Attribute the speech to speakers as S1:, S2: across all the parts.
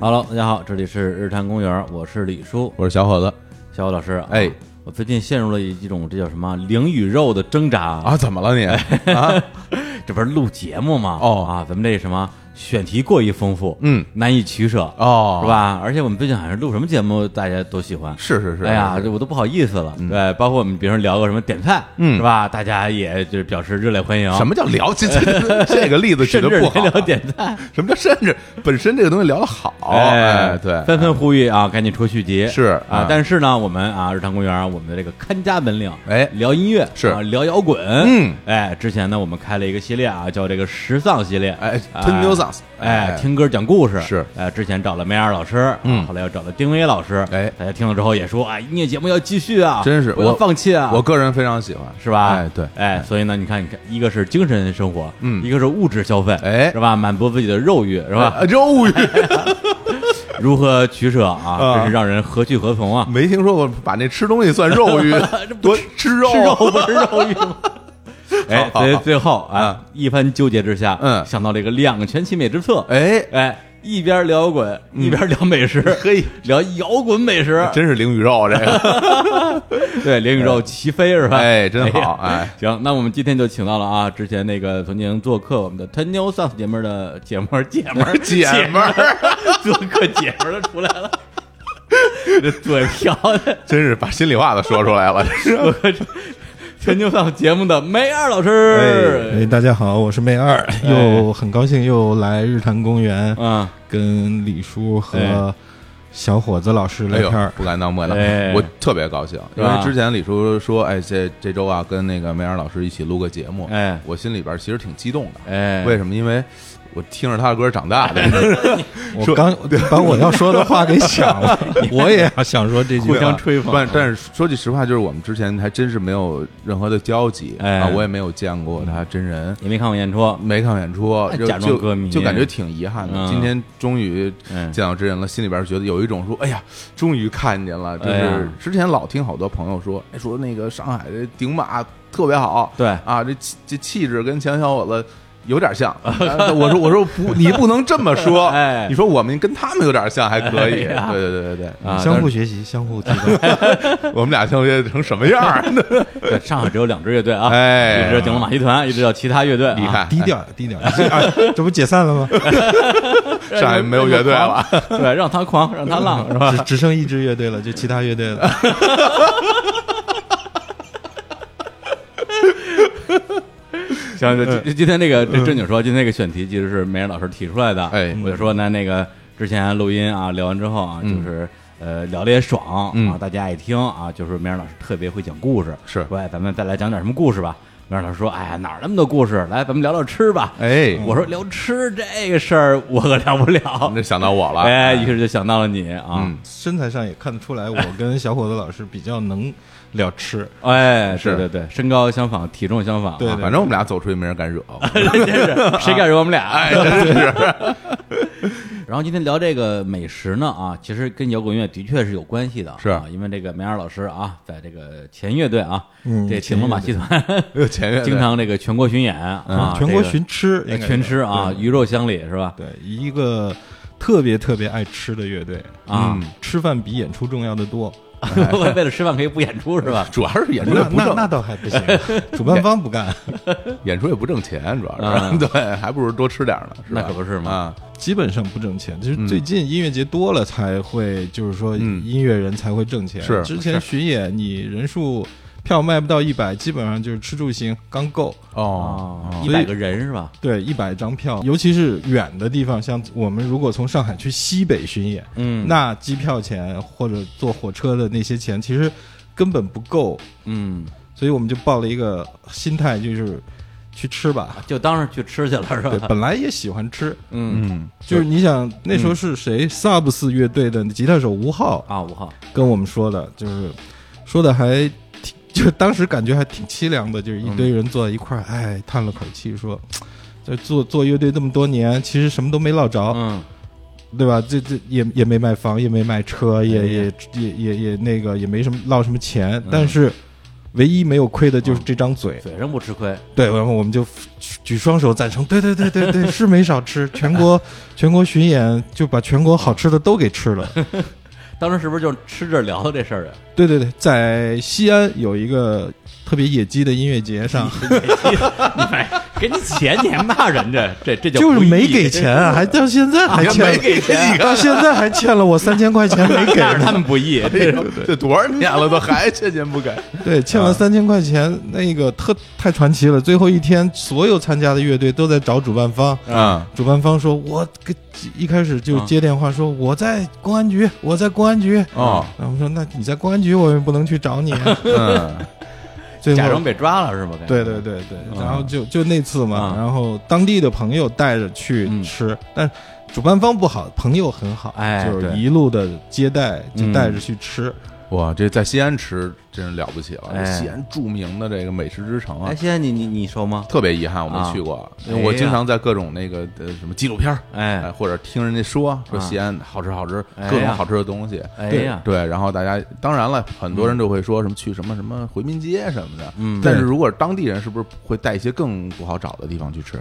S1: Hello，大家好，这里是日坛公园，我是李叔，
S2: 我是小伙子
S1: 小欧老师。啊
S2: 哎，
S1: 我最近陷入了一种这叫什么灵与肉的挣扎
S2: 啊，，怎么了 你？啊，
S1: 这不是录节目吗？
S2: 哦
S1: 啊，咱们这什么选题过于丰富，
S2: 嗯，
S1: 难以取舍，
S2: 哦，
S1: 是？吧？而且我们最近好像录什么节目大家都喜欢，
S2: 是是是，
S1: 哎呀，
S2: 是，
S1: 这我都不好意思了。对，包括我们比如说聊个什么点菜，
S2: 嗯
S1: 是吧？大家也就是表示热烈欢迎。
S2: 什么叫聊？这这 这个例子举
S1: 甚
S2: 的
S1: 至
S2: 不好。啊
S1: 连聊点菜，
S2: 什么叫甚至本身这个东西聊得好？哎，对，
S1: 纷纷呼吁啊，赶紧出续集
S2: 是
S1: 啊
S2: 啊。
S1: 但是呢，我们啊，日常公园，我们的这个看家本领，
S2: 哎
S1: 聊音乐
S2: 是
S1: 啊聊摇滚，
S2: 嗯，
S1: 哎，之前呢，我们开了一个系列啊，叫这个时丧系列，
S2: 哎，Twin New Songs，
S1: 哎
S2: 哎，
S1: 听歌讲故事
S2: 是
S1: 哎，之前找了梅尔老师，啊
S2: 嗯
S1: 后来又找了丁薇老师，
S2: 哎
S1: 大家听了之后也说，哎，音乐节目要继续啊，
S2: 真是
S1: 不要
S2: 我
S1: 放弃啊，
S2: 我个人非常喜欢，
S1: 是吧？
S2: 哎，对，
S1: 哎，所以呢，你看，你看，一个是精神生活，
S2: 嗯
S1: 一个是物质消费，
S2: 哎
S1: 是吧？满足自己的肉欲，是吧？
S2: 哎肉欲
S1: 如何取舍啊？
S2: 啊
S1: 真是让人何去何从啊！
S2: 没听说过把那吃东西算肉 欲
S1: 这，不
S2: 多吃肉啊
S1: 吃肉不是肉欲吗？哎，
S2: 好好
S1: 所以
S2: 好
S1: 最后啊，一番纠结之下，
S2: 嗯
S1: 想到了一个两全其美之策，
S2: 哎，嗯
S1: 哎，一边聊摇滚，一边聊美食，
S2: 嘿，
S1: 聊摇滚美食，
S2: 真是灵与肉啊这个，
S1: 对，连宇宙齐飞是吧？
S2: 哎真好
S1: 呀
S2: 哎，
S1: 行，那我们今天就请到了啊，之前那个曾经做客我们的 Ten New Songs 节目的姐们儿姐们儿
S2: 姐
S1: 们
S2: 们儿，
S1: 做客姐们儿的出来了，这嘴瓢的
S2: 真是把心里话都说出来了，真是
S1: 我这 Ten New Songs 节目的梅二老
S3: 哎，
S1: 师，
S3: 大家好，我是妹二，又很高兴又来日坛公园，
S1: 哎嗯，
S3: 跟李叔
S1: 哎
S3: 和小伙子老师聊
S2: 哎呦
S3: 天儿，。
S2: 不敢当，不敢当
S1: 哎，
S2: 我特别高兴，
S1: 是
S2: 因
S1: 吧
S2: 为之前李叔说，哎，这这周啊，跟那个梅尔老师一起录个节目，
S1: 哎
S2: 我心里边其实挺激动的，
S1: 哎，
S2: 为什么？因为我听着他的歌长大 的，
S3: 我刚把我要说的话给想 了，我也想说这句
S1: 互相
S3: 话。
S1: 吹捧
S2: 但但是说句实话，就是我们之前还真是没有任何的交集
S1: 哎嗯
S2: 啊，我也没有见过他真人，
S1: 也没看过演出，
S2: 没看演出
S1: 哎，
S2: 就
S1: 假装歌迷
S2: 就就感觉挺遗憾的。
S1: 嗯
S2: 今天终于
S1: 嗯
S2: 见到真人了，心里边觉得有一种说，哎呀，终于看见了。就
S1: 哎呀
S2: 是之前老听好多朋友说，哎，说那个上海的顶马特别好，
S1: 对
S2: 啊，这气这气质跟前小伙子。有点 像，啊我说我说不，你不能这么说。
S1: 哎
S2: 你说我们跟他们有点像，还可以。
S1: 哎呀
S2: 对对对对对，
S1: 啊，
S3: 相互学习，相 互提高。
S2: 我们俩相约成什么样儿？
S1: 对 上海只有两支乐队啊，
S2: 哎
S1: 一支叫顶龙马戏团，一支叫其他乐队啊，
S2: 厉害！
S3: 低调低调，哎这不解散 了吗？
S2: 上海没有乐队了，
S1: 对，让他狂，让他 浪，是吧？哎
S3: 只只剩一支乐队了，就其他乐队了。
S1: 行，
S2: 嗯
S1: 今今今天这个这正经说，今天这个选题其实是梅人老师提出来的。
S2: 哎
S1: 我就说呢，那个之前录音啊，聊完之后啊，就是呃聊的也爽啊，
S2: 嗯
S1: 大家爱听啊，就是梅人老师特别会讲故事，
S2: 是
S1: 喂，咱们再来讲点什么故事吧。梅人老师说，哎呀，哪儿那么多故事？来，咱们聊聊吃吧。
S2: 哎，
S1: 我说聊吃这个事儿，我可聊不了
S2: 你。这想到我了，
S1: 哎，于是就想到了你啊
S2: 嗯，
S3: 身材上也看得出来，我跟小伙子老师比较能聊吃。
S1: 哎，对
S2: 是
S1: 对对，身高相仿，体重相仿啊，
S3: 对
S2: 反正我们俩走出去没人敢 惹我，
S1: 真是谁敢惹我们俩？
S2: 哎，真是
S1: 然后今天聊这个美食呢啊，其实跟摇滚乐的确是有关系的啊，
S2: 是
S1: 因为这个梅尔老师啊，在这个前乐队啊，
S3: 嗯
S1: 这顶龙马戏团
S2: 哎呦前面
S1: 经常这个全国巡演啊，
S3: 全国
S1: 这个
S3: 寻吃，
S1: 哎全吃啊，鱼肉乡里是吧？
S3: 对，一个特别特别爱吃的乐队，嗯
S1: 啊，
S3: 吃饭比演出重要的多。
S1: 为为了吃饭可以不演出是吧？
S2: 主要是演出也
S3: 那
S2: 不
S3: 那那
S2: 挣，
S3: 倒还不 行， 主办方不干，
S2: 演出也不挣钱，主要
S1: 啊
S2: 是 对，还不如多吃点儿呢，是吧
S1: 那可不是嘛
S2: 啊，
S3: 基本上不挣钱。
S1: 嗯
S3: 就是最近音乐节多了才会，就是说
S2: 嗯
S3: 音乐人才会挣钱。
S2: 是
S3: 之前巡演你人数票卖不到一百，基本上就是吃住行刚够。啊
S2: 哦，
S1: 一
S3: 所
S1: 百
S3: 以
S1: 个人是吧？
S3: 对，一百张票，尤其是远的地方，像我们如果从上海去西北巡演，
S1: 嗯
S3: 那机票钱或者坐火车的那些钱，其实根本不够。
S1: 嗯，
S3: 所以我们就抱了一个心态，就是去吃吧。
S1: 就当是去吃去了是
S3: 对，
S1: 吧？
S3: 本来也喜欢吃，
S1: 嗯
S2: 嗯，
S3: 就是你想那时候是谁？Subs 乐队的吉他手吴昊
S1: 啊，五号
S3: 跟我们说的，就是说的还挺，就当时感觉还挺凄凉的，就是一堆人坐在一块儿，哎，叹了口气说。这做做乐队这么多年，其实什么都没落着，
S1: 嗯
S3: 对吧？这这也也没卖房，也没卖车，也也也也也那个也没什么落什么钱，但是唯一没有亏的就是这张嘴，
S1: 嗯嘴上不吃亏，
S3: 对，然后我们就去举双手赞成，对对对对对， 是没少吃，全 国全国巡演就把全国好吃的都给吃了。
S1: 当时是不是就吃着聊的这事儿啊？
S3: 对对对，在西安有一个特别野鸡的音乐节 上，
S1: 你还哎给你钱你还骂人家，这这叫
S3: 就是
S1: 故意
S3: 没给钱 啊，还到现在还欠，
S2: 没给钱，你看
S3: 到现在还欠了我三千块钱没给
S1: 啊 但是
S3: 呢。
S1: 他们不易，这种
S2: 哎这多少年了，都还欠钱不给。
S3: 对，欠
S1: 啊
S3: 了三千块钱，那个特太传奇了。最后一天，所有参加的乐队都在找主办方，
S1: 嗯
S2: 啊，
S3: 主办方说：“我给一开始就接电话说我在公安局，我在公安局。”
S2: 哦，
S3: 然后我们说：“那你在公安局，我也不能去找你、啊。
S2: 嗯，”
S3: 最
S1: 假
S3: 后
S1: 装，被抓了是吧？嗯
S3: 对对对对，然后就就那次嘛
S1: 啊，
S3: 然后当地的朋友带着去
S1: 嗯
S3: 吃，但是主办方不好，朋友很好，
S1: 哎
S3: 就是
S1: 对
S3: 一路的接待，就
S1: 嗯
S3: 带着去吃。
S2: 哇，这在西安吃真是了不起了，
S1: 哎
S2: 西安著名的这个美食之城啊
S1: 哎，。现在你你你熟吗？
S2: 特别遗憾，我没
S1: 啊
S2: 去过，
S1: 哎
S2: 因
S1: 呀
S2: 为我经常在各种那个呃什么纪录片儿，哎，
S1: 哎
S2: 或者听人家说说
S1: 啊
S2: 西安好吃好吃，
S1: 哎呀
S2: 各种好吃的东西，
S1: 哎
S2: 对
S1: 呀，
S2: 对，然后大家当然了，很多人就会说什么去什么什么回民街什么的，
S1: 嗯
S2: 但是如果当地人是不是会带一些更不好找的地方去吃？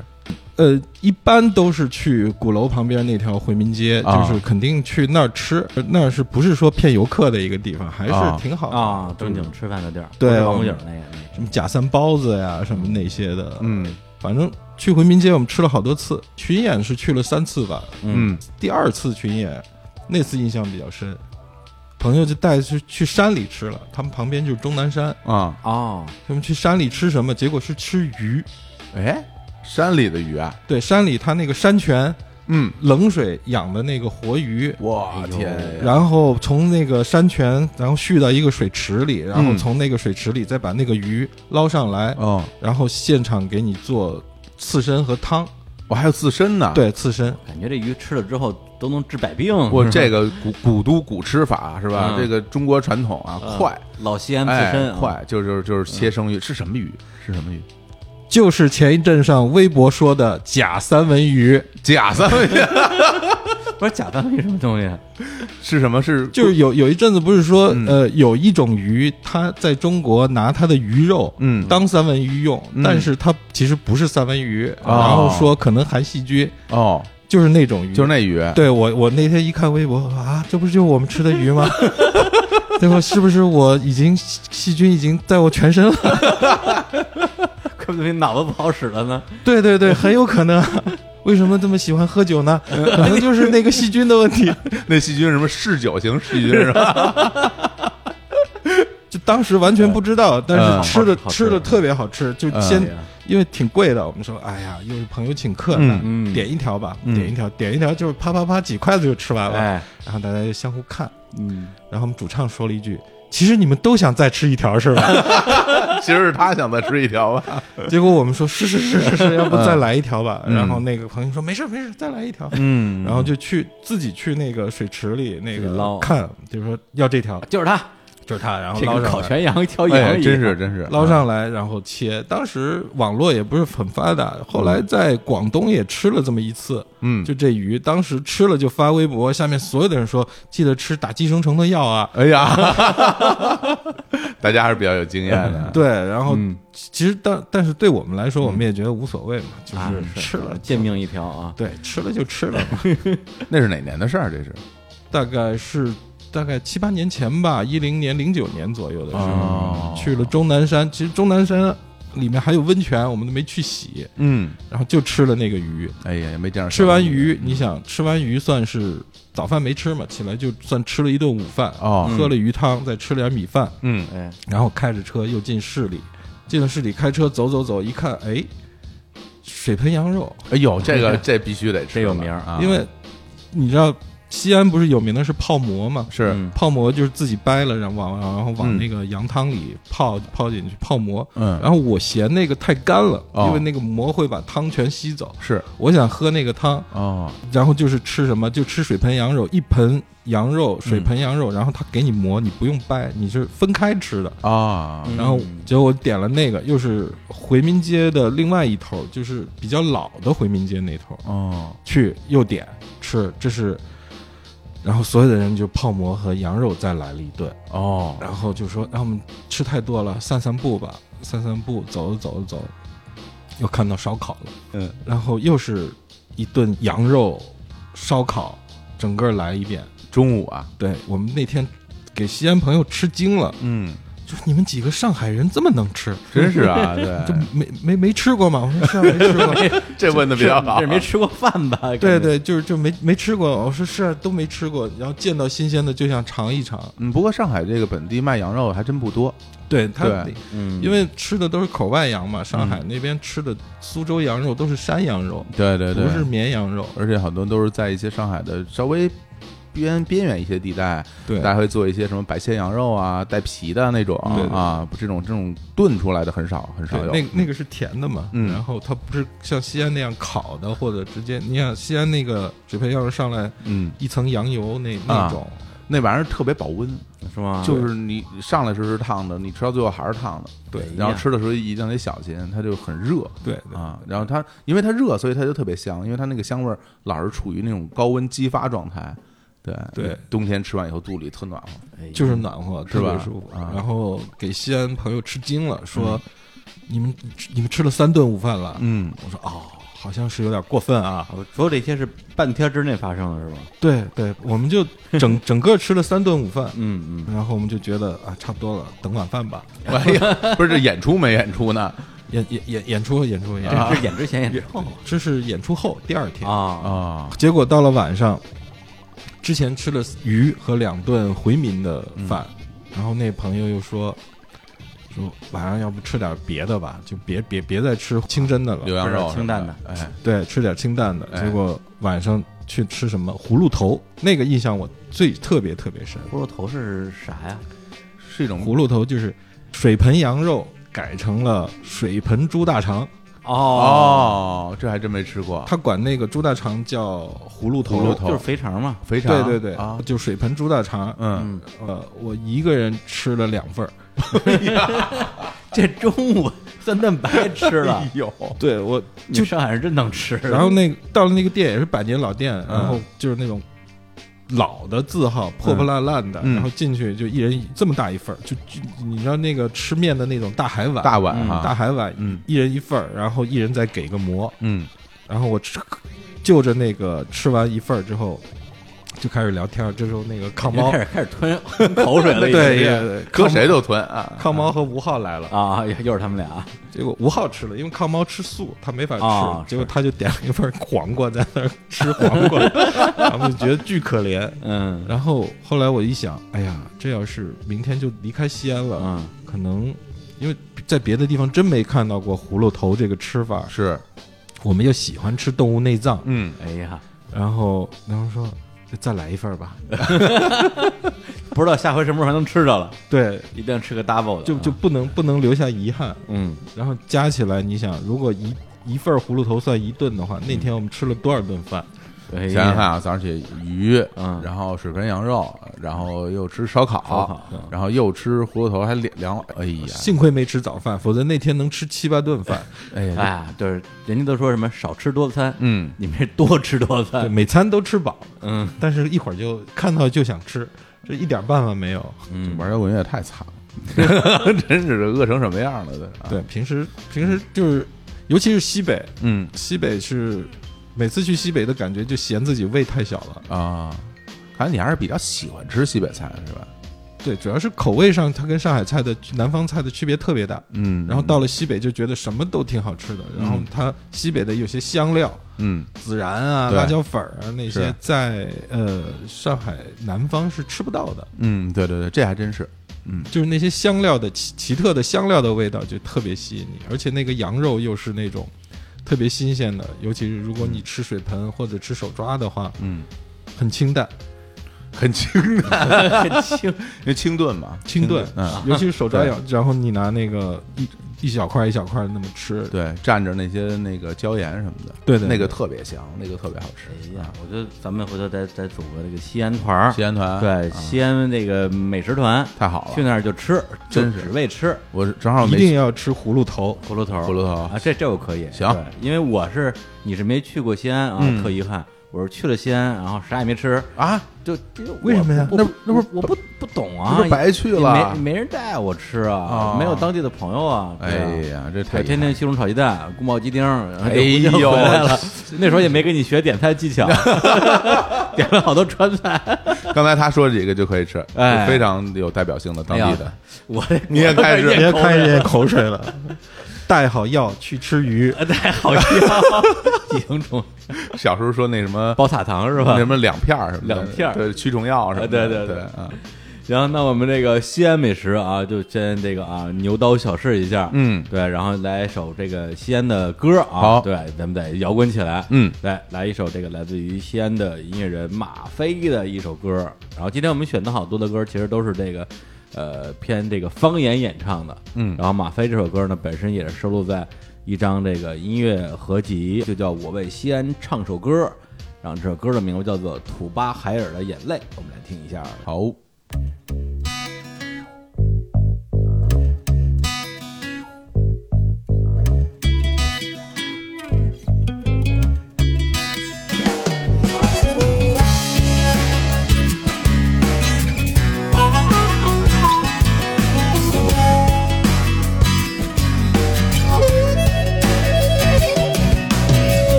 S3: 呃，一般都是去鼓楼旁边那条回民街，
S2: 啊
S3: 就是肯定去那儿吃，呃那儿是不是说骗游客的一个地方，还
S2: 啊
S3: 是挺好的
S1: 啊，正经吃饭的地儿，
S3: 对
S1: 不是王府
S3: 我
S1: 井那个那
S3: 什么假三包子呀，什么那些的，
S2: 嗯
S3: 反正去回民街我们吃了好多次，巡演是去了三次吧，
S1: 嗯，
S3: 第二次巡演那次印象比较深，朋友就带去去山里吃了，他们旁边就是终南山，
S2: 啊，
S1: 哦，
S3: 他们去山里吃什么？结果是吃鱼，
S2: 哎，山里的鱼啊，
S3: 对，山里它那个山泉
S2: 嗯，
S3: 冷水养的那个活鱼，
S2: 我
S1: 哎呦
S2: 天呀，
S3: 然后从那个山泉，然后蓄到一个水池里，然后
S2: 嗯
S3: 从那个水池里再把那个鱼捞上来，
S2: 哦，
S3: 然后现场给你做刺身和汤。
S2: 我哦还有刺身呢，，哎
S3: 对，刺身，
S1: 感觉这鱼吃了之后都能治百病。
S2: 我 这个古古都古吃法是吧？
S1: 嗯
S2: 这个中国传统啊，
S1: 嗯
S2: 快，
S1: 老西安刺
S2: 哎
S1: 身，，啊
S2: 快，就就是就是切生鱼，是什么鱼？是什么鱼？
S3: 就是前一阵上微博说的假三文鱼，
S2: 假 三文鱼
S1: 不是假三文鱼什么东西？
S2: 是什么？是
S3: 啊就是有有一阵子不是说，
S2: 嗯
S3: 呃，有一种鱼，它在中国拿它的鱼肉。
S2: 嗯
S3: 当三文鱼用，
S2: 嗯
S3: 但是它其实不是三文鱼，
S2: 哦
S3: 然后说可能含细菌，
S2: 哦，
S3: 就是那种鱼，
S2: 就是那鱼，
S3: 对我，我那天一看微博啊，这不是就是我们吃的鱼吗？ 最后是不是我已经细细菌已经在我全身了？
S1: 怪不得你脑子不好使了呢。
S3: 对对对，很有可能。为什么这么喜欢喝酒呢？
S1: 嗯
S3: 可能就是那个细菌的问 题。
S2: 那细菌是什么嗜酒型细菌是吧？
S3: 就当时完全不知道，但
S2: 嗯
S3: 是吃的、
S1: 好吃
S3: 吃的特别好吃，就
S2: 嗯
S3: 先、
S1: 哎呀
S3: 因为挺贵的，我们说哎呀，又是朋友请客，那
S1: 嗯嗯
S3: 点一条吧，
S2: 嗯
S3: 点一条，点一条就是啪啪啪几筷子就吃完了，
S1: 哎，
S3: 然后大家就相互看，
S1: 嗯，
S3: 然后我们主唱说了一句：“其实你们都想再吃一条是吧？”
S2: 其实是他想再吃一条吧。
S3: 结果我们说是是是是是，要不再来一条吧？
S2: 嗯
S3: 然后那个朋友说没事没事，再来一条。
S2: 嗯
S3: 然后就去自己去那个水池里那
S1: 自己捞
S3: 个看，就是说要这条，
S1: 就是它，
S3: 就是它，然后
S1: 这
S3: 捞
S1: 个烤
S3: 上来，
S1: 全羊、挑
S2: 哎呀，
S1: 羊一样嗯
S2: 真是真是
S3: 捞上来然后切。当时网络也不是很发达，后
S1: 嗯
S3: 来在广东也吃了这么一次，
S2: 嗯，
S3: 就这鱼，当时吃了就发微博，下面所有的人说记得吃打寄生虫的药啊。
S2: 哎呀，大家还是比较有经验的。
S3: 对，然后
S1: 嗯
S3: 其实但但是对我们来说，我们也觉得无所谓嘛，就
S1: 啊
S3: 是，吃了
S1: 贱命一条啊！
S3: 对，吃了就吃了。
S2: 那是哪年的事儿？这是
S3: 大概是大概七八年前吧，一零年、零九年左右的时候，
S2: 哦
S3: 去了终南山。其实终南山里面还有温泉，我们都没去洗，
S2: 嗯，
S3: 然后就吃了那个鱼。
S2: 哎呀，也没这样
S3: 吃完鱼，
S2: 嗯
S3: 你想吃完鱼算是早饭没吃嘛？起来就算吃了一顿午饭，
S2: 哦，
S3: 喝了鱼汤，再吃了点米饭，
S2: 嗯
S1: 哎，
S3: 然后开着车又进市里。进了市里，开车走走走，一看，哎，水盆羊肉，
S2: 哎呦，这 个这必须得吃
S1: 这
S2: 了，
S1: 有名儿
S2: 啊，
S3: 因为你知道西安不是有名的是泡馍嘛？
S2: 是
S1: 嗯
S3: 泡馍就是自己掰了，然后往然后
S2: 嗯
S3: 往那个羊汤里泡、泡进去泡馍。
S2: 嗯
S3: 然后我嫌那个太干了，
S2: 哦
S3: 因为那个馍会把汤全吸走。
S2: 是
S3: 我想喝那个汤，
S2: 哦，
S3: 然后就是吃什么就吃水盆羊肉，一盆羊肉
S2: 嗯
S3: 水盆羊肉，然后他给你馍，你不用掰，你是分开吃的。
S2: 啊，
S1: 嗯
S3: 然后结果我点了那个，又是回民街的另外一头，就是比较老的回民街那头。
S2: 哦，
S3: 去又点吃，这是，然后所有的人就泡馍和羊肉再来了一顿，
S2: 哦，
S3: 然哎后就说让我们吃太多了，散散步吧，散散步，走着走着走，又看到烧烤了，
S1: 嗯，
S3: 然后又是一顿羊肉烧烤，整个来一遍。
S2: 中午啊，
S3: 对我们那天给西安朋友吃惊了，
S2: 嗯，
S3: 就你们几个上海人这么能吃，
S2: 真是啊，对，
S3: 就没没没吃过吗？我说是啊，没吃 过。
S2: 这问的比较好，
S1: 这没吃过饭吧？感
S3: 对
S1: 觉，
S3: 对，就是就没没吃过。我说是啊，都没吃过。然后见到新鲜的就想尝一尝。
S2: 嗯，不过上海这个本地卖羊肉还真不多，
S3: 对他
S2: 对
S1: 嗯，
S3: 因为吃的都是口外羊嘛，上海那边吃的苏州羊肉都是山羊肉，
S2: 对对
S3: 不是绵羊肉。
S2: 而且很多都是在一些上海的稍微边边远一些地带，
S3: 对
S2: 大家会做一些什么白切羊肉啊，带皮的那种
S3: 对对
S2: 啊，这种这种炖出来的很少很少
S3: 对，
S2: 有，
S3: 那个那个是甜的嘛，
S2: 嗯
S3: 然后它不是像西安那样烤的，或者直接，你想西安那个纸片要是上来
S2: 嗯，
S3: 一层羊油那
S2: 啊
S3: 那种，
S2: 那玩意儿特别保温，
S1: 是吗？
S2: 就是你上来时候是烫的，你吃到最后还是烫的，
S3: 对
S2: 然后吃的时候一定得小心，它就很热
S3: 对
S2: 啊，然后它因为它热，所以它就特别香，因为它那个香味儿老是处于那种高温激发状态。对
S3: 对，
S2: 冬天吃完以后肚里特暖和。
S1: 哎
S3: 就是暖和，
S2: 是
S3: 特
S2: 吧
S3: 别舒服。
S2: 啊
S3: 然后给西安朋友吃惊了，说你们你们吃了三顿午饭了，
S2: 嗯，
S3: 我说哦，好像是有点过分啊。
S1: 哦所有这些是半天之内发生的，是吧？
S3: 对对，我们就 整整个吃了三顿午饭，
S1: 嗯嗯，
S3: 然后我们就觉得啊，差不多了，等晚饭吧。
S2: 哎呀，不是这演出没演出呢？
S3: 演演演演出演出演出，
S1: 这是演之前演之后
S3: 啊这是演出后第二天。
S1: 啊，
S2: 啊，
S3: 结果到了晚上，之前吃了鱼和两顿回民的
S2: 嗯
S3: 饭，然后那朋友又说说晚上要不吃点别的吧，就别别别再吃清真的
S2: 牛
S3: 了，
S2: 羊
S1: 吃点
S2: 肉
S1: 清淡的，
S2: 哎，
S3: 对，吃点清淡的。
S2: 哎
S3: 结果晚上去吃什么葫芦头，那个印象我最特别特别深。
S1: 骷髅头是啥呀？
S2: 是一种
S3: 葫芦头就是水盆羊肉改成了水盆猪大肠，
S1: 哦
S2: 哦，这还真没吃过，
S3: 他管那个猪大肠叫葫芦头。哦
S2: 葫芦头
S1: 就是肥肠嘛。
S2: 肥肠，
S3: 对对对，
S2: 啊，
S3: 就水盆猪大肠。
S2: 嗯，
S1: 嗯，
S3: 呃，我一个人吃了两 份儿。
S1: 这中午三顿白吃 了
S2: 哎，呦，
S3: 对我
S1: 就
S3: 就，
S1: 上海人真能吃。
S3: 然后那个到了那个店也是百年老店，
S2: 嗯
S3: 然后就是那种。老的字号破破烂烂的，
S2: 嗯
S3: 然后进去就一人一这么大一份儿，就就你知道那个吃面的那种大海碗，
S2: 大碗
S1: 嗯
S2: 哈，
S3: 大海碗，
S2: 嗯
S3: 一人一份儿，然后一人再给个馍，
S2: 嗯，
S3: 然后我吃，就着那个吃完一份儿之后，就开始聊天儿。这时候那个康猫
S1: 开，始开始吞吞口 水了，
S3: 对
S1: 已经
S3: 对对，
S2: 搁
S3: 康
S2: 谁都吞啊，
S3: 康猫和吴昊来了，
S1: 啊，又又是他们俩，
S3: 结果吴昊吃了，因为康猫吃素，他没法吃，
S1: 啊
S3: 结果他就点了一份黄瓜在那儿吃黄 瓜，然后就觉得巨可怜。
S1: 嗯
S3: 然后后来我一想，哎呀，这要是明天就离开西安了，
S1: 嗯，
S3: 可能因为在别的地方真没看到过葫芦头这个吃法，
S2: 是，
S3: 我们又喜欢吃动物内脏，
S2: 嗯，
S1: 哎呀，
S3: 然后然后说再来一份 吧，
S1: 不知道下回什么时候还能吃着了，
S3: 对，
S1: 一定要吃个 double 的啊，
S3: 就就不能不能留下遗憾。
S1: 嗯
S3: 然后加起来，你想，如果一一份葫芦头算一顿的话，那天我们吃了多少顿饭？
S1: 嗯哎呀
S2: 想想看啊，早上起鱼，
S1: 嗯
S2: 然后水盆羊肉，然后又吃烧
S1: 烧
S2: 烤
S1: 烤，嗯
S2: 然后又吃葫芦头，还凉凉，哎呀，
S3: 幸亏没吃早饭，否则那天能吃七八顿 饭，
S2: 哎呀，
S1: 哎呀，就是人家都说什么少吃多餐，
S2: 嗯，
S1: 你们这多吃多
S3: 对，
S1: 餐，
S3: 每餐都吃饱，
S1: 嗯
S3: 但是一会儿就看到就想吃，这一点办法没有。
S1: 嗯，
S2: 玩摇滚乐也太 惨了，真是饿成什么样了，对，啊
S3: 对，平时平时就是，尤其是西北，
S2: 嗯
S3: 西北是每次去西北的感觉就嫌自己胃太小了。
S2: 啊，看来你还是比较喜欢吃西北菜是吧？
S3: 对，主要是口味上它跟上海菜的南方菜的区别特别大。
S2: 嗯，
S3: 然后到了西北就觉得什么都挺好吃的，然后它西北的有些香料，
S2: 嗯，
S3: 孜然啊、
S2: 对
S3: 辣椒粉儿啊那些
S2: 是，
S3: 在呃上海南方是吃不到的，
S2: 嗯，对对对，这还真是，嗯
S3: 就是那些香料的奇奇特的香料的味道就特别吸引你，而且那个羊肉又是那种特别新鲜的，尤其是如果你吃水盆或者吃手抓的话，
S2: 嗯，
S3: 很清淡，
S2: 很清淡，
S1: 很轻，
S2: 因为清炖嘛，
S3: 清炖，
S2: 嗯，
S3: 尤其是手抓羊，然后你拿那个一一小块一小块那么吃，
S2: 对，蘸着那些那个椒盐什么的，
S3: 对对对
S2: 那个特别香，那个特别好吃。啊
S1: 哎呀，我觉得咱们回头再再组 个这个西安团儿
S2: 西，安团，
S1: 对，
S2: 啊
S1: 西安那个美食团，
S2: 太好
S1: 去
S2: 了，
S1: 那儿就吃，就
S2: 真是
S1: 只为吃
S2: 我是正好
S3: 一
S2: 没
S3: 定
S2: 去
S3: 要吃葫芦头。
S1: 葫芦头儿，
S2: 葫芦头
S1: 啊，这这我可以，
S2: 行
S1: 对，因为我是你是没去过西安啊，
S2: 嗯
S1: 特遗憾，我是去了西安，然后啥也没吃，
S2: 啊，
S1: 就就
S3: 为什么呀
S1: 我
S2: 那
S1: 我
S2: 那不是
S1: 我不不懂
S2: 这
S1: 啊，
S2: 不白去
S1: 也
S2: 了
S1: 没？没人带我吃啊
S2: 啊，
S1: 没有当地的朋友啊，
S2: 哎
S1: 对啊
S2: 呀，这太
S1: 对，天天西红柿炒鸡蛋、宫保鸡丁，然后
S2: 哎
S1: 就
S2: 呦
S1: 就回来了。 那时候也没给你学点菜技巧， 点了好多川菜。
S2: 刚才他说这个就可以吃，
S1: 哎
S2: 非常有代表性的当地的。
S1: 我这
S2: 你也开始
S1: 我这
S3: 别
S1: 咽口
S3: 开
S1: 水
S3: 始咽口水 了。带好药去吃 鱼，
S1: 呃太好笑，营虫
S2: 小时候说那什么
S1: 包撒糖是吧
S2: 那？什么两片儿什么的
S1: 两片儿
S2: 对驱虫药什么的，
S1: 啊对对
S2: 对
S1: 对
S2: 啊
S1: 行，那我们这个西安美食啊，就先这个啊牛刀小试一下，
S2: 嗯
S1: 对，然后来一首这个西安的歌啊，
S2: 好
S1: 对，咱们得摇滚起来，
S2: 嗯，
S1: 来来一首这个来自于西安的音乐人马飞的一首歌，然后今天我们选的好多的歌其实都是这个。呃，偏这个方言演唱的，
S2: 嗯
S1: 然后马飞这首歌呢，本身也是收录在一张这个音乐合集，就叫《我为西安唱首歌》，然后这首歌的名字叫做《土巴海尔的眼泪》，我们来听一下。
S2: 好，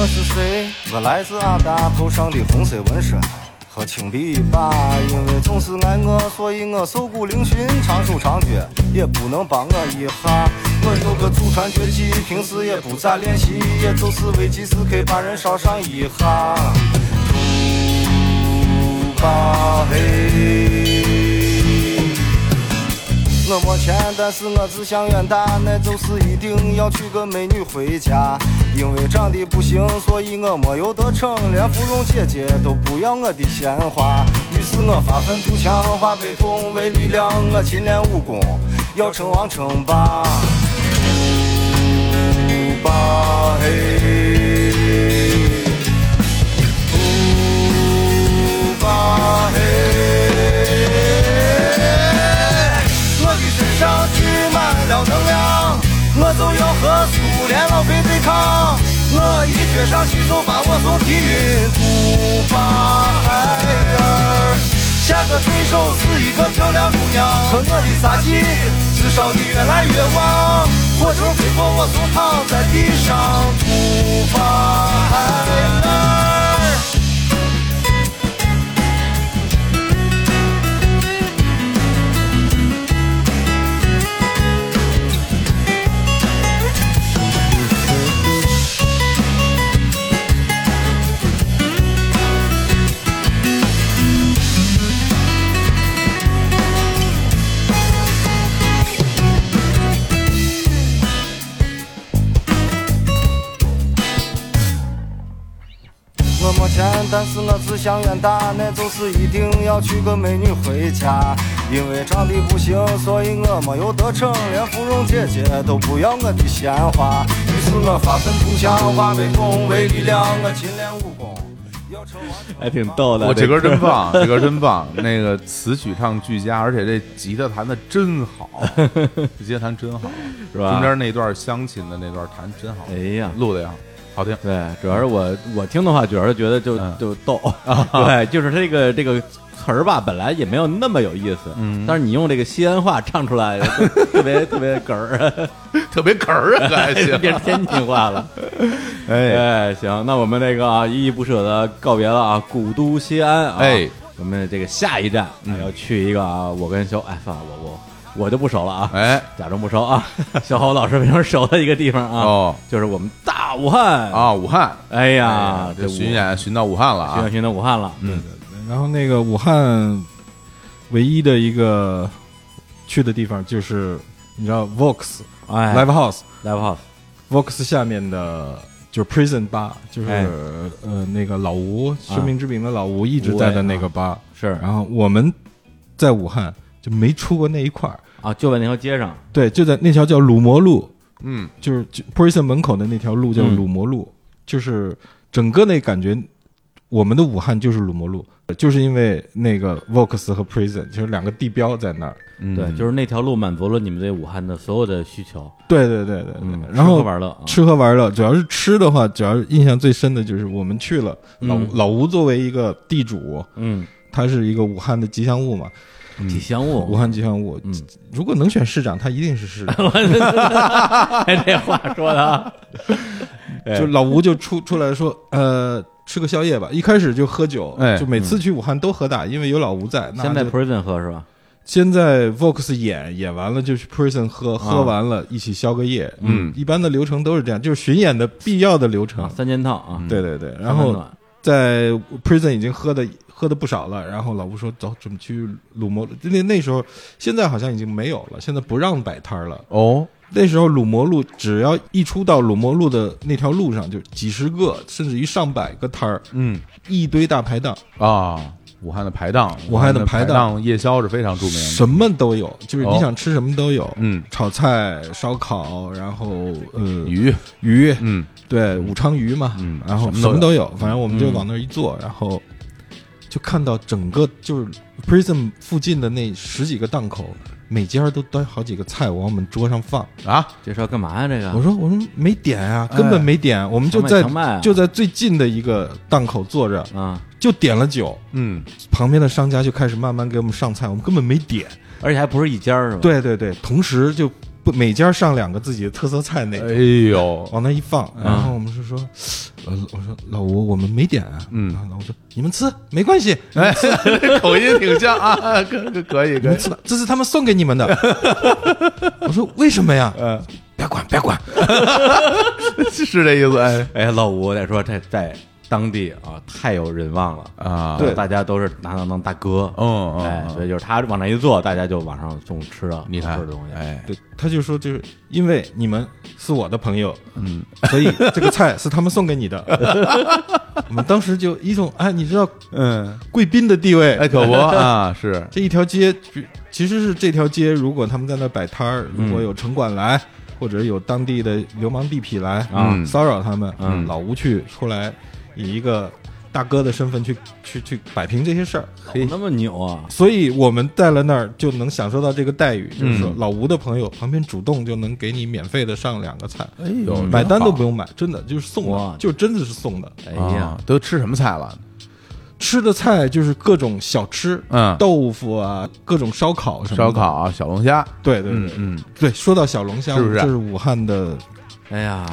S4: 我是谁？我来自阿达，头上的红色纹身和青琵琶。因为总是爱我，所以我瘦骨嶙峋，长手长脚也不能帮我一下。我有个祖传绝技，平时也不咋练习，也就是危急时刻把人烧上一下。土巴嘿。我没钱，但是我志向远大，那就是一定要娶个美女回家。因为长得不行，所以我没有得逞，连芙蓉姐姐都不要我的鲜花。于是我发愤图强，化悲痛为力量，我勤练武功，要称王称霸。不霸嘿，不霸嘿。我的身上聚满了能量，我就要和苏联老辈对抗。我一撅上去就把我送地狱，不巴海尔。下个对手是一个漂亮姑娘，可我的杀技至少你越来越旺。火球飞过我就躺在地上，不巴海尔。我没钱，但是我志向远大，那就是一定要娶个美女回家。因为长得不行，所以我没有得逞，连芙蓉姐姐都不要我的鲜花。于是我发愤图强，化悲痛为力量，我勤练武功。要成王成霸
S1: 还挺逗的。
S2: 我这歌
S1: 歌
S2: 真棒，这歌真棒，那个词曲唱俱佳，而且这吉他弹的真好，这吉他弹真好，
S1: 是吧
S2: 中间那段乡亲的那段弹真好，
S1: 哎呀，
S2: 录的也好，好听。
S1: 对，主要是我我听的话，主要是觉得就
S2: 嗯
S1: 就 逗，对，就是这个这个词儿吧，本来也没有那么有意思，嗯，但是你用这个西安话唱出来，就特别特别哏儿，。
S2: 特别哏儿啊，可还行
S1: 变成天津话了。
S2: 哎，
S1: 哎，行，那我们这个啊，依依不舍的告别了啊，古都西安啊，
S2: 哎，
S1: 我们这个下一站啊要去一个啊，我跟小哎，算了，我我我就不熟了啊，
S2: 哎，
S1: 假装不熟啊， 小侯老师非常熟的一个地方啊，
S2: 哦
S1: 就是我们大武汉
S2: 啊，武汉
S1: 哎呀，
S2: 这
S1: 这
S2: 巡演巡到武汉了
S1: 巡演
S2: 啊，
S1: 巡到武汉了，
S3: 对对对。 然后那个武汉唯一的一个去的地方就是你知道 Vox
S1: 哎
S3: Live House。
S1: live house，
S3: Vox 下面的就是 Prison 吧，就是、
S1: 哎啊
S3: 呃那个老吴，生命之饼的老吴一直在的那个吧。
S1: 是
S3: 然后我们在武汉就没出过那一块儿，
S1: 啊，就在那条街上，
S3: 对，就在那条叫鲁摩路，
S2: 嗯，
S3: 就是就 Prison 门口的那条路叫鲁摩路，就是整个那感觉。我们的武汉就是鲁摩路，就是因为那个 Vox 和 Prison 就是两个地标在那儿。嗯
S1: 对，就是那条路满足了你们对武汉的所有的需求，
S3: 对对对对对，
S1: 嗯
S3: 然后
S1: 吃喝玩乐啊
S3: 吃喝玩乐，主要是吃的话，主要是印象最深的就是我们去了老、
S1: 嗯
S3: 老吴作为一个地主，
S1: 嗯，
S3: 他是一个武汉的吉祥物嘛，
S1: 体香
S3: 武
S1: 物，
S3: 汉吉祥物，
S1: 嗯
S3: 如果能选市长，他一定是市 长。
S1: 哎，这话说的啊，
S3: 就老吴就出出来说，呃，吃个宵夜吧。一开始就喝酒，
S2: 哎
S3: 就每次去武汉都喝大，因为有老吴在。那
S1: 先嗯在
S3: 就
S1: prison 喝是吧？
S3: 先在 Vox 演演完了，就去 Prison 喝，
S1: 啊
S3: 喝完了一起消个夜。
S2: 嗯
S3: 一般的流程都是这样，就是巡演的必要的流程
S1: 啊，。三件套啊，
S3: 对对对，然
S1: 三温
S3: 后
S1: 暖
S3: 在 prison 已经喝的喝的不少了，然后老吴说走，准备去鲁摩路。那那时候现在好像已经没有了，现在不让摆摊儿了。
S2: 哦，
S3: 那时候鲁摩路只要一出到鲁摩路的那条路上，就几十个甚至于上百个摊儿，
S2: 嗯
S3: 一堆大排档，
S2: 啊，武汉的排档，
S3: 武汉的
S2: 的
S3: 排
S2: 排
S3: 档
S2: 夜宵是非常著名的，
S3: 什么都有，就是
S1: 哦
S3: 你想吃什么都有。
S2: 嗯，
S3: 炒菜、烧烤，然后呃
S2: 鱼，
S3: 鱼，
S2: 嗯
S3: 对武昌鱼嘛，
S2: 嗯
S3: 然后
S2: 什么都有嗯
S3: 都有，反正我们就往那儿一坐，
S1: 嗯
S3: 然后就看到整个就是 Prism 附近的那十几个档口，每家都端好几个菜往我们桌上放。
S2: 啊，
S1: 这是要干嘛呀？这个
S3: 我说我说没点啊，根本没点，我们就在
S1: 哎强卖强卖啊
S3: 就在最近的一个档口坐着，
S1: 啊，
S3: 就点了酒，
S2: 嗯，
S3: 旁边的商家就开始慢慢给我们上菜，我们根本没点。
S1: 而且还不是一家儿是吧？，
S3: 对对对，同时就不每家上两个自己的特色菜那种。
S2: 哎呦，
S3: 往那一放，
S1: 嗯
S3: 然后我们是说， 呃，我说老吴，我们没点啊，
S2: 嗯
S3: 然后老吴说你们吃没关系，
S2: 哎， 口音挺像啊，可可可以
S3: 你
S2: 可以
S3: 们，吃吧，这 是他们送给你们的。 我说为什么呀？
S2: 嗯
S3: 别管别管，
S2: 是这意思，哎
S1: 哎，老吴，我得说这在当地啊，太有人望了。
S2: 啊，
S1: 对，大家都是拿他当大哥，
S2: 嗯嗯
S1: 哎，
S2: 嗯
S1: 所以就是他往那一坐，大家就往上送吃的，
S2: 你看
S1: 好吃的东西，，
S2: 哎，
S3: 对，他就说就是因为你们是我的朋友，嗯，所以这个菜是他们送给 你的。我们当时就一种哎，你知道
S2: 嗯，
S3: 贵宾的地位，
S2: 哎，可 不啊，是，
S3: 这一条街比其实是这条街，如果他们在那摆摊儿，
S2: 嗯
S3: 如果有城管来，或者有当地的流氓地痞来啊、
S2: 嗯
S3: 骚扰他们，
S2: 嗯
S3: 老吴去出来以一个大哥的身份去去去摆平这些事儿。
S1: 怎么那么牛啊？
S3: 所以我们在了那儿就能享受到这个待遇，就是说
S2: 嗯
S3: 老吴的朋友旁边主动就能给你免费的上两个菜，
S2: 哎呦
S3: 买单都不用买，真的就是送的
S1: 哇，
S3: 就真的是送的。
S1: 哎呀
S2: 啊，，都吃什么菜了？
S3: 吃的菜就是各种小吃，
S2: 嗯
S3: 豆腐啊，各种烧烤什么的。
S2: 烧烤啊、小龙虾，
S3: 对对
S2: 嗯
S3: 对，
S2: 嗯，
S3: 对，说到小龙虾，
S2: 是不是
S3: 这是武汉的
S1: 哎呀，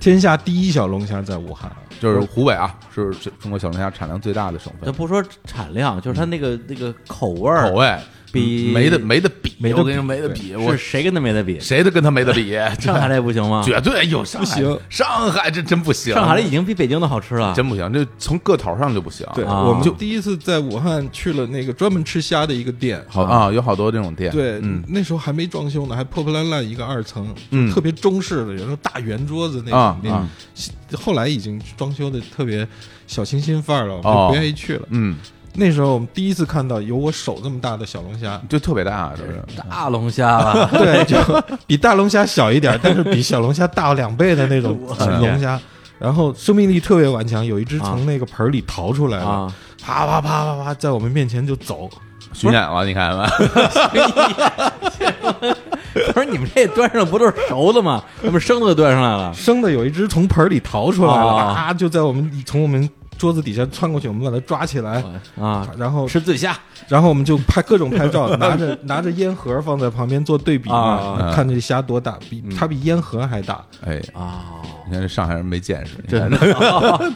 S3: 天下第一小龙虾，在武汉。
S2: 就是湖北啊，是是中国小龙虾产量最大的省
S1: 咱
S2: 份，
S1: 不说产量，就是他那个那个口味儿，
S2: 嗯口味嗯
S1: 比
S2: 没得没得比，
S3: 没得
S2: 我跟你
S3: 比
S2: 说没得
S3: 对
S2: 比，我
S1: 是谁跟他没得比？
S2: 谁都跟他没得比，
S1: 上海的也不行吗？
S2: 绝对有上海
S3: 行
S2: 上海这真不行，
S1: 上海的已经比北京的好吃了，
S2: 真不行，这从个头上就不行。
S3: 对，
S1: 啊
S3: 我们就第一次在武汉去了那个专门吃虾的一个店。
S2: 好啊，有好多这种店。
S3: 对，
S2: 嗯
S3: 那时候还没装修呢，还破破烂烂一个二层，
S2: 嗯
S3: 就特别中式的，有那种大圆桌子那
S2: 啊
S3: 种。那
S2: 啊
S3: 后来已经装修的特别小清新范儿了，我们
S2: 哦
S3: 就不愿意去了。
S2: 嗯，
S3: 那时候我们第一次看到有我手这么大的小龙虾，？
S2: 就特别大，啊就是
S1: 大龙虾吧
S3: 对，就比大龙虾小一点儿，但是比小龙虾大两倍的那 种
S2: 哎
S3: 龙虾。然后生命力特别顽强，有一只从那个盆儿里逃出来了，
S1: 啊
S3: 啪啪啪啪啪，在我们面前就走。
S2: 巡演了，你看吧，
S1: 不是你们这端上不都是熟的 吗？怎么生的都端上来了？
S3: 生的有一只从盆儿里逃出来了，
S1: 哦
S3: 啊，就在我们从我们桌子底下穿过去，我们把它抓起来，
S1: 啊，
S3: 然后
S1: 吃醉虾，
S3: 然后我们就拍各种拍 照，拿着拿着烟盒放在旁边做对比嘛，
S1: 啊嗯
S3: 看这虾多大，比它比烟盒还大。
S2: 哎。
S1: 啊，
S2: 你看这上海人没见识，真 的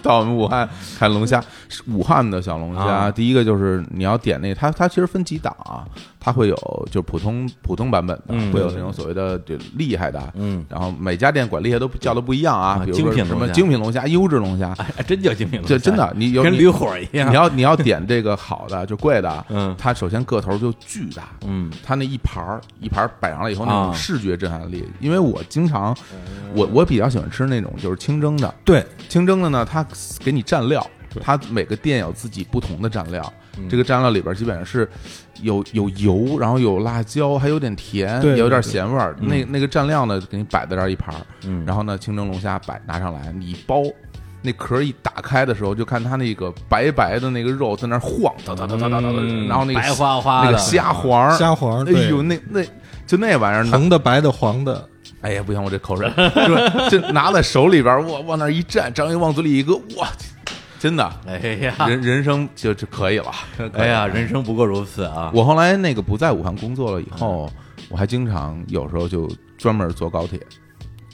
S2: 到我们武汉看龙虾，是武汉的小龙虾，
S1: 啊
S2: 第一个就是你要点那个它它其实分几档啊，它会有就是普通普通版本的，
S1: 嗯
S2: 会有那种所谓的就厉害的，啊
S1: 嗯，
S2: 然后每家店管厉害都叫的不一样啊
S1: 啊，
S2: 比如说
S1: 精品
S2: 什么
S1: 龙虾
S2: 精品龙虾、优质龙虾，
S1: 哎，真叫精品龙虾，
S2: 这真的你有
S1: 跟
S2: 你
S1: 驴火一样。
S2: 你要你要点这个好的就贵的，啊
S1: 嗯
S2: 它首先个头就巨大，
S1: 嗯，
S2: 它那一盘儿一盘儿摆上了以后那
S1: 啊
S2: 种视觉震撼力，因为我经常我我比较喜欢吃那种就是清蒸的，
S3: 对，
S2: 清蒸的呢，它给你蘸料，它每个店有自己不同的蘸料。这个蘸料里边基本上是有有油，然后有辣椒，还有点甜，
S3: 对
S2: 也有点
S3: 对对嗯
S2: 咸味儿。那那个蘸料呢，给你摆在这儿一盘儿，
S1: 嗯
S2: 然后呢，清蒸龙虾摆拿上来，你一包，那壳一打开的时候，就看它那个白白的那个肉在那儿晃，哒哒哒哒哒哒，
S1: 嗯
S2: 然后那个
S1: 白花花
S2: 那
S1: 的
S2: 个虾黄儿，
S3: 虾黄儿
S2: 哎
S3: 对
S2: 呦，那那就那玩意儿呢，
S3: 红的、白的、黄的，
S2: 哎呀，不行，我这口水，就就拿在手里边儿，我往那儿一站，张一往嘴里一搁，哇，真的，
S1: 哎呀，
S2: 人人生就就可以了，可以了
S1: 哎呀，人生不过如此啊！嗯
S2: 我后来那个不在武汉工作了以后，我还经常有时候就专门坐高铁，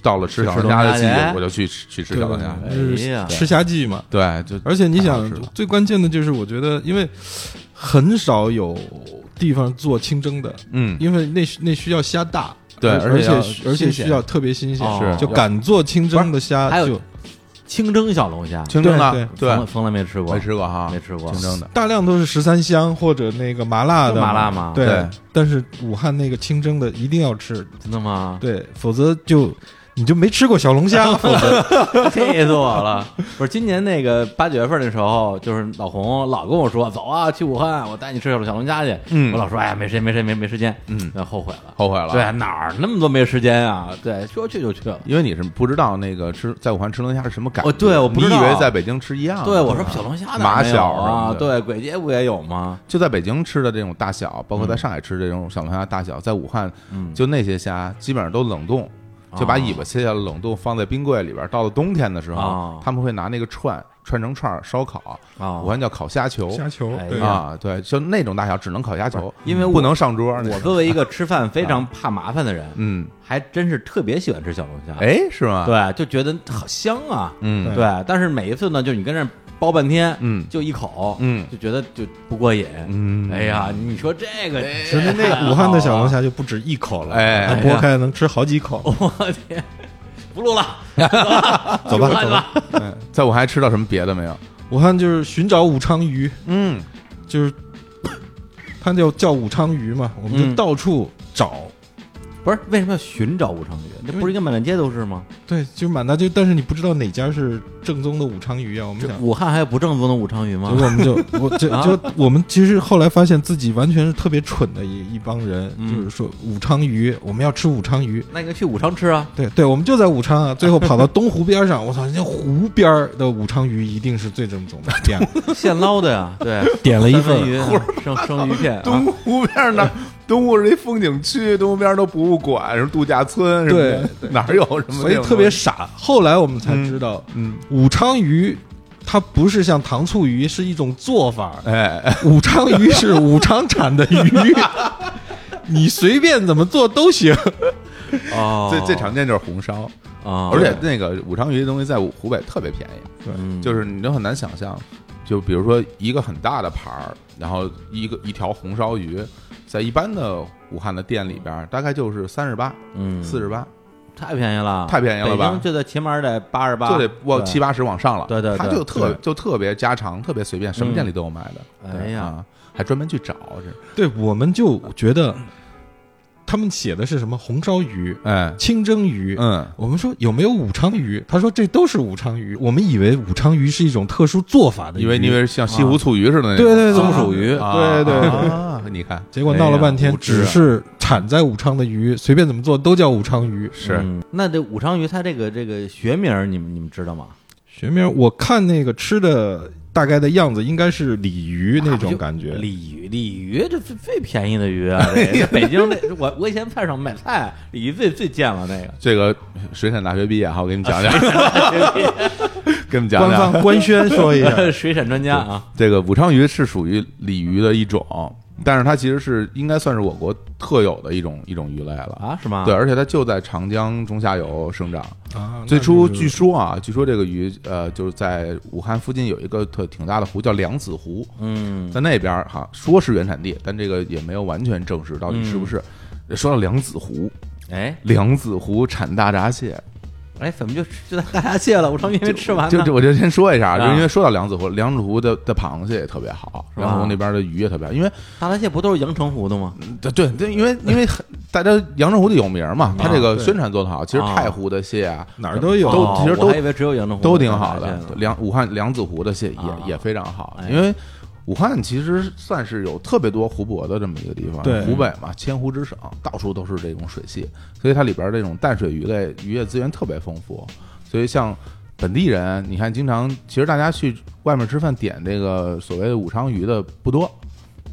S2: 到了吃小龙虾的季
S1: 去吃小龙虾
S2: 节
S1: 去，
S2: 我就去吃去吃
S3: 对
S2: 小
S3: 吧
S2: 龙虾。？
S3: 就是
S1: 哎呀
S3: 吃虾季嘛。
S2: 对，就
S3: 而且你
S2: 太好
S3: 想
S2: 吃了，
S3: 最关键的就是，我觉得因为很少有地方做清蒸的，
S2: 嗯，
S3: 因为那需那需要虾大，
S2: 对
S3: 而
S2: 而且要
S3: 需而且
S2: 新鲜
S3: 需要特别新
S1: 哦
S3: 鲜，
S1: 是
S3: 就敢做清蒸的虾，
S1: 还有
S3: 就
S1: 清蒸小龙虾，
S2: 清蒸
S3: 对
S2: 的，
S1: 冯
S2: 对，
S1: 冯来没吃过，
S2: 没吃过哈，
S1: 没吃过
S2: 清蒸的。
S3: 大量都是十三香或者那个麻辣的
S1: 麻辣嘛
S3: 对
S2: 对，
S3: 但是武汉那个清蒸的一定要吃，
S1: 真的吗？
S3: 对，否则就你就没吃过小龙 虾，否则
S1: 气死我了！不是今年那个八九月份的时候，就是老红老跟我说，走啊，去武汉，我带你吃小龙虾去。
S2: 嗯
S1: 我老说，哎呀，没时间，没时间，没没时间。
S2: 嗯，
S1: 那后悔了。
S2: 后悔了。
S1: 对，，哪儿那么多没时间啊？对，说去就去了。
S2: 因为你是不知道那个吃在武汉吃龙虾是什么感觉。
S1: 哦对我不知道
S2: 你以为在北京吃一样的。
S1: 对，我说小龙虾哪儿
S2: 马
S1: 没有
S2: 小
S1: 啊？
S2: 什么的
S1: 对，鬼街不也有吗？
S2: 就在北京吃的这种大小，包括在上海吃这种小龙虾大小，在武汉
S1: 嗯，
S2: 就那些虾基本上都冷冻，就把
S1: 哦
S2: 尾巴切下来冷冻放在冰柜里边儿。到了冬天的时
S1: 哦
S2: 候，他们会拿那个串串成串儿烧烤，
S1: 啊，
S2: 武汉叫烤虾球
S3: 虾球
S1: 哎
S3: 对
S1: 呀
S2: 啊，对，就那种大小只能烤虾球，
S1: 因为我
S2: 不能上桌儿。那
S1: 我
S2: 种
S1: 作为一个吃饭非常怕麻烦的人，
S2: 嗯，
S1: 还真是特别喜欢吃小龙虾。，
S2: 哎，是吗？，
S1: 对，就觉得好香啊。
S2: 嗯
S1: 对，但是每一次呢，就你跟那儿包半天，
S2: 嗯
S1: 就一口，
S2: 嗯
S1: 就觉得就不过瘾。
S2: 嗯，
S1: 哎呀，你说这个，
S3: 其实那武汉的小龙虾就不止一口了，
S2: 哎
S3: 它剥开能吃好几口，
S1: 我天，不录 了，
S3: 走吧
S1: 去武汉
S3: 走吧。
S2: 嗯， 在我还吃到什么别的没有？
S3: 武汉就是寻找武昌鱼，
S2: 嗯，
S3: 就是它就叫武昌鱼嘛，我们
S1: 嗯
S3: 就到处找，
S1: 不是为什么要寻找武昌鱼？那不是应该满大街都是吗？
S3: 对，就满大街，但是你不知道哪家是正宗的武昌鱼啊，我们
S1: 这
S3: 想。
S1: 武汉还有不正宗的武昌鱼吗
S3: 结？果我们 就我这
S1: 啊
S3: 就我们其实后来发现自己完全是特别蠢的一一帮人，
S1: 嗯
S3: 就是说武昌鱼，我们要吃武昌鱼，
S1: 那应该去武昌吃啊。
S3: 对对，我们就在武昌啊，最后跑到东湖边儿上，我操，人家湖边儿的武昌鱼一定是最正宗的， 点
S1: 现捞的呀，对，
S3: 点了一
S1: 三文
S3: 份
S1: 鱼啊生生鱼片 啊，
S2: 东湖边儿
S3: 啊
S2: 呢？东湖是一风景区，东湖边儿都博物馆、什么度假 村什么的，哪有什么
S3: 所
S2: 这种东西？
S3: 以特别傻。后来我们才知道，
S2: 嗯，
S3: 武昌鱼它不是像糖醋鱼，是一种做法。
S2: 哎，哎
S3: 武昌鱼是武昌产的 鱼， 你随便怎么做都行。
S1: 哦，
S2: 最最常见就是红烧，
S3: 哦
S1: 啊，
S2: 而且那个武昌鱼的东西在湖湖北特别便宜。
S1: 嗯
S2: 就是你都很难想象，就比如说一个很大的盘儿，然后一个一条红烧鱼，在一般的武汉的店里边儿，大概就是三十八、
S1: 嗯
S2: 四十八，
S1: 太便宜了，
S2: 太便宜了吧
S1: 北京就得起码得八十八，
S2: 就得往
S1: 对
S2: 七。八十往上了。
S1: 对对对
S2: 它就特
S3: 对
S2: 就特别家常，特别随便，什么店里都有卖的。
S1: 嗯
S2: 对
S1: 哎呀
S2: 啊还专门去找这，
S3: 对，我们就觉得他们写的是什么红烧鱼、
S2: 哎，
S3: 清蒸鱼。
S2: 嗯，
S3: 我们说有没有武昌鱼？他说这都是武昌鱼。我们以为武昌鱼是一种特殊做法的鱼，
S2: 因为因为像西湖醋鱼似的那种，
S3: 对对对
S1: 松鼠鱼
S2: 啊
S3: 对对对
S2: 啊，你看
S3: 结果闹了半
S1: 哎
S3: 天
S1: 呀，无知啊
S3: 只是产在武昌的鱼，随便怎么做都叫武昌鱼。
S2: 是
S1: 嗯那这武昌鱼，它这个这个学名儿，你们你们知道吗？
S3: 学名，我看那个吃的大概的样子，应该是鲤鱼那种感觉。
S1: 啊鲤鱼，鲤鱼这最最便宜的 鱼啊！这个北京那我我以前菜市场买菜，鲤鱼最最贱了那个。
S2: 这个水产大学毕业哈，我给你们讲讲， 给你们讲
S3: 官
S2: 讲
S3: 方。官宣说一下，
S1: 水产专家啊，
S2: 这个武昌鱼是属于鲤鱼的一种，但是它其实是应该算是我国特有的一种一种鱼类了。
S1: 啊是吗？
S2: 对，，而且它就在长江中下游生长。
S3: 啊
S2: 最初据
S3: 据
S2: 说啊，据说这个鱼，呃，就是在武汉附近有一个特挺大的湖叫梁子湖，
S1: 嗯，
S2: 在那边儿哈，说是原产地，但这个也没有完全证实到底是不是。说到梁子湖，
S1: 嗯哎
S2: 梁子湖产大闸蟹，
S1: 哎，怎么就就在大闸蟹了？武昌鱼没吃完
S2: 就
S1: 呢
S2: 就。我就先说一下，
S1: 啊
S2: 就因为说到梁子湖，梁子湖的的螃蟹也特别好，
S1: 是吧
S2: 梁子湖那边的鱼也特别好，因为
S1: 大闸蟹不都是阳澄湖的吗？
S2: 对对对，因为因为很大家阳澄湖的有名嘛，它这个宣传做得好。其实
S1: 啊
S2: 太湖的蟹啊，
S3: 哪儿都有
S2: 都
S1: 哦
S2: 其实
S1: 我
S2: 都
S1: 还以为只有阳澄湖
S2: 都挺好的
S1: 大闸蟹。呢
S2: 梁武汉梁子湖的蟹
S1: 啊
S2: 也也非常好，
S1: 哎
S2: 因为武汉其实算是有特别多湖泊的这么一个地方
S3: 对，
S2: 湖北嘛，千湖之省，到处都是这种水系，所以它里边这种淡水鱼类渔业资源特别丰富，所以像。本地人，你看，经常其实大家去外面吃饭点这个所谓的武昌鱼的不多，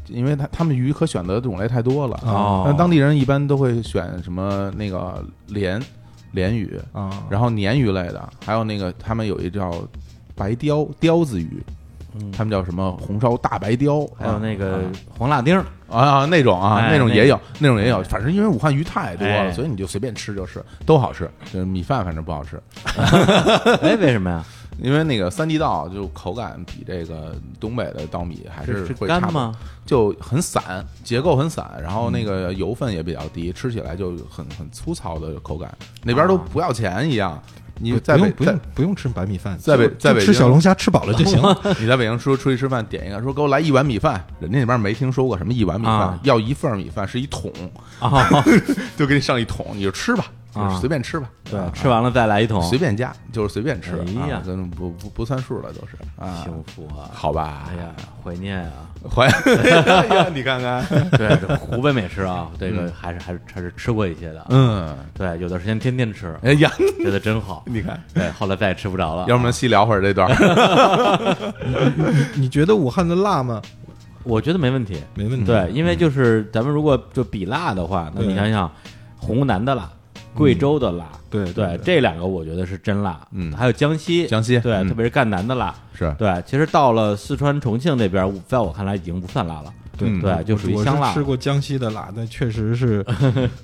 S2: 因为他他们鱼可选择的种类太多了。
S1: 哦
S2: 那当地人一般都会选什么那个鲢鲢鱼，
S1: 哦
S3: 啊，
S2: 然后鲶鱼类的，还有那个他们有一叫白鲷鲷子鱼，他们叫什么红烧大白鲷，
S1: 嗯还有
S2: 啊
S1: 那个黄辣丁儿，
S2: 啊，那种啊，
S1: 哎
S2: 那种
S1: 那
S2: 也有，那种也有。反正因为武汉鱼太多
S1: 哎
S2: 了，所以你就随便吃就是，都好吃。就是米饭反正不好吃，
S1: 哎，为什么呀？
S2: 因为那个三地稻就口感比这个东北的稻米还
S1: 是
S2: 会差
S1: 干
S2: 不多，
S1: 吗？嗯
S2: 就很散，结构很散，然后那个油分也比较低，吃起来就很很粗糙的口感。那
S1: 啊
S2: 边都不要钱一样，你
S3: 不
S2: 在
S3: 不
S2: 北
S3: 用不
S2: 在
S3: 用不用吃白米饭，
S2: 在北
S3: 就
S2: 在
S3: 就
S2: 北
S3: 吃
S2: 京
S3: 小龙虾吃饱了 就行了。
S2: 你在北京出出去吃饭，点一个说给我来一碗米饭，人家那边没听说过什么一碗米饭，
S1: 啊
S2: 要一份儿米饭是一桶，
S1: 啊，
S2: 就给你上一桶，你就吃吧，就是
S1: 啊
S2: 随便吃吧，
S1: 对
S2: 啊，
S1: 吃完了再来一桶，
S2: 随便加，就是随便吃，
S1: 哎呀
S2: 啊，真不不不算数了，都是啊，
S1: 幸福啊！
S2: 好吧，
S1: 哎呀，怀念啊！
S2: 怀 哎 呀，你看嗯看，
S1: 对， 这湖北美食啊，这个还是还是还是吃过一些的。
S2: 嗯，
S1: 对，有段时间天天吃，
S2: 哎呀，
S1: 觉得真好。
S2: 你看，
S1: 对，后来再也吃不着了。啊
S2: 要不然细聊会儿这段儿，
S3: 你觉得武汉的辣吗？
S1: 我觉得没问题。
S3: 没问题。
S1: 对，因
S2: 嗯
S1: 为就是咱们如果就比辣的话，那你
S3: 对
S1: 想想，湖南的辣，
S2: 嗯
S1: 贵州的辣，
S3: 对对
S1: 对，这两个我觉得是真辣。
S2: 嗯
S1: 还有江西，
S2: 江西
S1: 对，
S2: 嗯
S1: 特别是赣南的辣。
S2: 是
S1: 对，其实到了四川、重庆这边，在我看来已经不算辣了。
S2: 嗯
S1: 对，就属于
S3: 我
S1: 香辣
S3: 是吃。过江西的辣，但确实是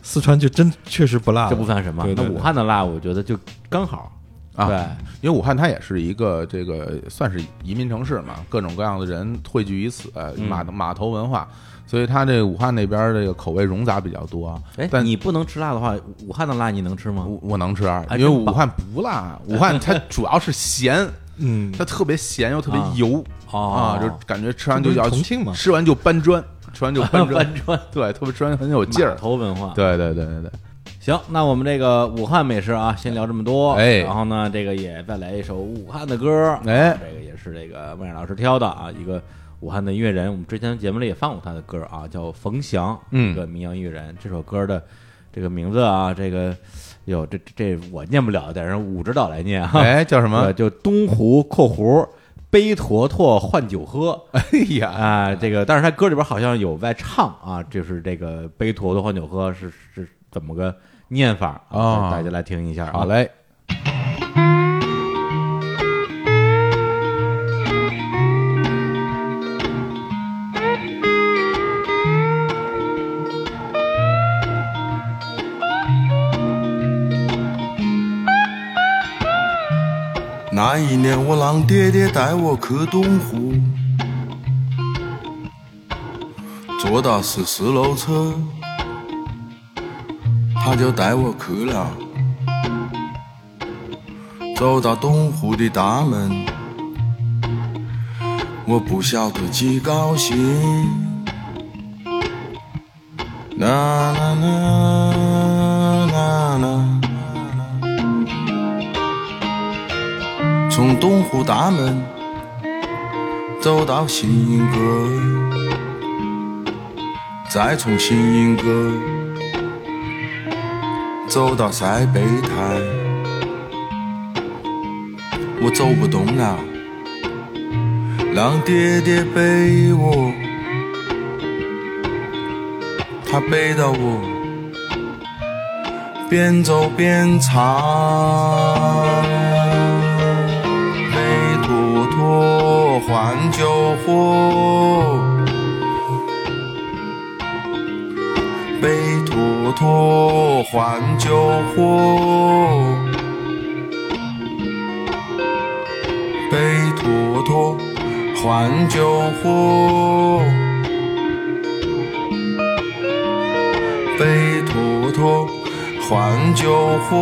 S3: 四川就真确实不辣了，
S1: 这不算什么
S3: 对。
S1: 那
S3: 对
S1: 武汉的辣，我觉得就刚好。对
S2: 啊，因为武汉它也是一个这个算是移民城市嘛，各种各样的人汇聚于此，
S1: 嗯
S2: 码头码头文化，所以它这个武汉那边儿这个口味融杂比较多。
S1: 哎，
S2: 但
S1: 你不能吃辣的话，武汉的辣你能吃吗？啊
S2: 我我能吃，
S1: 真
S2: 因为武
S1: 棒
S2: 汉不辣，武 汉它主要是咸，
S3: 嗯，
S2: 它特别咸又特别
S1: 啊
S2: 油
S1: 哦
S2: 啊，就感觉吃完
S3: 这
S2: 就
S3: 不是
S2: 要
S3: 重庆吗
S2: 吃完就搬砖，吃完就搬
S1: 搬
S2: 砖，
S1: 砖
S2: 对，特别吃完很有劲
S1: 码
S2: 儿。
S1: 头文化。
S2: 对对对对对，
S1: 行，那我们这个武汉美食啊，先聊这么多。
S2: 哎
S1: 然后呢，这个也再来一首武汉的歌。
S2: 哎
S1: 这个也是这个孟远老师挑的啊，一个武汉的音乐人。我们之前节目里也放过他的歌啊，叫冯翔，
S2: 嗯
S1: 一个民谣音乐人。这首歌的这个名字啊，这个哟，这这这我念不了，得让武指导来念啊。
S2: 哎，叫什么
S1: 呃，？就东湖（括弧）背坨坨换酒喝。
S2: 哎呀，
S1: 啊、这个，但是他歌里边好像有在唱啊，就是这个“背坨坨换酒喝”是是怎么个念法
S2: 啊
S1: 大家来听一下、啊。
S2: 好，嘞，
S5: 那一年，我让爹爹带我去东湖，坐到十四路车，他就带我去了。走到东湖的大门，我不晓得几高兴。啦啦啦啦啦。从东湖大门走到新英阁，再从新英阁走到塞北滩，我走不动了，让爹爹背我，他背到我边走边唱。背坨坨换酒喝，背坨坨换酒喝，背坨坨换酒喝，背坨坨换酒喝。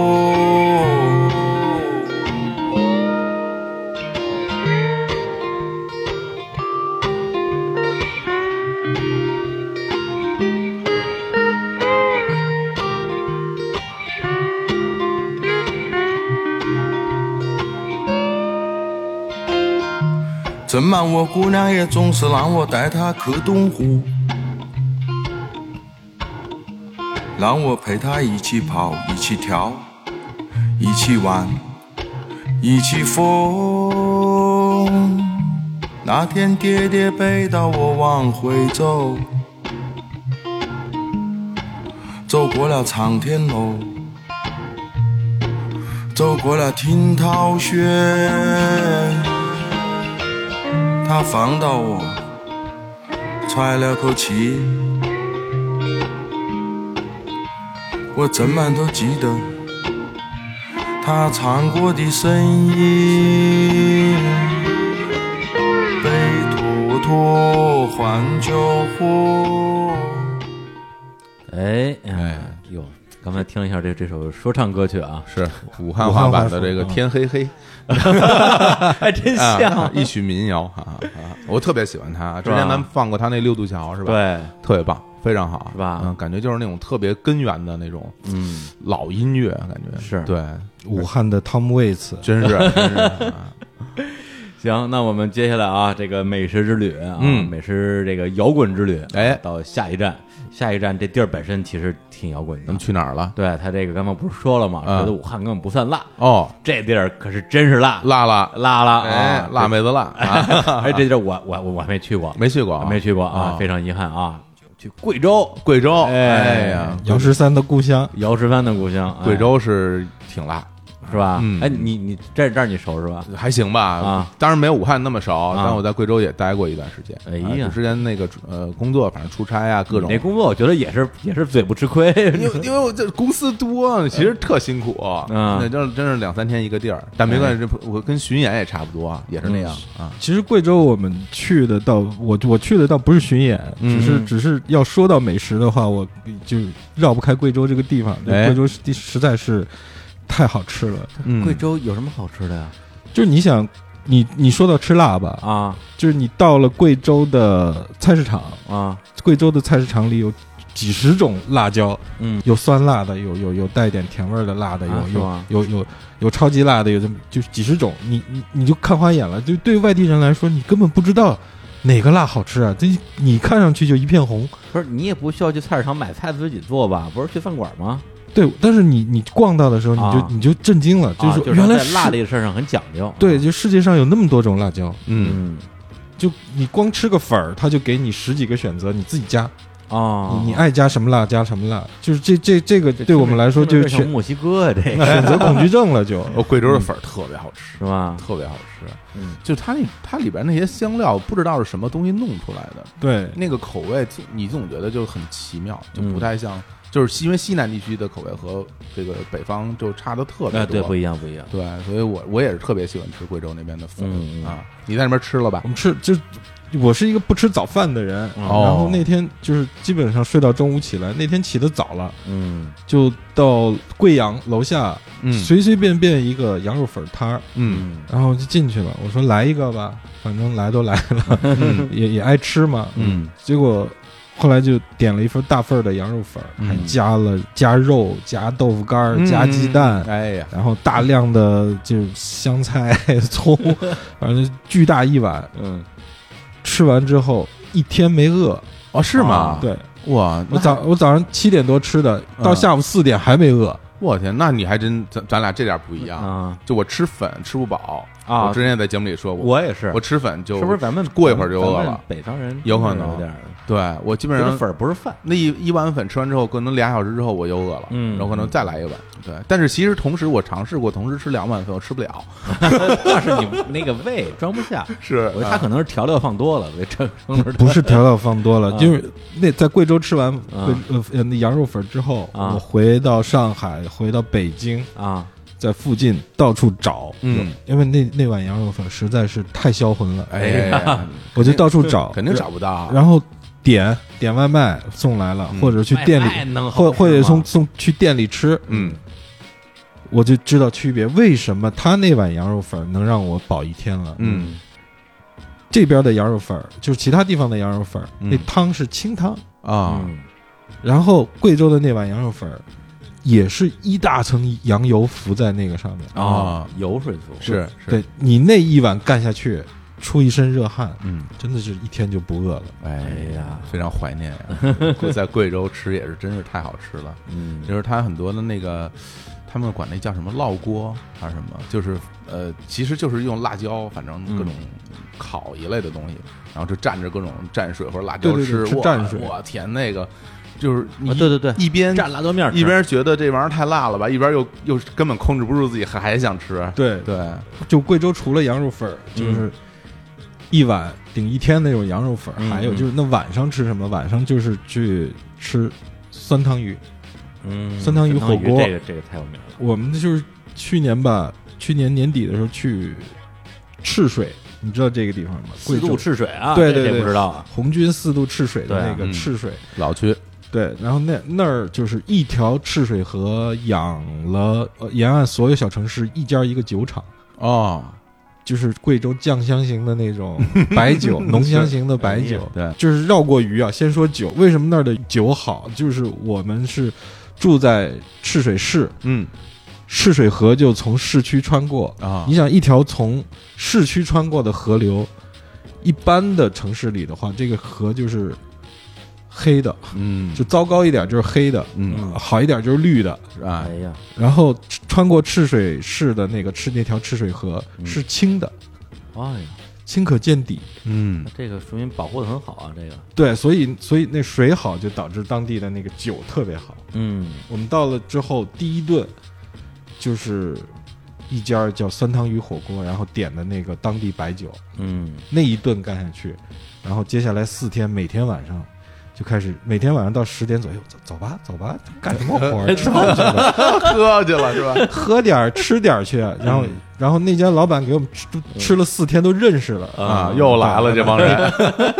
S5: 正忙我姑娘也总是让我带她去东湖，让我陪她一起跑，一起跳，一起玩，
S6: 一起风。那天跌跌背到我往回走，走过了苍天楼，走过了听涛轩，他放到我，喘了口气，我怎么都记得他唱过的声音。北坨坨换酒火，
S1: 哎哎呦，刚才听了一下这这首说唱歌曲啊，
S2: 是武汉话版的这个
S3: 武汉话说
S2: 《天黑黑》
S1: 还真
S2: 啊
S1: 像，，
S2: 一曲民谣啊，啊我特别喜欢他。之
S1: 吧
S2: 前咱们放过他那六渡桥是吧？，
S1: 对，
S2: 特别棒，非常好，
S1: 是吧
S2: 嗯，感觉就是那种特别根源的那种
S1: 嗯，
S2: 老音乐，感觉
S1: 是
S2: 对，
S3: 武汉的汤姆· o m
S2: 真是真是啊
S1: 行，那我们接下来啊，这个美食之旅啊，
S2: 嗯
S1: 美食这个摇滚之旅，
S2: 哎
S1: 到下一站，下一站这地儿本身其实挺摇滚
S2: 咱
S1: 的
S2: 们，去哪儿了？
S1: 对他这个刚刚不是说了吗？
S2: 嗯
S1: 觉得武汉根本不算辣，
S2: 哦，
S1: 这地儿可是真是辣，
S2: 辣辣，
S1: 辣了
S2: 哎
S1: 啊，，
S2: 辣妹 子辣啊，
S1: 哎，这地儿我我我我还没去过，
S2: 没去过啊，
S1: 没去过啊，
S2: 哦
S1: 非常遗憾啊，去贵州，
S2: 贵州，
S1: 哎
S2: 哎呀，
S3: 姚十三的故乡，
S1: 姚十三的故乡，哎
S2: 贵州是挺辣，
S1: 是吧？
S2: 嗯
S1: 哎，你你这这儿你熟是吧？
S2: 还行吧，
S1: 啊，
S2: 当然没有武汉那么熟，
S1: 啊
S2: 但我在贵州也待过一段时间。
S1: 哎呀
S2: 啊就之前那个呃工作，反正出差啊，各种
S1: 你那。工作我觉得也是也是嘴不吃亏，
S2: 因为因为我这公司多，啊其实特辛苦，啊
S1: 嗯哎
S2: 那真真是两三天一个地儿，但没关系，这我跟巡演也差不多，也是那样
S1: 嗯
S2: 啊。
S3: 其实贵州我们去的倒，我我去的倒不是巡演，
S2: 嗯
S3: 只是只是要说到美食的话，我就绕不开贵州这个地方。就
S2: 哎
S3: 贵州地实在是太好吃了，
S2: 嗯
S1: 贵州有什么好吃的呀？
S3: 就是你想，你你说到吃辣吧，
S1: 啊
S3: 就是你到了贵州的菜市场，
S1: 啊，
S3: 贵州的菜市场里有几十种辣椒，
S1: 嗯，
S3: 有酸辣的，有有有带点甜味儿的辣的，有、
S1: 啊是吗
S3: 有有有有超级辣的，有这么就几十种，你你你就看花眼了。就对于外地人来说，你根本不知道哪个辣好吃啊！这你看上去就一片红，
S1: 不是你也不需要去菜市场买菜自己做吧？不是去饭馆吗？
S3: 对，但是你你逛到的时候，你就、
S1: 啊
S3: 你就震惊了，
S1: 啊
S3: 是
S1: 就
S3: 说
S1: 是
S3: 原来
S1: 在
S3: 是
S1: 辣这个事儿上很讲 究。
S3: 对，就世界上有那么多种辣椒，
S2: 嗯，
S1: 嗯
S3: 就你光吃个粉儿，他就给你十几个选择，你自己加，
S1: 哦，
S3: 你你爱加什么辣加什么辣，就是这这这个对我们来说
S1: 这
S3: 就
S1: 有
S3: 是
S1: 点像
S3: 选
S1: 墨西哥呀，这 个
S3: 选择恐惧症了就，嗯
S2: 哦，贵州的粉儿特别好吃
S1: 是，吧？
S2: 特别好吃。
S1: 嗯，
S2: 就它那它里边那些香料，不知道是什么东西弄出来的，
S3: 对，
S2: 那个口味，就你总觉得就很奇妙，就
S1: 嗯
S2: 不太像，就是西因为西南地区的口味和这个北方就差的特别
S1: 哎，对，
S2: 多。
S1: 不一样，不一样。
S2: 对所以我我也是特别喜欢吃贵州那边的粉、
S1: 嗯嗯
S2: 啊。你在那边吃了吧
S3: 我？们吃就我是一个不吃早饭的人，
S1: 嗯
S3: 然后那天就是基本上睡到中午起来，那天起得早了，
S1: 嗯，
S3: 就到贵阳楼下
S2: 嗯
S3: 随随便便一个羊肉粉摊儿，
S2: 嗯
S3: 然后就进去了。我说来一个吧，反正来都来了，
S2: 嗯
S3: 也也爱吃嘛。
S2: 嗯
S3: 结果后来就点了一份大份儿的羊肉粉儿，
S2: 嗯
S3: 还加了加肉、加豆腐干儿、加鸡蛋。
S2: 哎呀，
S3: 然后大量的就是香菜、 葱，反正巨大一碗，
S1: 嗯，
S3: 吃完之后一天没饿。
S2: 哦是吗？，
S3: 对
S2: 哇，
S3: 我
S2: 那
S3: 早我早上七点多吃的，
S2: 嗯
S3: 到下午四点还没饿。
S2: 我天，那你还真咱咱俩这点不一样。
S1: 啊
S2: 就我吃粉吃不饱
S1: 啊
S2: 我之前也在节目里说过，我
S1: 我也是，
S2: 吃粉就是
S1: 不是咱们
S2: 过一会儿就饿
S1: 咱们
S2: 了？
S1: 北方人
S2: 有可能
S1: 有点儿，
S2: 对我基本
S1: 觉
S2: 上
S1: 得粉儿不是饭。
S2: 那一一碗粉吃完之后，可能俩小时之后我又饿了，
S1: 嗯
S2: 然后可能再来一碗。对，但是其实同时我尝试过，同时吃两碗粉，我吃不 了。
S1: 但是你那个胃装不下，
S2: 是啊
S1: 我觉得他可能是调料放多了，给撑 撑着。
S3: 不是调料放多了
S1: 啊，
S3: 就是那在贵州吃完
S1: 啊
S3: 贵呃呃那羊肉粉之后，
S1: 啊
S3: 我回到上海，回到北京，
S1: 啊，
S3: 在附近到处找，
S2: 嗯，
S3: 因为那那碗羊肉粉实在是太销魂了，
S2: 哎呀，
S3: 我就到处找，
S2: 肯定找不到。
S3: 然后点点外卖送来了，
S2: 嗯
S3: 或者去店
S1: 外卖
S3: 里，
S1: 能好
S3: 或
S1: 吃
S3: 或者
S1: 吗
S3: 送送去店里吃，
S2: 嗯，
S3: 我就知道区别。为什么他那碗羊肉粉能让我饱一天了？
S2: 嗯，
S3: 这边的羊肉粉儿就是其他地方的羊肉粉儿，
S2: 嗯
S3: 那汤是清汤，
S2: 啊，
S1: 嗯
S3: 然后贵州的那碗羊肉粉儿也是一大层羊油浮在那个上面。
S2: 啊
S1: 油水足
S2: 是是，
S3: 对你那一碗干下去，出一身热汗，
S2: 嗯，
S3: 真的是一天就不饿了。
S2: 哎
S1: 呀，
S2: 非常怀念呀！ 在贵州吃也是真是太好吃了，
S1: 嗯
S2: 就是它很多的那个，他们管那叫什么烙锅还是什么，就是呃，其实就是用辣椒，反正各种烤一类的东西，然后就蘸着各种蘸水或者辣椒
S3: 对对
S2: 吃
S3: 对，吃
S2: 哇
S3: 蘸水
S2: 我天，那个就是你
S1: 啊对对对
S2: 一边
S1: 蘸辣椒面儿吃
S2: 一边觉得这玩意儿太辣了吧，一边又又根本控制不住自己，还还想吃，
S3: 对，
S2: 对，
S3: 就贵州除了羊肉粉儿，
S1: 嗯
S3: 就是一碗顶一天那种羊肉粉儿，
S1: 嗯
S3: 还有就是那晚上吃什么？晚上就是去吃酸汤鱼。
S1: 嗯，
S3: 酸汤鱼火锅
S1: 这个这个太有名了，
S3: 我们就是去年吧，去年年底的时候去赤水，你知道这个地方吗？贵
S1: 四
S3: 州
S1: 渡赤水啊，
S3: 对
S1: 这
S3: 对
S1: 这
S3: 对
S1: 不知道啊，
S3: 红军四渡赤水
S1: 对
S3: 的
S1: 啊
S3: 那个
S2: 嗯
S3: 赤水，
S2: 老去
S3: 对，然后那那儿就是一条赤水河养了呃沿岸所有小城市一家一个酒厂，
S2: 哦，
S3: 就是贵州酱香型的那种 白酒，浓香型的白酒，
S2: 哎对，
S3: 就是绕过鱼啊，先说酒，为什么那儿的酒好？就是我们是住在赤水市，
S2: 嗯
S3: 赤水河就从市区穿过，
S2: 啊
S3: 你，想一条从市区穿过的河流，一般的城市里的话，这个河就是黑的，
S2: 嗯
S3: 就糟糕一点就是黑的，
S2: 嗯
S3: 好一点就是绿的。
S2: 啊
S1: 哎，呀，
S3: 然后穿过赤水市的那个赤那条赤水河
S1: 嗯
S3: 是清的，
S1: 哎呀，
S3: 清可见底。
S2: 嗯
S1: 那这个说明保护的很好啊，这个，
S3: 对，所以所以那水好就导致当地的那个酒特别好。
S1: 嗯，
S3: 我们到了之后，第一顿就是一家叫酸汤鱼火锅，然后点的那个当地白酒，
S1: 嗯，
S3: 那一顿干下去，然后接下来四天，每天晚上就开始，每天晚上到十点左右，走走吧，走吧，干什么活 儿？吃饭去吧
S2: 喝去了是吧？ 嗯
S3: 喝点儿，吃点儿去。然后，然后那家老板给我们吃都吃了四天，都认识了。啊
S2: 啊，又来了这帮人，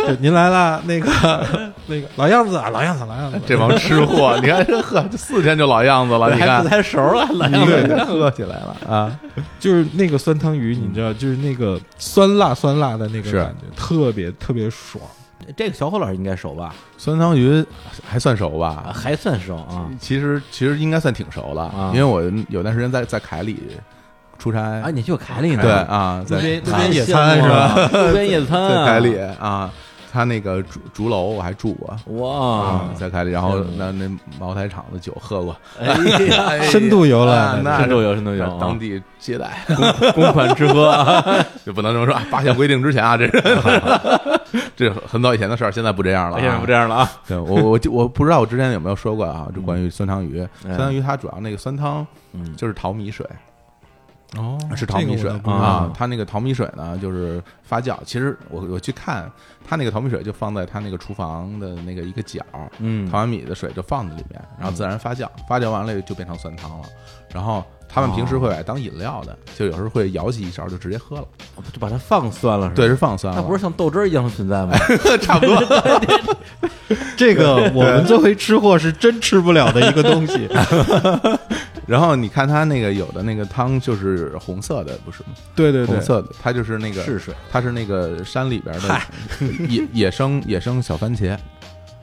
S3: 就您来了，那 个 那个老样子啊，老样子，老样子。
S2: 这帮吃货，你看这呵，这四天就老样子了，你
S1: 还
S2: 看
S1: 不太熟了，来了，
S2: 对，喝起来了啊，嗯
S3: 就是那个酸汤鱼，你知道，就是那个酸辣酸辣的那个
S2: 是
S3: 感觉，特别特别爽。
S1: 这个小伙老师应该熟吧？
S2: 酸汤鱼还算熟
S1: 啊
S2: 吧？
S1: 还算熟啊，
S2: 其实其实应该算挺熟了
S1: 啊，
S2: 因为我有段时间在在凯里出差
S1: 啊，你去过凯里呢？
S2: 对啊，在
S1: 路边路
S2: 凯
S1: 边
S2: 里
S1: 野餐是吧？路边野餐
S2: 在
S1: 啊，
S2: 凯里啊，他那个竹竹楼我还住过。
S1: 哇
S2: 啊，，在凯里，然后那那茅台厂的酒喝过，
S1: 哎呀，
S2: 哎呀
S3: 深度游了
S2: 啊那
S1: 深度游深度游啊
S2: 当地接待
S1: 公款吃喝啊，
S2: 就不能这么说。啊八项规定之前啊，这是 这很早以前的事儿，现在不这样了、啊，
S1: 现在不这样了啊，
S2: 对我我就我不知道我之前有没有说过啊，就关于酸汤
S3: 哎
S2: 鱼，
S1: 嗯
S2: 酸汤鱼它主要那个酸汤
S1: 嗯
S2: 就是淘米水，
S3: 哦
S2: 是淘米水
S1: 知道
S2: 啊，它那个淘米水呢就是发酵，其实我我去看它那个淘米水就放在它那个厨房的那个一个角，
S1: 嗯
S2: 淘完米的水就放在里面，然后自然发酵，发酵完了就变成酸汤了，然后。他们平
S1: 哦
S2: 时会把它当饮料的，就有时候会舀起一勺就直接喝了。
S1: 哦就把它放酸了，
S2: 对，，是放酸了，啊
S1: 它不是像豆汁儿一样的存 在吗？
S2: 差 不多。
S3: 这个我们作为吃货是真吃不了的一个东 西。
S2: 然后你看它那个有的那个汤就是红色的，不是吗？
S3: 对对
S2: 红
S3: 对，
S2: 色的，它就是那个
S1: 是水，
S2: 它是那个山里边的野野生野生小番茄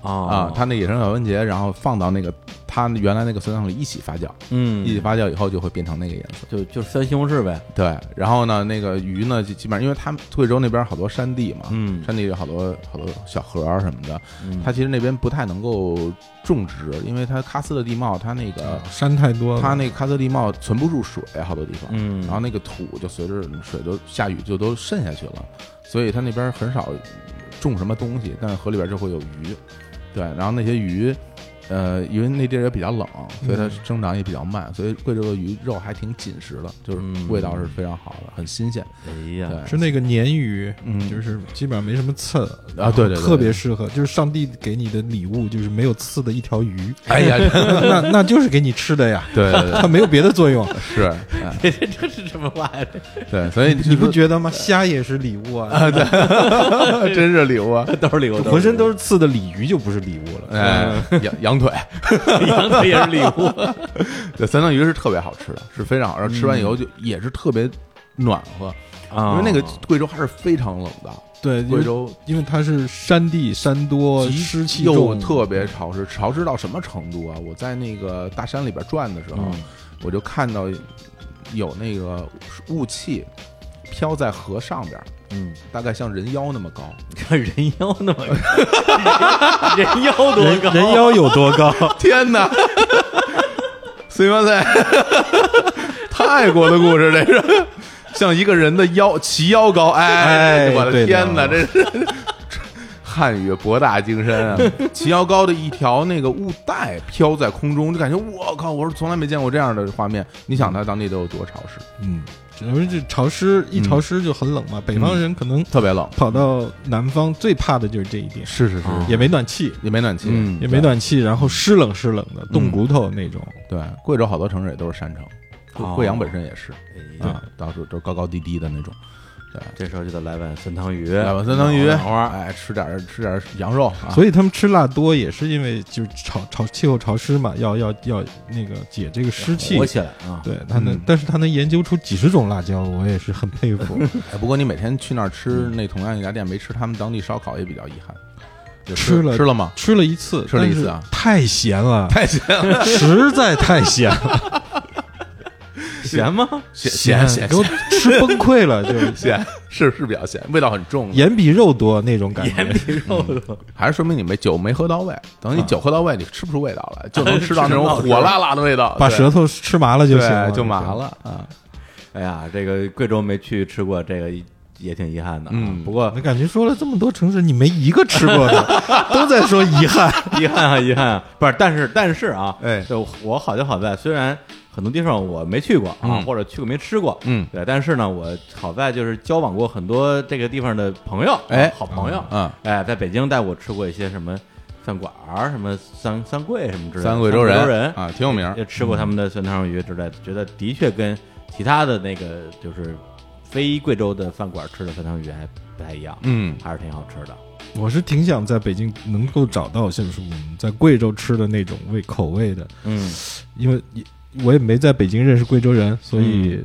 S2: 啊
S1: 啊，
S2: 它那野生小番茄，然后放到那个它原来那个酸汤里一起发酵，一起
S1: 嗯，
S2: 发酵以后就会变成那个颜色。
S1: 就就是酸西红柿呗，
S2: 对，然后呢，那个鱼呢，就基本上因为他们贵州那边好多山地嘛，
S1: 嗯
S2: 山地有好多好多小河啊什么的，
S1: 嗯
S2: 它其实那边不太能够种植，因为它喀斯特地貌，它那个
S3: 山太多了，
S2: 它那喀斯特地貌存不住水，好多地方，
S1: 嗯
S2: 然后那个土就随着水都下雨就都渗下去了，所以它那边很少种什么东西，但河里边就会有鱼，对，然后那些鱼，呃，因为那地儿也比较冷，
S1: 嗯
S2: 所以它生长也比较慢，所以贵州的鱼肉还挺紧实的，就是
S1: 嗯
S2: 味道是非常好的，很新鲜，
S1: 哎
S2: 对
S1: 呀，，
S3: 是那个鲶鱼，
S2: 嗯
S3: 就是基本上没什么刺
S2: 啊对对对
S3: 特别适合，就是上帝给你的礼物就是没有刺的一条鱼，
S2: 哎呀，
S3: 那那就是给你吃的呀，
S2: 对对对
S3: 它没有别的作用，
S2: 是，哎
S1: 这这这是什么玩意儿？
S2: 对，所以
S3: 你
S2: 你
S3: 不觉得吗？虾也是礼物啊，
S2: 得 真是礼物啊？
S1: 都是礼物，
S3: 浑身都是刺的鲤鱼就不是礼物了。嗯
S2: 哎，羊 羊腿，
S1: 嗯 羊腿也是礼 物，
S2: 对，三层鱼是特别好吃的，是非常好吃，然后吃完以
S1: 嗯
S2: 后就也是特别暖和，因
S1: 因
S2: 为那个贵州还是非常冷的，
S3: 对，因为
S2: 贵州
S3: 因为它是山地山多，湿气
S2: 又
S3: 重，
S2: 特别潮湿，潮湿到什么程度啊？我在那个大山里边转的时候，
S1: 嗯
S2: 我就看到有那个雾气飘在河上边儿，
S1: 嗯，
S2: 大概像人腰那么高，
S1: 看 人妖那么高，人妖多
S3: 人
S1: 高？
S3: 人妖有多 高？
S2: 天哪！随便在泰国的故事，这是像一个人的腰齐腰高，哎，
S3: 哎
S2: 我的
S3: 对的
S2: 天哪，这是汉语博大精深啊！齐腰高的一条那个雾带飘在空中，就感觉我靠，我是从来没见过这样的画面。你想，它当地得有多潮湿？
S3: 嗯，因为这潮湿一潮湿就很冷嘛，北方人可能
S2: 嗯特别冷，
S3: 跑到南方最怕的就是这一点，
S2: 是是是，
S3: 也没暖气，
S2: 也没暖气，
S1: 啊嗯
S3: 也没暖气，然后湿冷湿冷的，冻骨头那种。
S2: 对。贵州好多城市也都是山城，
S1: 哦
S2: 贵贵阳本身也是
S1: 哎
S2: 啊，到处都是高高低低的那种。
S1: 这时候就得来哎碗酸汤鱼，
S2: 来碗酸汤鱼，
S1: 脑花
S2: 哎，吃点儿吃点儿羊肉啊，
S3: 所以他们吃辣多也是因为就是潮潮气候潮湿嘛，要要要那个解这个湿气
S1: 火。起来啊！
S3: 对他能，但是他能研究出几十种辣椒，我也是很佩 服。
S2: 哎，不过你每天去那儿吃
S1: 嗯
S2: 那同样一家店，没吃他们当地烧烤也比较遗憾。就
S3: 吃了
S2: 吃了吗？
S3: 吃了一次，
S2: 吃了一次啊，
S3: 太咸了，
S2: 太咸 了，
S3: 实在太咸了，
S1: 咸吗？
S2: 咸咸
S3: 给我吃崩溃了， 就
S2: 咸，是是比较咸，味道很重，啊
S3: 盐比肉多那种感觉。
S1: 盐比肉多，
S2: 嗯还是说明你没酒没喝到位。等你
S3: 嗯
S2: 酒喝到位，你吃不出味道来，就 能吃到那
S1: 吃
S2: 种
S1: 不到
S2: 火辣辣的味道，
S3: 把
S2: 对
S3: 舌头吃麻了就行了，嗯
S2: 对就麻。了啊。
S1: 哎呀，这个贵州没去吃过，这个也挺遗憾的啊。
S2: 嗯
S1: 不过
S3: 我感觉说了这么多城市，你没一个吃过 的，都在说遗憾。
S1: 遗憾啊，遗憾啊，不是，但是但是啊，
S2: 哎
S1: 就我好就好在，虽然很多地方我没去过啊，
S2: 嗯
S1: 或者去过没吃过，
S2: 嗯
S1: 对，但是呢，我好在就是交往过很多这个地方的朋友，
S2: 哎
S1: 啊好朋友，
S2: 嗯
S1: 哎，在北京带我吃过一些什么饭馆儿，什么三三桂什么之类的，
S2: 三
S1: 桂
S2: 贵州
S1: 人
S2: 人啊，挺有名儿
S1: 也，吃过他们的酸汤鱼之类的，觉得的确跟其他的那个就是非贵州的饭馆吃的酸汤鱼还不太一样，
S2: 嗯，
S1: 还是挺好吃的。
S3: 我是挺想在北京能够找到，就是我们在贵州吃的那种味口味的，
S1: 嗯，
S3: 因为也我也没在北京认识贵州人，所
S2: 嗯
S3: 以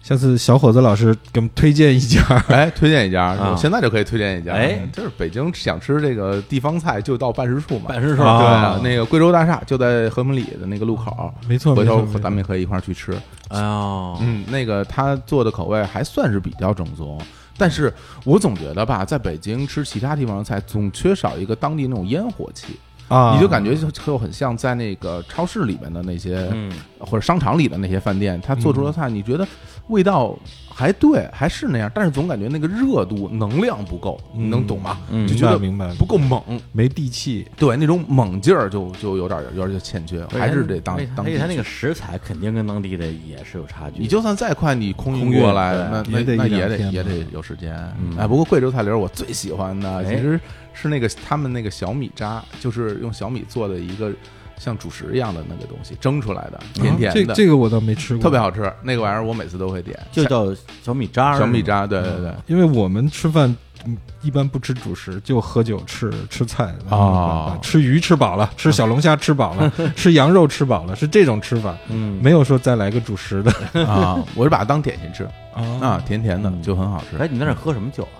S3: 下次小伙子老师给我们推荐一家。
S2: 哎，推荐一家，
S1: 啊
S2: 我现在就可以推荐一家，
S1: 哎
S2: 就是北京想吃这个地方菜，就到办事处嘛，
S1: 办事处
S2: 对啊
S3: 啊，
S2: 那个贵州大厦就在和平里的那个路口，
S3: 没错，
S2: 回
S3: 没
S2: 头
S3: 错，哦
S2: 咱们也可以一块儿去吃。
S1: 哎呦，
S2: 嗯，那个他做的口味还算是比较正宗，但是我总觉得吧，在北京吃其他地方的菜，总缺少一个当地那种烟火气，
S3: 啊，
S2: 你就感觉就就很像在那个超市里面的那些、
S1: 嗯。
S2: 或者商场里的那些饭店，他做出
S3: 嗯
S2: 的菜，你觉得味道还对，还是那样，但是总感觉那个热度能量不够，你能懂吗？
S1: 嗯
S2: 就
S3: 明
S2: 觉
S3: 白
S2: 得
S3: 明白，
S2: 不够猛，
S3: 没地气。
S2: 对那种猛劲儿就就有点有点就欠缺，还是得当
S1: 而且它
S2: 当
S1: 而
S2: 地
S1: 且它那
S2: 去
S1: 个食材肯定跟当地的也是有差距。
S2: 你就算再快，你空运
S1: 空运
S2: 过来，
S1: 对
S2: 那那
S3: 也得
S2: 那
S3: 一两
S2: 也得
S3: 天
S2: 也
S3: 吧
S2: 得有时间。
S1: 嗯
S2: 哎，不过贵州菜里边我最喜欢的
S1: 哎
S2: 其实是那个他们那个小米渣，就是用小米做的一个像主食一样的那个东西，蒸出来的，甜甜
S3: 啊这
S2: 的，
S3: 这个我倒没吃过，
S2: 特别好吃。那个玩意儿我每次都会点，
S1: 就叫小米渣儿，
S2: 小米渣，对对对。
S3: 嗯因为我们吃饭嗯一般不吃主食，就喝酒吃吃菜然后
S2: 哦
S3: 把把吃鱼吃饱 了，吃小龙虾吃饱了，吃羊肉吃饱了，是这种吃法，
S1: 嗯，
S3: 没有说再来个主食的哦
S2: 啊，我是把它当点心吃啊，，甜甜的
S1: 嗯
S2: 就很好吃
S1: 哎，。你在那儿喝什么酒啊？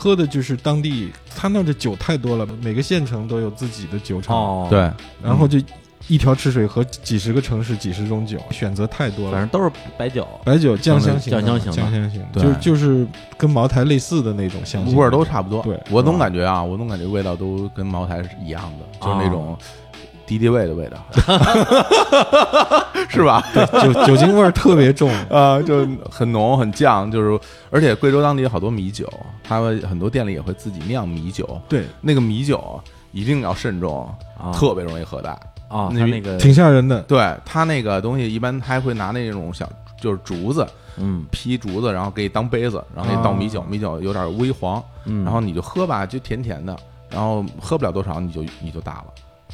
S3: 喝的就是当地他那儿的酒太多了，每个县城都有自己的酒厂，
S1: 对，
S2: 对，
S3: 然后就一条赤水河几十个城市几十种酒，选择太多
S1: 反
S3: 了
S1: 正。都是白酒。
S3: 白酒酱香型的，
S1: 酱香型的
S3: 酱香型的，
S2: 对
S3: 就就是跟茅台类似的那种香型，
S2: 味儿都差不多。
S3: 对
S2: 我总感觉啊，我总感觉味道都跟茅台是一样的，
S3: 啊
S2: 就是那种敌敌畏的味道， 是 吧？
S3: 酒酒精味儿特别重，
S2: 啊，就很浓很酱，就是而且贵州当地有好多米酒，他们很多店里也会自己酿米酒，
S3: 对，
S2: 那个米酒一定要慎重，
S1: 啊
S2: 特别容易喝大。
S1: 啊，
S2: 那
S1: 它那个
S3: 挺吓人的。
S2: 对他那个东西，一般他还会拿那种小就是竹子
S1: 嗯
S2: 劈竹子，然后给你当杯子，然后给你
S3: 啊
S2: 倒米酒，米酒有点微黄，
S1: 嗯，
S2: 然后你就喝吧，就甜甜的，然后喝不了多少你就你就大了。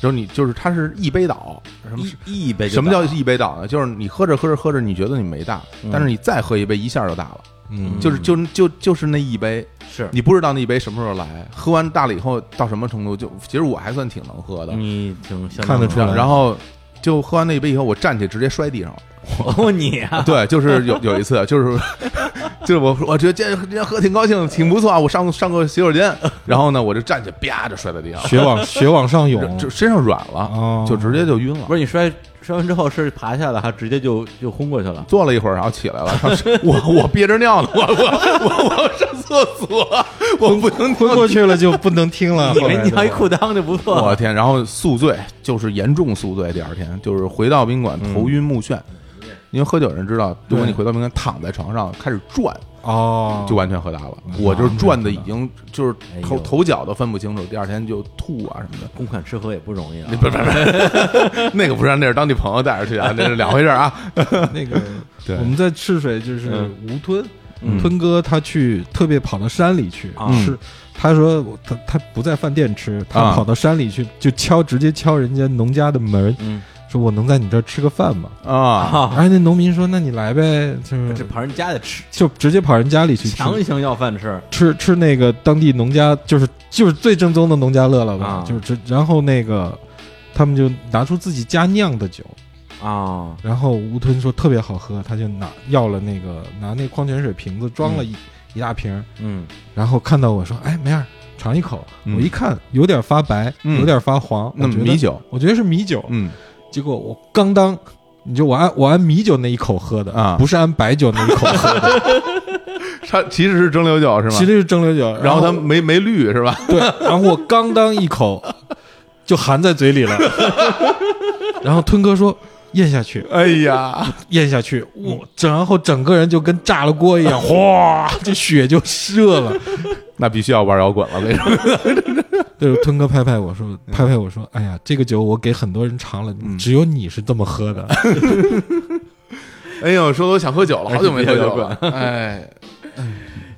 S2: 就是你，就是它是一杯倒，什么
S1: 一一杯就
S2: 什么
S1: 倒
S2: 叫
S1: 了嗯
S2: 一杯倒呢？就是你喝着喝着喝着，你觉得你没大，但是你再喝一杯，一下就大了。
S3: 嗯
S2: 就是 就就就是那一杯，
S1: 是
S2: 你不知道那一杯什么时候来，喝完大了以后到什么程度就，其实我还算挺能喝的，
S1: 你挺相
S3: 看得
S1: 当
S3: 出来
S1: 的
S2: 然后就喝完那一杯以后，我站起直接摔地上了。
S1: 哦你啊，
S2: 对，就是有有一次，啊就是 就是我我觉得今天今天喝挺高兴，挺不错啊，我上上个洗手间，然后呢我就站起啪就摔在地上，
S3: 血往血往上涌，
S2: 这身上软了
S3: 哦，
S2: 就直接就晕了
S1: 不。是你摔吃完之后是爬下来，还直接就就昏过去了。
S2: 坐了一会儿，然后起来 了。他说我 我憋着尿呢，我我我我要上厕所，我不能
S3: 昏过去了就不能听 了。
S1: 以
S3: 后来
S1: 为
S3: 的
S1: 你一裤裆就不错
S2: 我
S1: 了，
S2: 天！然后宿醉就是严重宿醉，第二天就是回到宾馆头晕目眩。因为喝酒人知道，如果你回到宾馆躺在床上开始转，
S3: 哦，
S2: 就完全喝大了。我就是转的已经就是
S1: 哎呦
S2: 头头脚都分不清楚，第二天就吐啊什么的。
S1: 公款吃喝也不容易啊
S2: 那。 不是不是， 那个不是，那是当地朋友带着去啊，那是两回事儿啊。
S3: 那个
S2: 对
S3: 我们在赤水就是
S1: 嗯
S3: 吴吞，吞哥他去特别跑到山里去
S2: 嗯
S1: 啊
S3: 吃，他说我他他不在饭店吃，他
S2: 啊
S3: 跑到山里去就敲直接敲人家农家的门，
S1: 嗯
S3: 说我能在你这儿吃个饭吗？
S2: 啊，
S1: 啊，
S3: 哎，那农民说那你来呗，就是
S1: 这跑人家的吃，
S3: 就直接跑人家里去吃。
S1: 强行要饭吃，
S3: 吃吃那个当地农家，就是就是最正宗的农家乐了吧？
S1: 啊
S3: 就是这，然后那个他们就拿出自己家酿的酒，
S1: 啊
S3: 然后吴吞说特别好喝，他就拿要了那个拿那矿泉水瓶子装了一、一大瓶儿，
S1: 嗯
S3: 然后看到我说：“哎，梅儿，尝一口。
S2: 嗯
S3: 我一看有点发 白，
S2: 嗯
S3: 有点发黄，
S2: 那
S3: 我觉得
S2: 米，酒，
S3: 我觉得是米酒。
S2: 嗯
S3: 结果我刚当，你就我按我按米酒那一口喝的
S2: 啊
S3: 不是按白酒那一口喝的，
S2: 它其实是蒸馏酒是吗？
S3: 其实是蒸馏酒。
S2: 然后
S3: 后
S2: 它没没绿是吧？
S3: 对，然后我刚当一口就含在嘴 里了，然后吞哥说。咽下去，
S2: 哎呀，
S3: 咽下去，我然后整个人就跟炸了锅一样，哗，这血就射了。
S2: 那必须要玩摇滚了，那种。
S3: 对，吞哥拍拍我说，拍拍我说，哎呀，这个酒我给很多人尝了，
S2: 嗯
S3: 只有你是这么喝的。
S2: 哎呦，说的我想 喝酒了，好久没喝酒 了
S1: 哎。
S2: 哎，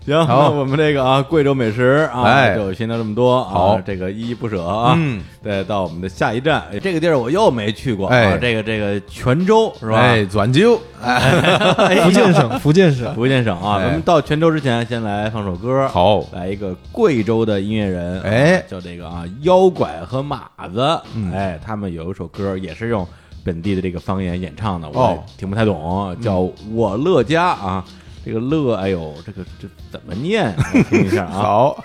S1: 行，那
S2: 好
S1: 我们这个啊，贵州美食啊，
S2: 哎
S1: 就先聊这么多啊，
S2: 好
S1: 这个依依不舍啊，
S2: 嗯，
S1: 再到我们的下一站，哎这个地儿我又没去过啊，
S2: 哎
S1: 这个这个泉州是吧？哎
S2: 哎，转酒，
S3: 福建 省，福建省，
S1: 福建省啊，
S2: 哎
S1: 咱们到泉州之前，先来放首歌，，
S2: 好，
S1: 来一个贵州的音乐人，
S2: 哎嗯
S1: 叫这个啊，妖怪和马子，哎，他们有一首歌也是用本地的这个方言演唱的，我
S2: 哦嗯
S1: 也听不太懂，叫《我乐家》啊，这个乐，哎呦，这个这怎么念？我听一下啊。
S2: 好，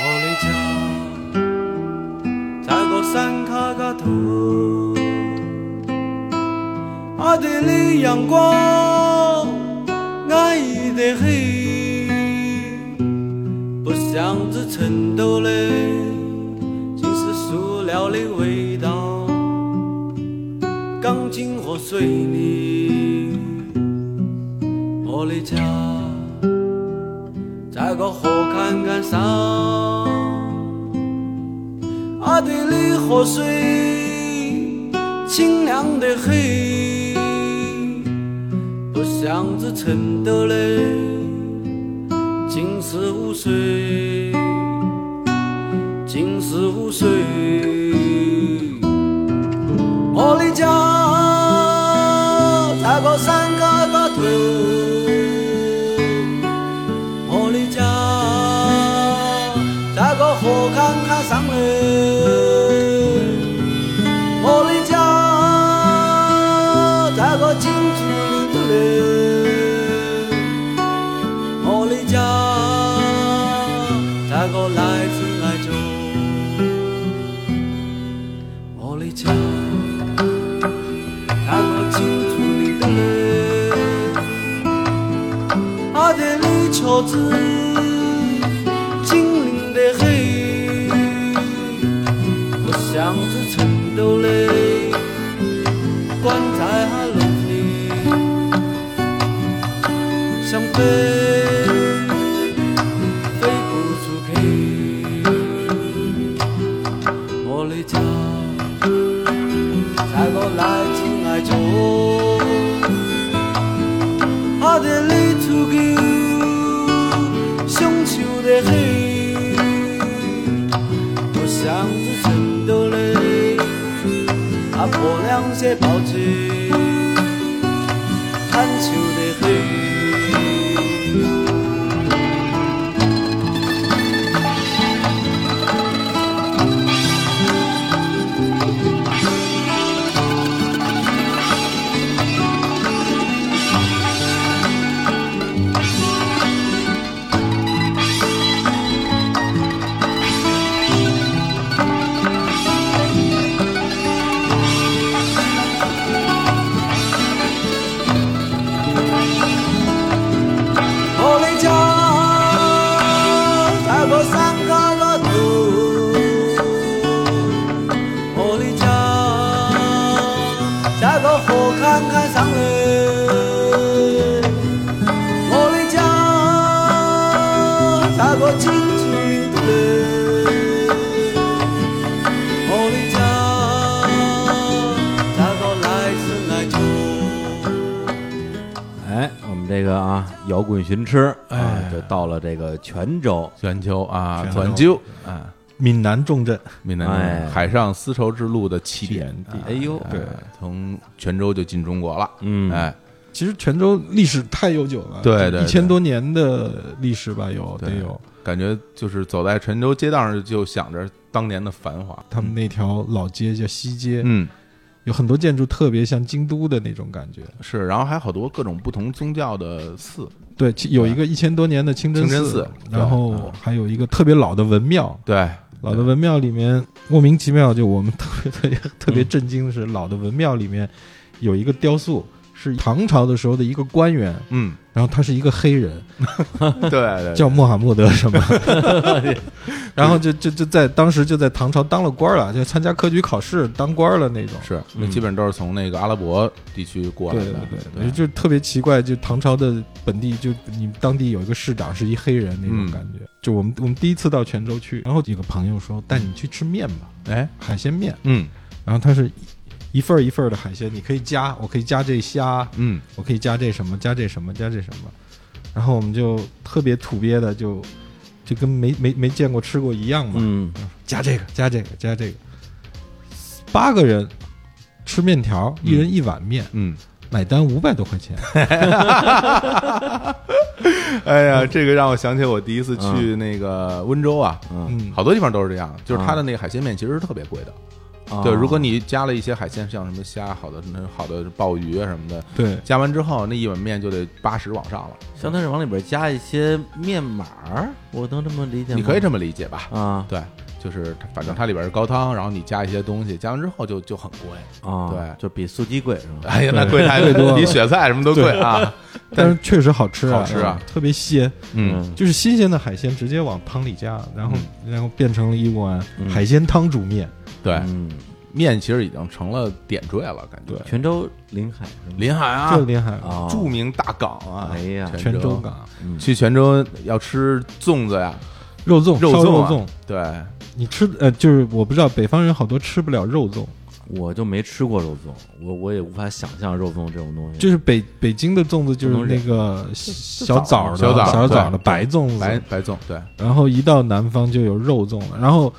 S6: 我的家在个山卡卡头，阿对的阳光，爱得很，不像这成都的，尽是塑料的味道，钢筋和水泥，我的家。在个河坎坎上，阿对的啊河水清凉得很，不像这成都的尽是污水，尽是污水。我的家在个山嘎嘎头。我的家在个河坎坎上嘞，我的家在个金竹林嘞，我的家在个来自爱州，我的家在个金竹林嘞。阿爹的车子精灵得很，不像是成都的棺材哈楼里，想飞飞不出去，我的家在我来自爱州。阿爹的足球，雄赳得很，不像是成都的阿婆娘些抱起，喊求得很。到后看看上嘞，我的家咋个进去的嘞？我的家咋个来自爱就？
S1: 哎，我们这个啊，摇滚寻吃，哎，就到了这个泉州，
S2: 泉州啊，
S3: 泉
S2: 泉
S3: 州
S2: 州啊，
S3: 闽南重镇，
S2: 闽南
S1: 哎
S2: 海上丝绸之路的起
S3: 起
S2: 点
S3: 点地
S2: 啊
S1: 哎呦
S2: 对，从泉州就进中国了，
S1: 嗯
S2: 哎，
S3: 其实泉州历史太悠久了，
S2: 对对
S3: 一
S2: 对
S3: 千多年的历史吧，有哦得
S2: 对嗯
S3: 有。
S2: 感觉就是走在泉州街道上就想着当年的繁华，
S3: 他们那条老街叫西街，
S2: 嗯，
S3: 有很多建筑特别像京都的那种感觉。
S2: 是，然后还有好多各种不同宗教的寺，
S3: 对，其有一个一千多年的清真
S2: 清真寺对嗯
S3: 然后还有一个特别老的文庙。
S2: 对，
S3: 老的文庙里面莫名其妙，就我们特别特别特别震惊的是，老的文庙里面有一个雕塑，是唐朝的时候的一个官员，
S2: 嗯，
S3: 然后他是一个黑人，
S2: 对对，
S3: 叫穆罕默德 什么， 然后就就就在当时就在唐朝当了官了，就参加科举考试当官了那种。
S2: 是，那
S1: 嗯
S2: 基本都是从那个阿拉伯地区过来
S3: 对
S2: 的，
S3: 对，就特别奇怪，就唐朝的本地，就你当地有一个市长是一黑人那种
S2: 嗯
S3: 感觉。就我们我们第一次到泉州去，然后有个朋友说带你去吃面吧，
S2: 对，哎，
S3: 海鲜面。
S2: 嗯
S3: 然后它是一一份儿一份儿的海鲜，你可以加，我可以加这虾，
S2: 嗯，
S3: 我可以加这什么，加这什么，加这什么。然后我们就特别土鳖的就，就跟没没没见过吃过一样嘛，啊
S1: 嗯，
S3: 加这个，加这个，加这个。八个人吃面条，一人一碗面，
S2: 嗯，
S3: 买单五百多块钱。
S2: 哎呀，这个让我想起我第一次去那个温州啊，
S3: 嗯，
S2: 好多地方都是这样，就是它的那个海鲜面其实是特别贵的。
S1: 啊
S2: 对，如果你加了一些海鲜，像什么虾、好的那好的鲍鱼啊什么的，
S3: 对
S2: 加完之后那一碗面就得八十往上了。
S1: 相当是往里边加一些面码儿，我能这么理解吗？
S2: 你可以这么理解吧？
S1: 啊
S2: 对，就是它反正它里边是高汤，然后你加一些东西，加完之后就就很贵。
S1: 啊，
S2: 对
S1: 就比素鸡贵是吧？
S2: 哎呀， 那
S3: 对
S2: 贵太
S3: 贵多了
S2: 比雪菜什么都贵 啊。
S3: 但是确实好吃啊，
S2: 好吃啊
S3: 嗯特别鲜，
S2: 嗯，
S3: 就是新鲜的海鲜直接往汤里加，然后然后变成了一碗
S2: 嗯
S3: 海鲜汤煮面。
S2: 对，
S1: 嗯，
S2: 面其实已经成了点缀了，感觉。
S1: 泉州临海是吗？
S2: 临海啊
S3: 这，厉害了，
S1: 啊，
S2: 著名大港啊，
S1: 哎呀
S3: 泉州
S2: 州。
S3: 港
S1: 嗯
S2: 去泉州要吃粽子呀，
S3: 肉粽，
S2: 肉
S3: 烧
S2: 粽
S3: 肉
S2: 啊
S3: 粽，
S2: 对，
S3: 你吃呃，就是我不知道北方人好多吃不了肉粽，
S1: 我就没吃过肉粽，我我也无法想象肉粽这种东西。
S3: 就是北北京的粽子就是
S1: 不能
S3: 那
S1: 忍
S3: 个小枣的
S2: 枣小枣
S3: 小枣的
S2: 对
S3: 白粽子，啊
S2: 白白粽，对，
S3: 然后一到南方就有肉粽了，然后。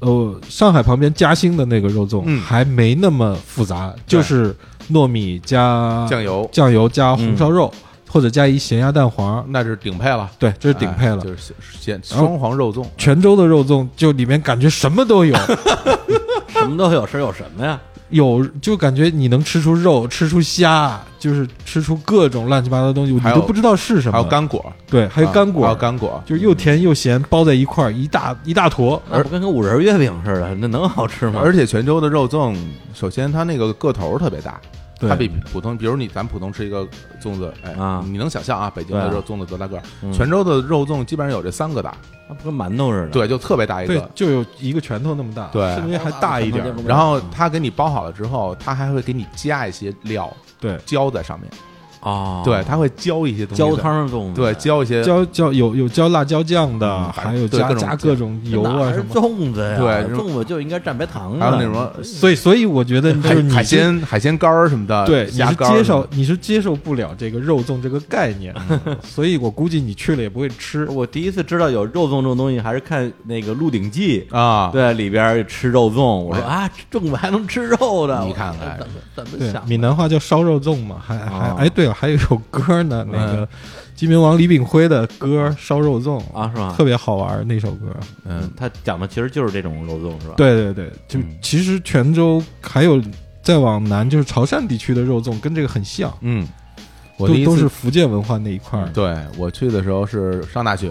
S3: 呃，上海旁边嘉兴的那个肉粽
S2: 嗯
S3: 还没那么复杂，就是糯米加
S2: 酱油嗯
S3: 酱油加红烧肉，或者加一咸鸭蛋黄，
S2: 那是顶配了，
S3: 对，这是顶配了
S2: 哎。就是鲜
S3: 然后
S2: 双黄肉粽，
S3: 泉州的肉粽就里面感觉什么 都有，
S1: 什么都有，是有什么呀？
S3: 有就感觉你能吃出肉，吃出虾，就是吃出各种乱七八糟的东西，你
S2: 还有
S3: 都不知道是什么。
S2: 还有干果，
S3: 对，还有
S2: 啊
S3: 干果，
S2: 还有干果，
S3: 就是又甜又咸，包在一块儿，一大一大坨。
S1: 那不跟个五仁月饼似的，那能好吃吗？
S2: 而且泉州的肉粽，首先它那个个头儿特别大，
S3: 对
S2: 它比普通，比如你咱普通吃一个粽子，哎
S1: 啊，
S2: 你能想象啊，北京的
S1: 对啊
S2: 肉粽子多大个儿？
S1: 嗯
S2: 泉州的肉粽基本上有这三个大，
S1: 那不跟馒头似的。
S2: 对，就特别大一
S3: 对
S2: 个，。
S3: 就有一个拳头那么大，
S2: 对
S3: 甚至还大一点儿。
S2: 然后它给你包好了之后，它还会给你加一些料
S3: 对，哦
S2: 浇在上面，
S1: 啊，
S2: 对，它会浇一些东西在，
S1: 浇汤的粽子，
S2: 对，浇一些
S3: 浇浇有有浇辣椒酱的，
S2: 嗯
S3: 还有
S2: 对
S3: 加
S2: 各种
S3: 加各种油啊
S1: 哪
S3: 什
S1: 是
S3: 么。
S1: 粽子呀，
S2: 对
S1: 粽子就应该蘸白糖
S2: 还
S1: 啊，
S2: 有那什么
S3: 所以所以我觉得就
S2: 海
S3: 是你
S2: 海
S3: 是。
S2: 鲜海鲜干儿什么的，
S3: 对，你
S2: 虾
S3: 是
S2: 干儿
S3: 接
S2: 什么
S3: 受
S2: 的
S3: 你是接受不了这个肉粽这个概念， 所以我估计你去了也不会吃。
S1: 我第一次知道有肉粽这种东西，还是看那个《鹿鼎记》
S2: 啊，哎
S1: 对，里边吃肉粽，我说啊，粽子还能吃肉的，
S2: 你看看哎
S1: 我说怎么怎么
S3: 对，
S1: 想的？
S3: 闽南话叫烧肉粽嘛，还还
S1: 哦嗯
S3: 哎，对了，还有一首歌呢，那个金明王李炳辉的歌《烧肉粽》
S1: 啊是吧
S3: 特别好玩儿那首歌。
S1: 嗯，他讲的其实就是这种肉粽是吧？，嗯
S3: 对对对，就其实泉州还有再往南就是潮汕地区的肉粽，跟这个很像，
S2: 嗯，我
S3: 都
S2: 第一
S3: 都
S2: 次
S3: 是福建文化那一块
S1: 嗯
S3: 儿。
S2: 对我去的时候是上大学，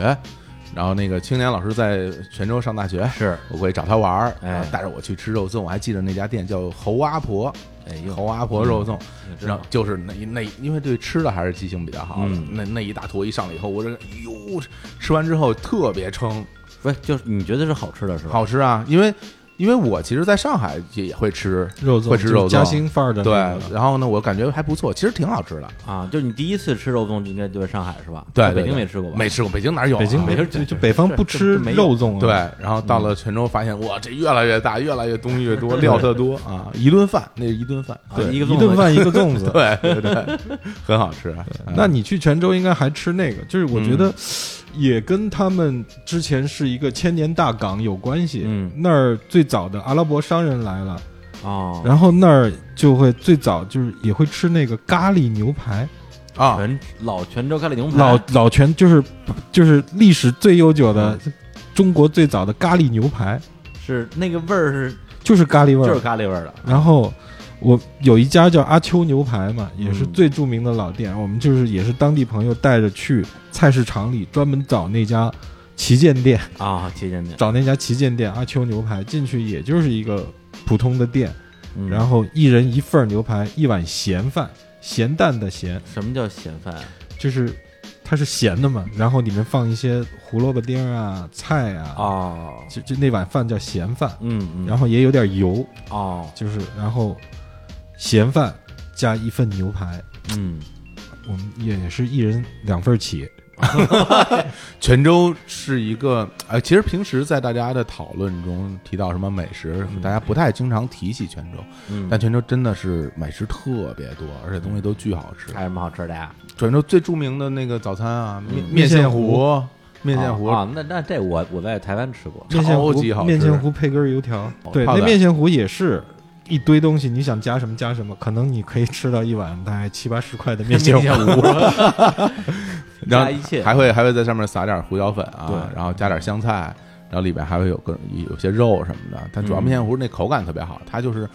S2: 然后那个青年老师在泉州上大学，
S1: 是，
S2: 我会找他玩儿，
S1: 哎
S2: 然后带着我去吃肉粽，我还记得那家店叫侯阿婆，
S1: 哎呦，
S2: 侯阿婆肉粽，
S1: 真
S2: 然后
S1: 好
S2: 就是那那因为对吃的还是记性比较好的，
S1: 嗯
S2: 那那一大坨一上来以后，我这个哎呦，吃完之后特别撑，
S1: 不是就是你觉得是好吃的是吧？
S2: 好吃啊，因为因为我其实在上海也也会吃
S3: 肉粽
S2: 会吃
S3: 就是
S2: 肉粽，
S3: 夹心范儿的
S2: 对
S3: 那个，
S2: 然后呢，我感觉还不错，其实挺好吃的。
S1: 啊，就是你第一次吃肉粽，就应该就在上海是吧？
S2: 对，
S1: 在
S2: 对
S1: 啊北京
S2: 对
S1: 没吃过吧？
S2: 没吃过，北京哪有啊？
S3: 北京没
S1: 没事
S3: 就就北方不
S1: 这
S3: 吃
S1: 这没有嗯
S3: 肉粽啊，
S2: 对，然后到了泉州，发现哇，这越来越大，越来越东西越多，料特多啊！一顿饭，那是一顿饭，
S1: 啊
S2: 对
S1: 一
S3: 一
S1: 个粽
S3: 顿
S1: 子
S3: 饭一个粽子。
S2: 对对对，很好吃。嗯
S3: 那你去泉州应该还吃那个，就是我觉
S1: 嗯
S3: 得也跟他们之前是一个千年大港有关系。
S1: 嗯
S3: 那儿最早的阿拉伯商人来了，
S1: 哦，
S3: 然后那儿就会最早就是也会吃那个咖喱牛排，
S2: 啊，
S1: 泉老泉州咖喱牛排，
S3: 老老泉就是就是历史最悠久的
S1: 嗯
S3: 中国最早的咖喱牛排，
S1: 是那个味儿是
S3: 就是咖喱味
S1: 就
S3: 儿
S1: 是。咖喱味儿
S2: 嗯
S1: 的，
S3: 然后我有一家叫阿秋牛排嘛，也是
S1: 嗯
S3: 最著名的老店。我们就是也是当地朋友带着去菜市场里专门找那家旗舰店，
S1: 啊，旗舰店。
S3: 找那家旗舰店阿秋牛排进去，也就是一个普通的店，
S1: 嗯
S3: 然后一人一份儿牛排，一碗咸饭，咸淡的咸，
S1: 什么叫咸饭？啊
S3: 就是。它是咸的嘛，然后里面放一些胡萝卜丁儿啊、菜啊，
S1: 哦，
S3: 就就那碗饭叫咸饭，
S1: 嗯嗯，
S3: 然后也有点油，
S1: 哦，
S3: 就是然后咸饭加一份牛排，
S1: 嗯，
S3: 我们也是一人两份儿 起。
S2: 泉州是一个呃，其实平时在大家的讨论中提到什么美食，大家不太经常提起泉州，
S1: 嗯
S2: 但泉州真的是美食特别多，而且东西都巨好吃。
S1: 还有什么好吃的呀？
S2: 泉州最著名的那个早餐啊，面
S1: 嗯
S2: 面
S3: 面
S2: 线
S3: 线
S2: 糊，面线糊，
S1: 啊，那那这我我在台湾吃过，
S3: 面线糊
S2: 超级好，吃
S3: 面线糊配根儿油条，对，
S2: 好的
S3: 那面线糊也是一堆东西，你想加什么加什么，可能你可以吃到一碗大概七八十块的面线 糊。
S1: 哦 糊，
S2: 然后
S1: 加一切
S2: 还会还会在上面撒点胡椒粉
S1: 对
S2: 啊，然后加点香菜，然后里边还会有个有些肉什么的。但主要
S1: 嗯
S2: 面线糊那口感特别好，它就是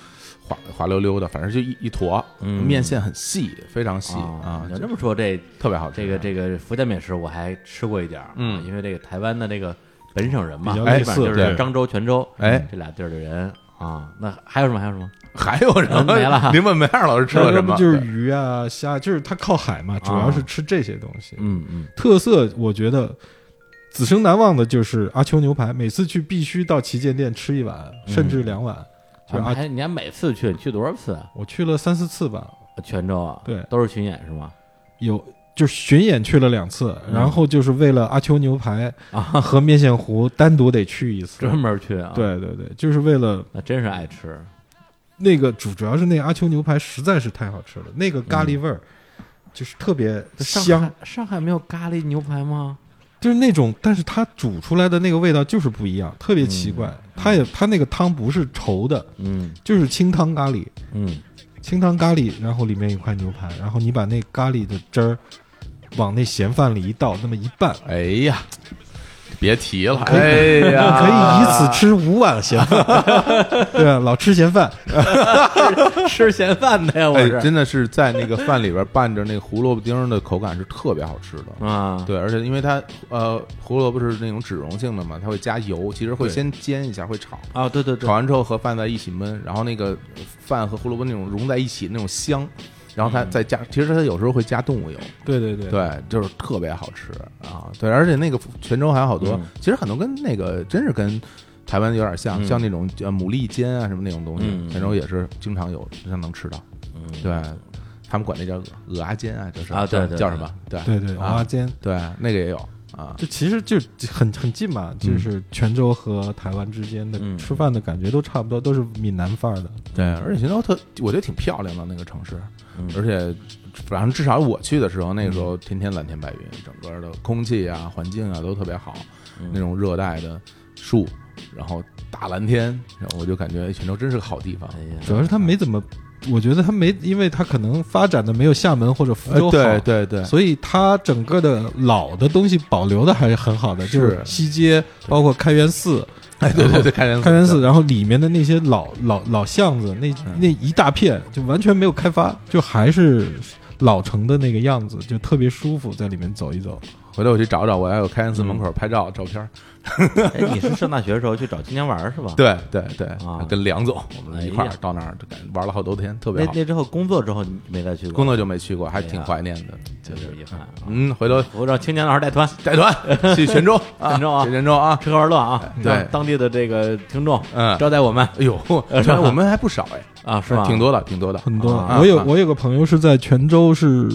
S2: 滑滑溜溜的，反正就一一坨，
S1: 嗯
S2: 面线很细，非常细
S1: 啊
S2: 啊，，
S1: 你要
S2: 就
S1: 这么说，这
S2: 特别好吃。啊
S1: 这个这个福建美食我还吃过一点儿，啊
S2: 嗯
S1: 因为这个台湾的这个本省人嘛，
S3: 比较
S1: 哎
S3: 类似
S1: 反正就是
S2: 对
S1: 漳州、泉州，嗯
S2: 哎
S1: 这俩地儿的人啊。那还有什么？还有什么？嗯
S2: 还有什么？
S1: 没了
S2: 您问梅二老师吃了
S3: 要
S2: 什
S3: 不
S2: 么？啊
S3: 就是
S2: 对
S3: 鱼啊、虾，就是它靠海嘛，主要是吃这些东西。
S1: 嗯嗯，
S3: 特色我觉得此生难忘的就是阿秋牛排，每次去必须到旗舰店吃一碗，
S2: 嗯
S3: 甚至两碗。就是
S1: 啊
S3: 阿，
S1: 还你还每次去，你去多少次啊？
S3: 我去了三四次吧，
S1: 泉州啊，
S3: 对
S1: 都是巡演是吗？
S3: 有就是巡演去了两次，
S1: 嗯
S3: 然后就是为了阿秋牛排
S1: 啊
S3: 和面线糊单独得去 一次。
S1: 专门去啊？，
S3: 对对对，就是为了
S1: 那真是爱吃。
S3: 那个主主要是那阿秋牛排实在是太好吃了，那个咖喱味
S2: 嗯
S3: 儿就是特别
S1: 上
S3: 香，
S1: 海上海没有咖喱牛 排吗？
S3: 就是那种，但是它煮出来的那个味道就是不一样，特别奇怪。它也它那个汤不是稠的，
S1: 嗯
S3: 就是清汤咖喱，
S1: 嗯，
S3: 清汤咖喱，然后里面一块牛排，然后你把那咖喱的汁儿往那咸饭里一倒，那么一拌，
S2: 哎呀，别提了，
S3: 可以
S2: 哎 呀，
S3: 可以以此吃五碗咸饭，对啊，老吃咸饭，
S1: 吃咸饭的呀，我
S2: 哎，
S1: 是
S2: 真的是在那个饭里边拌着那个胡萝卜丁儿的口感是特别好吃的。
S1: 啊，
S2: 对，而且因为它呃胡萝卜是那种脂溶性的嘛，它会加油，其实会
S3: 对
S2: 先煎一下，会炒，
S1: 啊，对对对
S2: 炒，完之后和饭在一起焖，然后那个饭和胡萝卜那种融在一起那种香，然
S1: 嗯
S2: 后它再加，其实它有时候会加动物油，
S3: 对对对，
S2: 对，就是特别好吃啊。对，而且那个泉州还有好多
S1: 嗯，
S2: 其实很多跟那个真是跟。台湾有点像，
S1: 嗯
S2: 像那种呃牡蛎煎啊什么那种东西
S1: 嗯，
S2: 泉州也是经常有，经常能吃到。
S1: 嗯
S2: 对，他们管那叫鹅鹅阿煎啊，就是
S1: 啊对
S2: 叫
S1: 对
S2: 叫
S1: 对
S2: 什么？对
S3: 对对，蚵
S2: 啊
S3: 仔，煎，
S2: 对，那个也有啊。
S3: 就其实就很很近嘛，就是泉州和台湾之间的
S1: 嗯
S3: 吃饭的感觉都差不多，都是闽南范儿的。
S2: 对，而且泉州特，我觉得挺漂亮的那个城市，
S1: 嗯
S2: 而且反正至少我去的时候，那个时候天天蓝天白云，整个的空气啊、环境啊都特别好，
S1: 嗯
S2: 那种热带的树，然后大蓝天，然后我就感觉哎泉州真是个好地方。
S1: 哎呀，
S3: 主要是它没怎么，我觉得它没，因为它可能发展的没有厦门或者福
S2: 呃
S3: 州好，
S2: 对对对，
S3: 所以它整个的老的东西保留的还是很好的，
S2: 是
S3: 就是西街，包括开元寺，
S2: 哎对对对，嗯开元
S3: 开元寺，然后里面的那些老老老巷子，那那一大片就完全没有开发，就还是老城的那个样子，就特别舒服，在里面走一走。
S2: 回头我去找找，我要有开恩寺门口拍照照片儿。
S1: 嗯哎，你是上大学的时候去找青年玩儿是吧？
S2: 对对对
S1: 啊，
S2: 跟梁总我们一块儿
S1: 哎呀
S2: 到那儿就感觉玩了好多天，特别
S1: 那
S2: 好。
S1: 那之后工作之后你没再去过，
S2: 工作就没去过，还
S1: 哎呀
S2: 挺怀念的。
S1: 这就是遗憾啊。
S2: 嗯，回头
S1: 我让青年老师带团
S2: 带团 去泉州，
S1: 泉州啊
S2: 去泉州啊。
S1: 吃喝玩乐啊，
S2: 对
S1: 让当地的这个听众
S2: 嗯
S1: 招待我们
S2: 哎呦，
S1: 呃
S2: 这我们还不少哎，
S1: 啊，是吧？
S2: 挺多的，挺多的，
S3: 很多。
S1: 啊
S3: 我有、
S2: 啊
S3: 我有个朋友是在泉州是，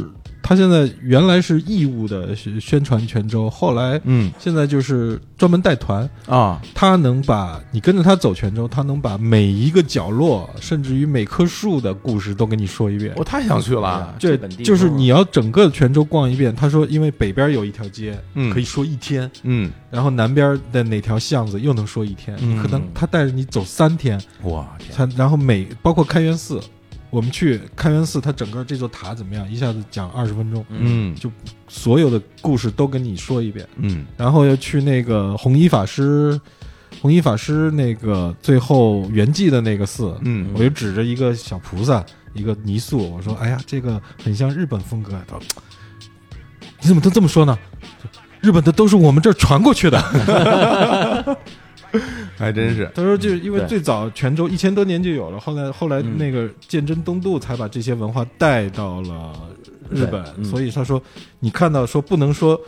S3: 他现在原来是义务的宣宣传泉州，后来
S2: 嗯
S3: 现在就是专门带团，
S2: 啊，
S3: 他能把你跟着他走泉州，他能把每一个角落，甚至于每棵树的故事都跟你说一遍哎
S2: 我。太想去了。
S1: 这
S3: 这
S1: 本地
S3: 就是
S1: 风啊
S3: 你要整个泉州逛一遍。他说，因为北边有一条街，
S2: 嗯
S3: 可以说一天，
S2: 嗯，
S3: 然后南边的哪条巷子又能说一天，
S2: 嗯
S3: 你可能他带着你走三天，
S2: 哇天，
S3: 他然后每包括开元寺，我们去开元寺，它整个这座塔怎么样，一下子讲二十分钟，
S2: 嗯
S3: 所有的故事都跟你说一遍，
S2: 嗯
S3: 然后又去那个红衣法师，红衣法师那个最后圆寂的那个寺，
S2: 嗯
S3: 我就指着一个小菩萨，一个泥塑，我说：“哎呀，这个很像日本风格。”啊他说：“你怎么都这么说呢？日本的都是我们这儿传过去的。”
S2: 还真是，
S3: 他说，就是因为
S1: 对
S3: 最早泉州一千多年就有了，后来后来
S1: 嗯
S3: 那个鉴真东渡才把这些文化带到了日本，
S1: 对嗯
S3: 所以他说，你看到说不能说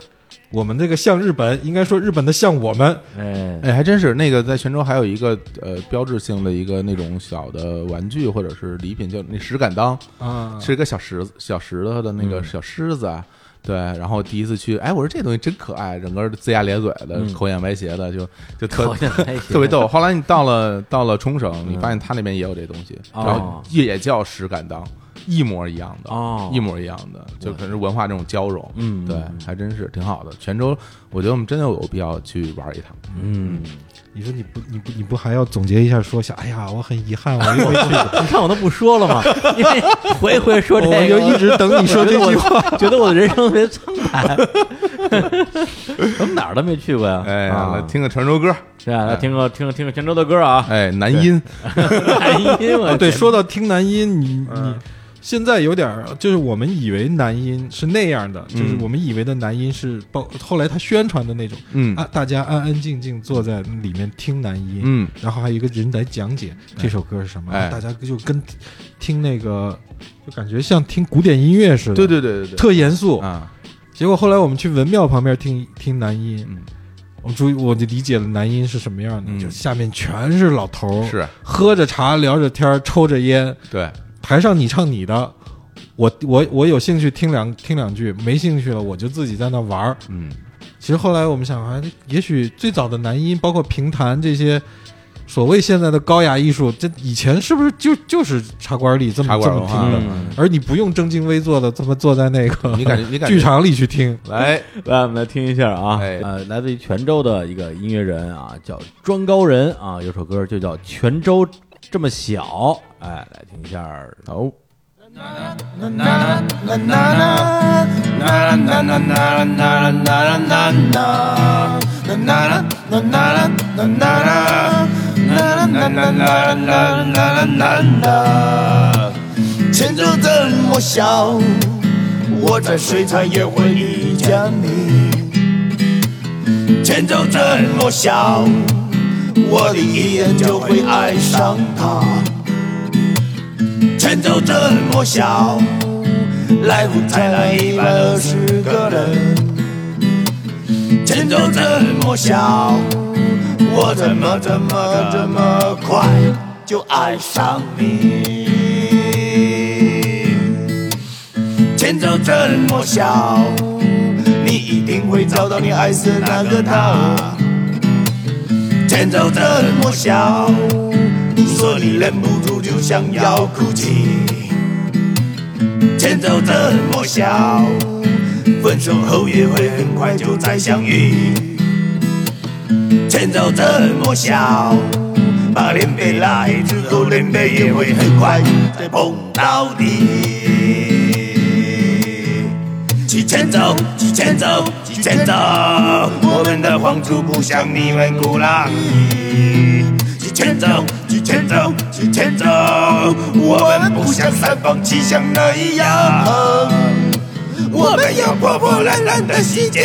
S3: 我们这个像日本，应该说日本的像我们。
S1: 哎，
S2: 哎，还真是。那个在泉州还有一个呃标志性的一个那种小的玩具或者是礼品，叫那石敢当，
S3: 啊
S2: 是一个小石子小石头的那个
S1: 嗯
S2: 小狮子啊。对，然后第一次去，哎，我说这东西真可爱，整个龇牙咧嘴的，
S1: 嗯
S2: 口眼歪斜的，就就特
S1: 好像还行
S2: 特别 逗。后来你到了到了冲绳，你发现他那边也有这东西，
S1: 嗯哦
S2: 然后也叫石敢当，一模一样的，
S1: 哦
S2: 一模一样的，就可能是文化这种交融。
S1: 嗯
S2: 对，还真是挺好的。泉州，我觉得我们真的有必要去玩一趟。
S1: 嗯，
S3: 你说你不你不你不还要总结一下说想，哎呀，我很遗憾，我又没去，
S1: 哦 你看我都不说 了嘛，因为回回说这个，
S3: 我就一直等你说这句话。
S1: 话，觉得我的人生特别苍 白，我们哪儿都没去过呀。
S2: 哎，
S1: 啊
S2: 来听个泉州歌，
S1: 是啊，来听个听个听个泉州的歌啊，
S2: 哎，男音， 哦
S1: 南音我
S3: 哦对，
S1: 天
S3: 说到听男音，你
S2: 嗯
S3: 你现在有点儿，就是我们以为男音是那样的，就是我们以为的男音是包，后来他宣传的那种，
S2: 嗯
S3: 啊，大家安安静静坐在里面听男音，
S2: 嗯，
S3: 然后还有一个人来讲解这首歌是什么，
S2: 哎
S3: 大家就跟听那个，就感觉像听古典音乐似的，
S2: 对，对对对对，
S3: 特严肃。
S2: 啊，
S3: 结果后来我们去文庙旁边听听男音，
S2: 嗯，
S3: 我注意我就理解了男音是什么样的，
S2: 嗯
S3: 就下面全是老头儿，
S2: 是
S3: 喝着茶聊着天儿抽着烟。
S2: 对，
S3: 台上你唱你的，我我我有兴趣听两听两句，没兴趣了我就自己在那玩儿。
S2: 嗯
S3: 其实后来我们想，啊，也许最早的男音，包括评弹这些所谓现在的高雅艺术，这以前是不是就就是茶馆里这么
S2: 茶
S3: 这
S2: 馆
S3: 么
S2: 文
S3: 听
S2: 化
S3: 的？
S1: 嗯
S3: 而你不用正襟危坐的这么坐在那 个
S2: 你感觉你感觉
S3: 剧场里去听，
S2: 来，
S1: 来，我们来听一下啊，
S2: 哎
S1: 呃，来自于泉州的一个音乐人啊，叫庄高人啊，有首歌就叫《泉州这么小》，哎，来听一下儿。
S2: 哦，
S7: 泉州这么小，我在水产也会遇见你。泉州这么小，我的一眼就会爱上他。泉州这么小，来福才来一百二十个人。泉州这么小，我怎么怎么这么快就爱上你？泉州这么小，你一定会找到你爱的那个他。泉州这么小，你说你忍不住就想要哭泣。泉州这么小，分手后也会很快就再相遇。泉州这么小，把脸被拉黑之后，脸被也会很快再碰到你。去泉州，去泉州，去泉州，我们的黄土不像你们鼓浪屿。去泉州，去泉州，去泉州，我们不像三坊七巷那样。
S6: 我们有破破烂烂的世界，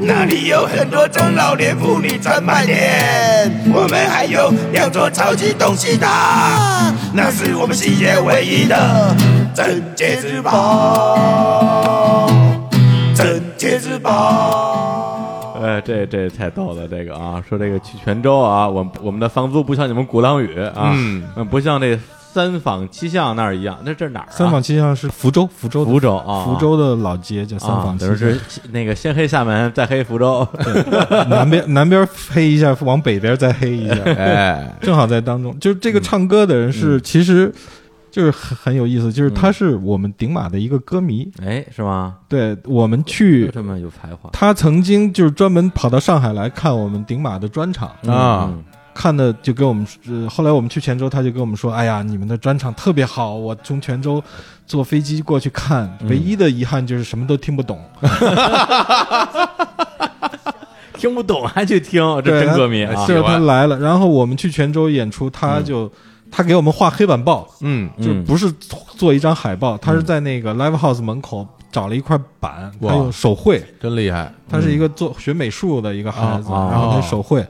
S6: 那里有很多中老年妇女专卖店，我们还有两座超级东西塔，那是我们西街唯一的镇街之宝，镇街之宝。
S1: 哎，这这太逗了，这个啊，说这个去泉州啊，我们我们的房租不像你们鼓浪屿啊，嗯，不像这三坊七巷那儿一样，那这哪儿、啊？
S3: 三坊七巷是福州，福州的
S1: 福州啊
S3: 福州的老街叫三
S1: 啊
S3: 坊，七
S1: 等于
S3: 巷
S1: 是。那个先黑厦门，再黑福州，
S3: 南边南边黑一下，往北边再黑一下，
S2: 哎，嗯
S3: 正好在当中。就是这个唱歌的人是，其实就是很很有意思，就是他是我们顶马的一个歌迷。
S1: 哎，是吗？
S3: 对我们
S1: 就
S3: 去，
S1: 这么有才华
S3: 他曾经就是专门跑到上海来看我们顶马的专场，
S2: 啊
S1: 嗯
S3: 看的就跟我们，呃后来我们去泉州，他就跟我们说：“哎呀，你们的专场特别好，我从泉州坐飞机过去看，
S1: 嗯
S3: 唯一的遗憾就是什么都听不懂。
S1: 听不懂还去听，这
S3: 对
S1: 真
S3: 他
S1: 歌迷啊！
S3: 就是他来了，然后我们去泉州演出，他就、他给我们画黑板报，
S2: 嗯，
S3: 就
S1: 嗯
S3: 不是做一张海报，他是在那个 live house 门口找了一块板，
S2: 哇
S3: 他有手绘，
S2: 真厉害，
S3: 他是一个
S1: 嗯
S3: 做学美术的一个孩子，
S1: 哦哦
S3: 然后他手绘。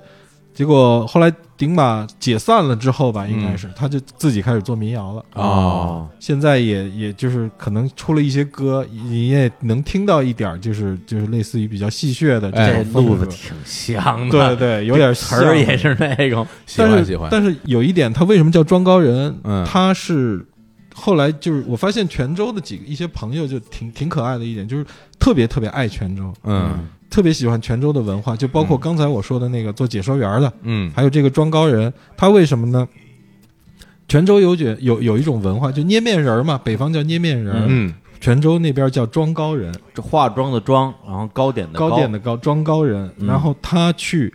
S3: 结果后来顶马解散了之后吧，
S1: 嗯
S3: 应该是、他就自己开始做民谣了。
S1: 哦，
S3: 现在也也就是可能出了一些歌，你也能听到一点儿，就是就是类似于比较戏谑的这
S1: 这
S3: 种风
S1: 哎路
S3: 格
S1: 子挺香
S3: 对
S1: 的，
S3: 对，有点
S1: 词儿
S3: 像
S1: 也是那种，
S2: 喜
S3: 但
S2: 欢
S3: 是
S2: 喜欢，
S3: 但是有一点，他为什么叫庄高人？
S2: 嗯
S3: 他是后来就是我发现泉州的几个一些朋友就挺挺可爱的一点，就是特别特别爱泉州，
S2: 嗯
S3: 特别喜欢泉州的文化，就包括刚才我说的那个做解说员的，
S2: 嗯
S3: 还有这个庄高人，他为什么呢？泉州有卷有有一种文化，就捏面人儿嘛，北方叫捏面人儿，
S2: 嗯，
S3: 泉州那边叫庄高人，
S1: 这化妆的妆，然后糕点的
S3: 高点
S1: 的
S3: 的高，庄高人。
S1: 嗯
S3: 然后他去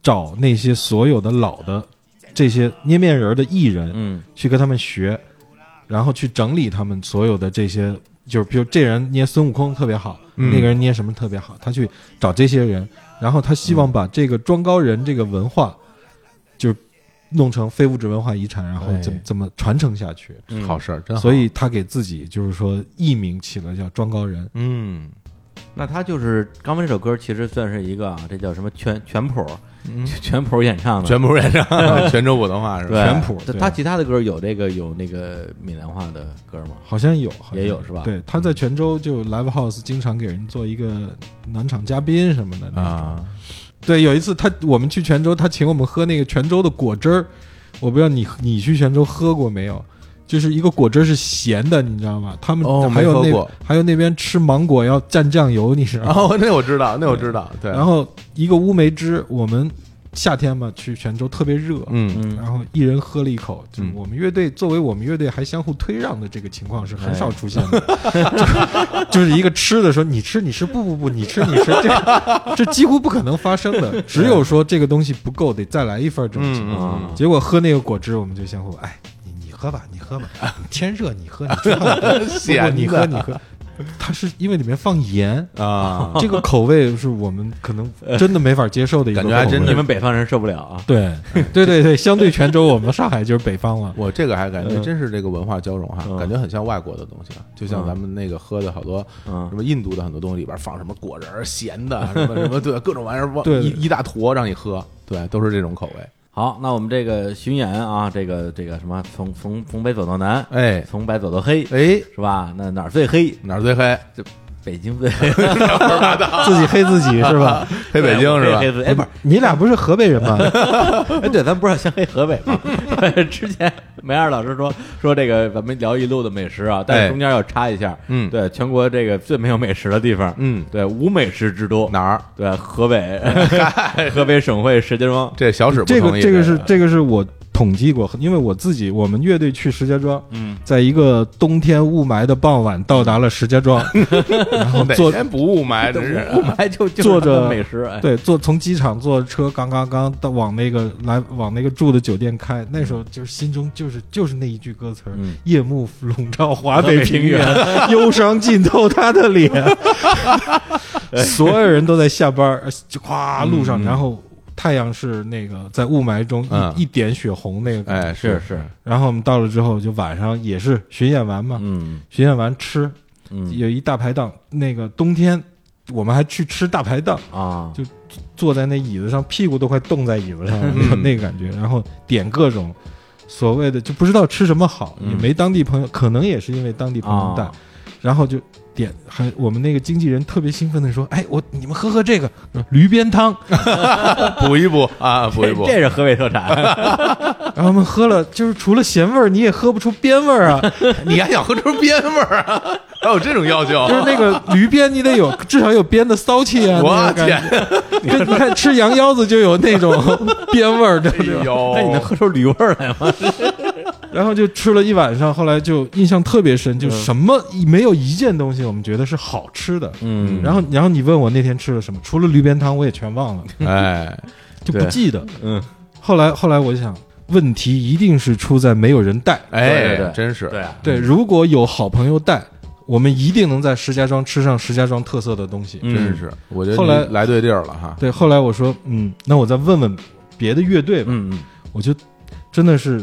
S3: 找那些所有的老的这些捏面人儿的艺人，
S1: 嗯
S3: 去跟他们学，然后去整理他们所有的这些，就是比如这人捏孙悟空特别好，
S2: 嗯
S3: 那个人捏什么特别好，他去找这些人，然后他希望把这个庄高人这个文化，就是弄成非物质文化遗产，然后怎么
S2: 哎
S3: 怎么传承下去。
S1: 嗯
S2: 好事儿，真好，
S3: 所以他给自己就是说艺名起了叫庄高人，
S2: 嗯
S1: 那他就是刚才这首歌，其实算是一个啊，这叫什么全全谱儿
S2: 嗯，
S1: 全谱儿演唱的。
S2: 全部认上，泉州普通话是吧？
S1: 对
S3: 全谱
S1: 他
S3: 对
S1: 他其他的歌有这个有那个闽南话的歌吗？
S3: 好像有，好像
S1: 也有是吧嗯
S3: 对，他在泉州就 live house 经常给人做一个暖场嘉宾什么的那种
S2: 啊，
S3: 对，有一次他我们去泉州，他请我们喝那个泉州的果汁儿，我不知道你你去泉州喝过没有？就是一个果汁儿是咸的，你知道吗？他们
S2: 哦
S3: 还有
S2: 没喝
S3: 那、
S2: 过
S3: 还有那边吃芒果要蘸酱油，你知道吗？啊
S2: 哦，那我知道，那我知道，对，
S3: 然后一个乌梅汁，我们夏天嘛去泉州特别热，
S2: 嗯
S1: 嗯
S3: 然后一人喝了一口，就是
S2: 嗯
S3: 我们乐队、作为我们乐队还相互推让的这个情况是很少出现的， 就就是一个吃的说你吃你吃不不不你吃 你吃，这个这几乎不可能发生的， 只有说这个东西不够得再来一份儿这种情
S2: 嗯
S3: 况。
S1: 啊，
S3: 结果喝那个果汁，我们就相互哎你你喝吧你喝吧， 天热你喝你出汗多 不不
S2: 咸
S3: 你
S2: 的
S3: 喝你喝，它是因为里面放盐。
S2: 啊，呃
S3: 这个口味是我们可能真的没法接受的一个
S2: 感
S3: 口
S2: 觉
S3: 味，
S2: 还真
S1: 你
S2: 的
S1: 们北方人受不了啊！
S3: 对，对对对，相对泉州，我们上海就是北方 了。
S2: 我这个还感觉真是这个文化交融哈，
S1: 嗯
S2: 感觉很像外国的东西啊，就像
S1: 嗯
S2: 咱们那个喝的好多
S1: 嗯
S2: 什么印度的很多东西里边放什么果仁儿、咸的啊什么什么， 对，各种玩意儿往
S3: 对
S2: 一一大坨让你喝，对，都是这种口味。
S1: 好，那我们这个巡演啊，这个这个什么，从从从北走到南，
S2: 哎
S1: 从白走到黑，
S2: 哎，
S1: 是吧？那哪儿最黑？
S2: 哪儿最黑？
S1: 北京 最黑，
S3: 自己黑自己是 吧？
S2: 黑北京是吧
S1: 黑？黑哎，不是，
S3: 你俩不是河北人吗？
S1: 哎，对，咱不是要先黑河北吗？ 之前梅二老师说说这个咱们聊一路的美食啊，但
S2: 哎
S1: 是中间要插一下，
S2: 嗯
S1: 对，全国这个最没有美食的地方，
S2: 嗯
S1: 对，无美食之都
S2: 哪儿？
S1: 对，河北，河北省会石家庄，
S2: 这小史 不
S3: 这
S2: 同
S3: 个
S2: 意
S3: 这个是这个是我统计过，因为我自己我们乐队去石家庄，
S1: 嗯，
S3: 在一个冬天雾霾的傍晚到达了石家 庄，然后
S2: 哪
S3: 坐
S2: 天不雾霾？真是
S1: 雾霾就 就是
S3: 坐着
S1: 美食，哎，
S3: 对坐从机场坐车刚刚刚到往那个来往那个住的酒店开，那时候就是心中就是就是那一句歌词儿
S1: 嗯
S3: 夜幕笼罩华北平原， 忧伤浸透他的 脸。所有人都在下班儿，呃就咵路上，然后太阳是那个在雾霾中一、
S2: 嗯
S3: 一点血红那个。
S2: 哎，
S1: 是是，
S3: 然后我们到了之后，就晚上也是巡演完嘛，
S1: 嗯
S3: 巡演完吃，
S1: 嗯
S3: 有一大排档，那个冬天我们还去吃大排档，
S1: 啊，
S3: 就坐在那椅子上，屁股都快冻在椅子上了，有那个感觉。然后点各种所谓的就不知道吃什么好，
S1: 嗯
S3: 也没当地朋友，可能也是因为当地朋友淡，
S1: 啊
S3: 然后就点。还我们那个经纪人特别兴奋的说：“哎，我你们喝喝这个驴鞭汤。
S2: 补一补啊，补一
S1: 这
S2: 补。
S1: 这是河北特产，”
S3: 然后我们喝了，就是除了咸味儿，你也喝不出鞭味儿啊。
S2: 你还想喝出鞭味儿啊？ 还有这种要求？
S3: 就是那个驴鞭，你得 有至少有鞭的骚气啊！
S2: 我
S3: 那个
S2: 天
S3: 感觉！跟你看吃羊腰子就有 那种鞭味儿，对不
S2: 哎
S3: 对？
S2: 呦，
S1: 那你能喝出驴味儿来吗？
S3: 然后就吃了一晚上，后来就印象特别深，就什么没有一件东西我们觉得是好吃的。
S1: 嗯
S3: 然后然后你问我那天吃了什么，除了驴鞭汤，我也全忘了，
S2: 哎，
S3: 就不
S1: 对
S3: 记得。
S1: 嗯，
S3: 后来后来我想，问题一定是出在没有人带。
S1: 对对
S2: 哎
S1: 对，
S2: 真是，
S1: 对啊，
S3: 对，如果有好朋友带，我们一定能在石家庄吃上石家庄特色的东西。
S2: 真是，我觉得
S3: 后来
S2: 你来对地儿了哈。
S3: 对，后来我说，嗯，那我再问问别的乐队吧。
S1: 嗯嗯
S3: 我就真的是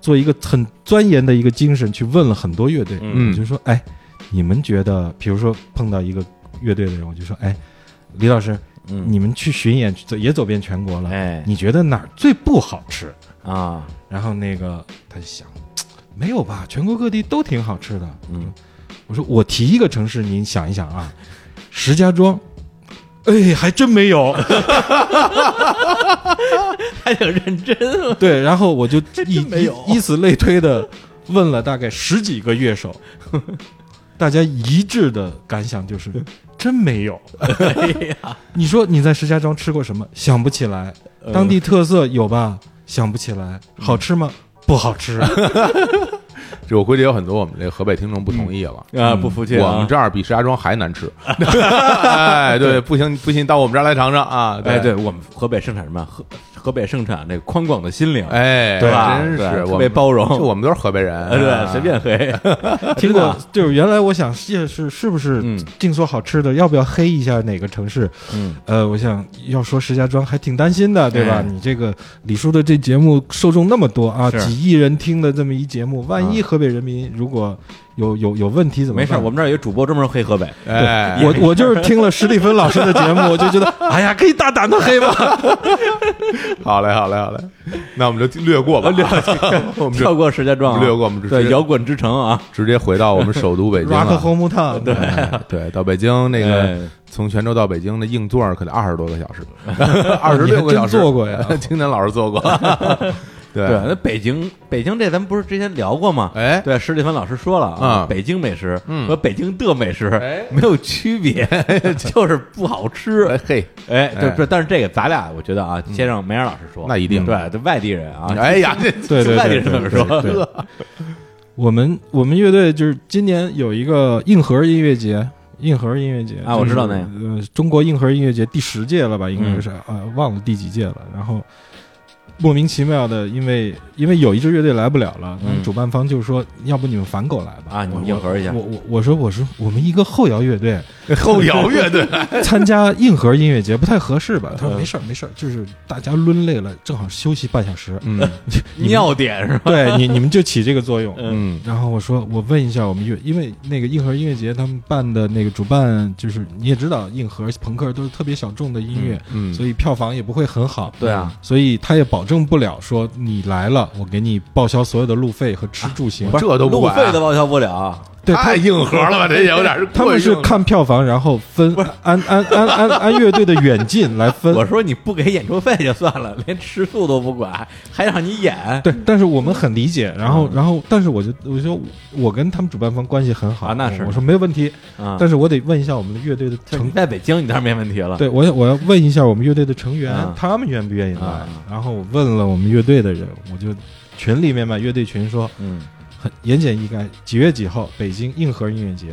S3: 做一个很钻研的一个精神去问了很多乐队，
S1: 嗯
S3: 我就说，哎，你们觉得，比如说碰到一个乐队的人，我就说，哎，李老师，
S1: 嗯，
S3: 你们去巡演走也走遍全国了，
S1: 哎
S3: 你觉得哪儿最不好吃？
S1: 啊，
S3: 然后那个他就想，没有吧，全国各地都挺好吃的。
S1: 嗯，
S3: 我说我提一个城市，您想一想啊，石家庄。哎，还真没有。
S1: 还挺认真啊，
S3: 对，然后我就以
S1: 真没有
S3: 以以此类推的问了大概十几个乐 手，大家一致的感想就是真没有。
S1: 哎
S3: 你说你在石家庄吃过什么？想不起来。
S1: 呃
S3: 当地特色有吧？想不起来。好吃吗？
S1: 嗯
S3: 不好吃。
S2: 这我估计有很多我们这河北听众不同意了。
S1: 啊不服气啊，
S2: 我们这儿比石家庄还难吃，哎，对，不行不行，到我们这儿来尝尝啊！
S1: 哎，对，我们河北盛产什么？河河北盛产这个宽广的心灵，
S2: 哎，
S1: 对吧
S2: 真
S1: 对
S2: 是
S1: 特
S2: 我
S1: 别
S2: 们
S1: 包容
S2: 就我们都是河北人，
S1: 呃， 对，随便黑，
S3: 听
S1: 真的
S3: 过
S1: 啊
S3: 就是原来我想是是是不是
S1: 嗯
S3: 净说好吃的，要不要黑一下哪个城市？
S1: 嗯，
S3: 呃，我想要说石家庄还挺担心的，对吧？
S1: 哎
S3: 你这个李叔的这节目受众那么多啊，
S1: 是
S3: 几亿人听的这么一节目，万一河北人民如果有有有问题怎么
S1: 没
S3: 办？
S1: 事，我们这儿有主播专门黑河北，
S2: 哎，
S3: 我我就是听了史蒂芬老师的节目，我就觉 得，哎呀，可以大胆的黑吧。
S2: 好嘞，好嘞，好嘞，那我们就略 过吧，略，我们
S1: 跳
S2: 就
S1: 过石家庄啊，
S2: 略过我们直接
S1: 对摇滚之城啊，
S2: 直接回到我们首都北京
S3: Rock
S2: 了。
S3: Home Town，对，
S2: 哎对，到北京那
S1: 哎
S2: 个从泉州到北京的硬座儿可得二十多个小 时， 二十
S3: 你还
S2: 六个小时
S3: 真坐过呀
S2: 青年老师 坐过。对
S1: 对，那北京北京这咱们不是之前聊过吗？
S2: 哎
S1: 对，史蒂芬老师说了啊
S2: 嗯
S1: 北京美食
S2: 嗯
S1: 和北京的美食
S2: 哎
S1: 没有区 别，就是不好吃。
S2: 哎嘿，
S1: 哎，对
S2: 哎嗯
S1: 对，但是这个咱俩我觉得啊，先让梅尔老师说，
S2: 那一定
S1: 对，这外地人啊，
S2: 哎 呀，这
S3: 对对
S1: 外
S3: 对
S1: 地人怎么
S3: 对对对
S1: 说？
S3: 我们我们乐队就是今年有一个硬核音乐节，硬核音乐节
S1: 啊我知道那个嗯
S3: 就是呃，中国硬核音乐节第十届了吧，应该是啊、忘了第几届了。然后莫名其妙的，因为因为有一支乐队来不了了，然后
S1: 嗯
S3: 主办方就说，要不你们反狗来吧，
S1: 啊你们
S3: 我
S1: 硬核一下
S3: 我我我说我说我们一个后摇乐队
S2: 后摇乐队，
S3: 参加硬核音乐节不太合适吧？
S1: 嗯
S3: 他说没事儿没事儿，就是大家抡累了，正好休息半小时。
S2: 嗯
S3: 你们
S1: 尿点是吧？
S3: 对你你们就起这个作用，
S2: 嗯
S3: 然后我说，我问一下我们乐，因为那个硬核音乐节他们办的那个主办，就是你也知道，硬核朋克都是特别小众的音乐，
S2: 嗯，
S3: 所以票房也不会很好。嗯
S1: 对啊，
S3: 所以他也保证不了说你来了，我给你报销所有的路费和吃住行。
S2: 这都不
S1: 路
S2: 管啊
S1: 费都报销不了，
S3: 对他
S2: 太硬核了吧？这也有 点儿
S3: 他们是
S2: 过硬了
S3: 看票房，然后分按按按按按乐队的远近来分。
S1: 我说你不给演出费就算了，连吃素都不管，还让你演
S3: 对，但是我们很理解，然
S1: 嗯
S3: 后，然后，但是我就我就我跟他们主办方关系很好
S1: 啊那是
S3: 我说没有问题，
S1: 啊？
S3: 但是我得问一下我们的乐队的
S1: 就是
S3: 成
S1: 你在北京，你当然没问题了。
S3: 对，我要我要问一下我们乐队的成员，
S1: 啊
S3: 他们愿不愿意来？
S1: 啊
S3: 然后我问了我们乐队的人，我就群里面嘛，乐队群说
S1: 嗯，
S3: 很言简意赅，几月几号北京硬核音乐节，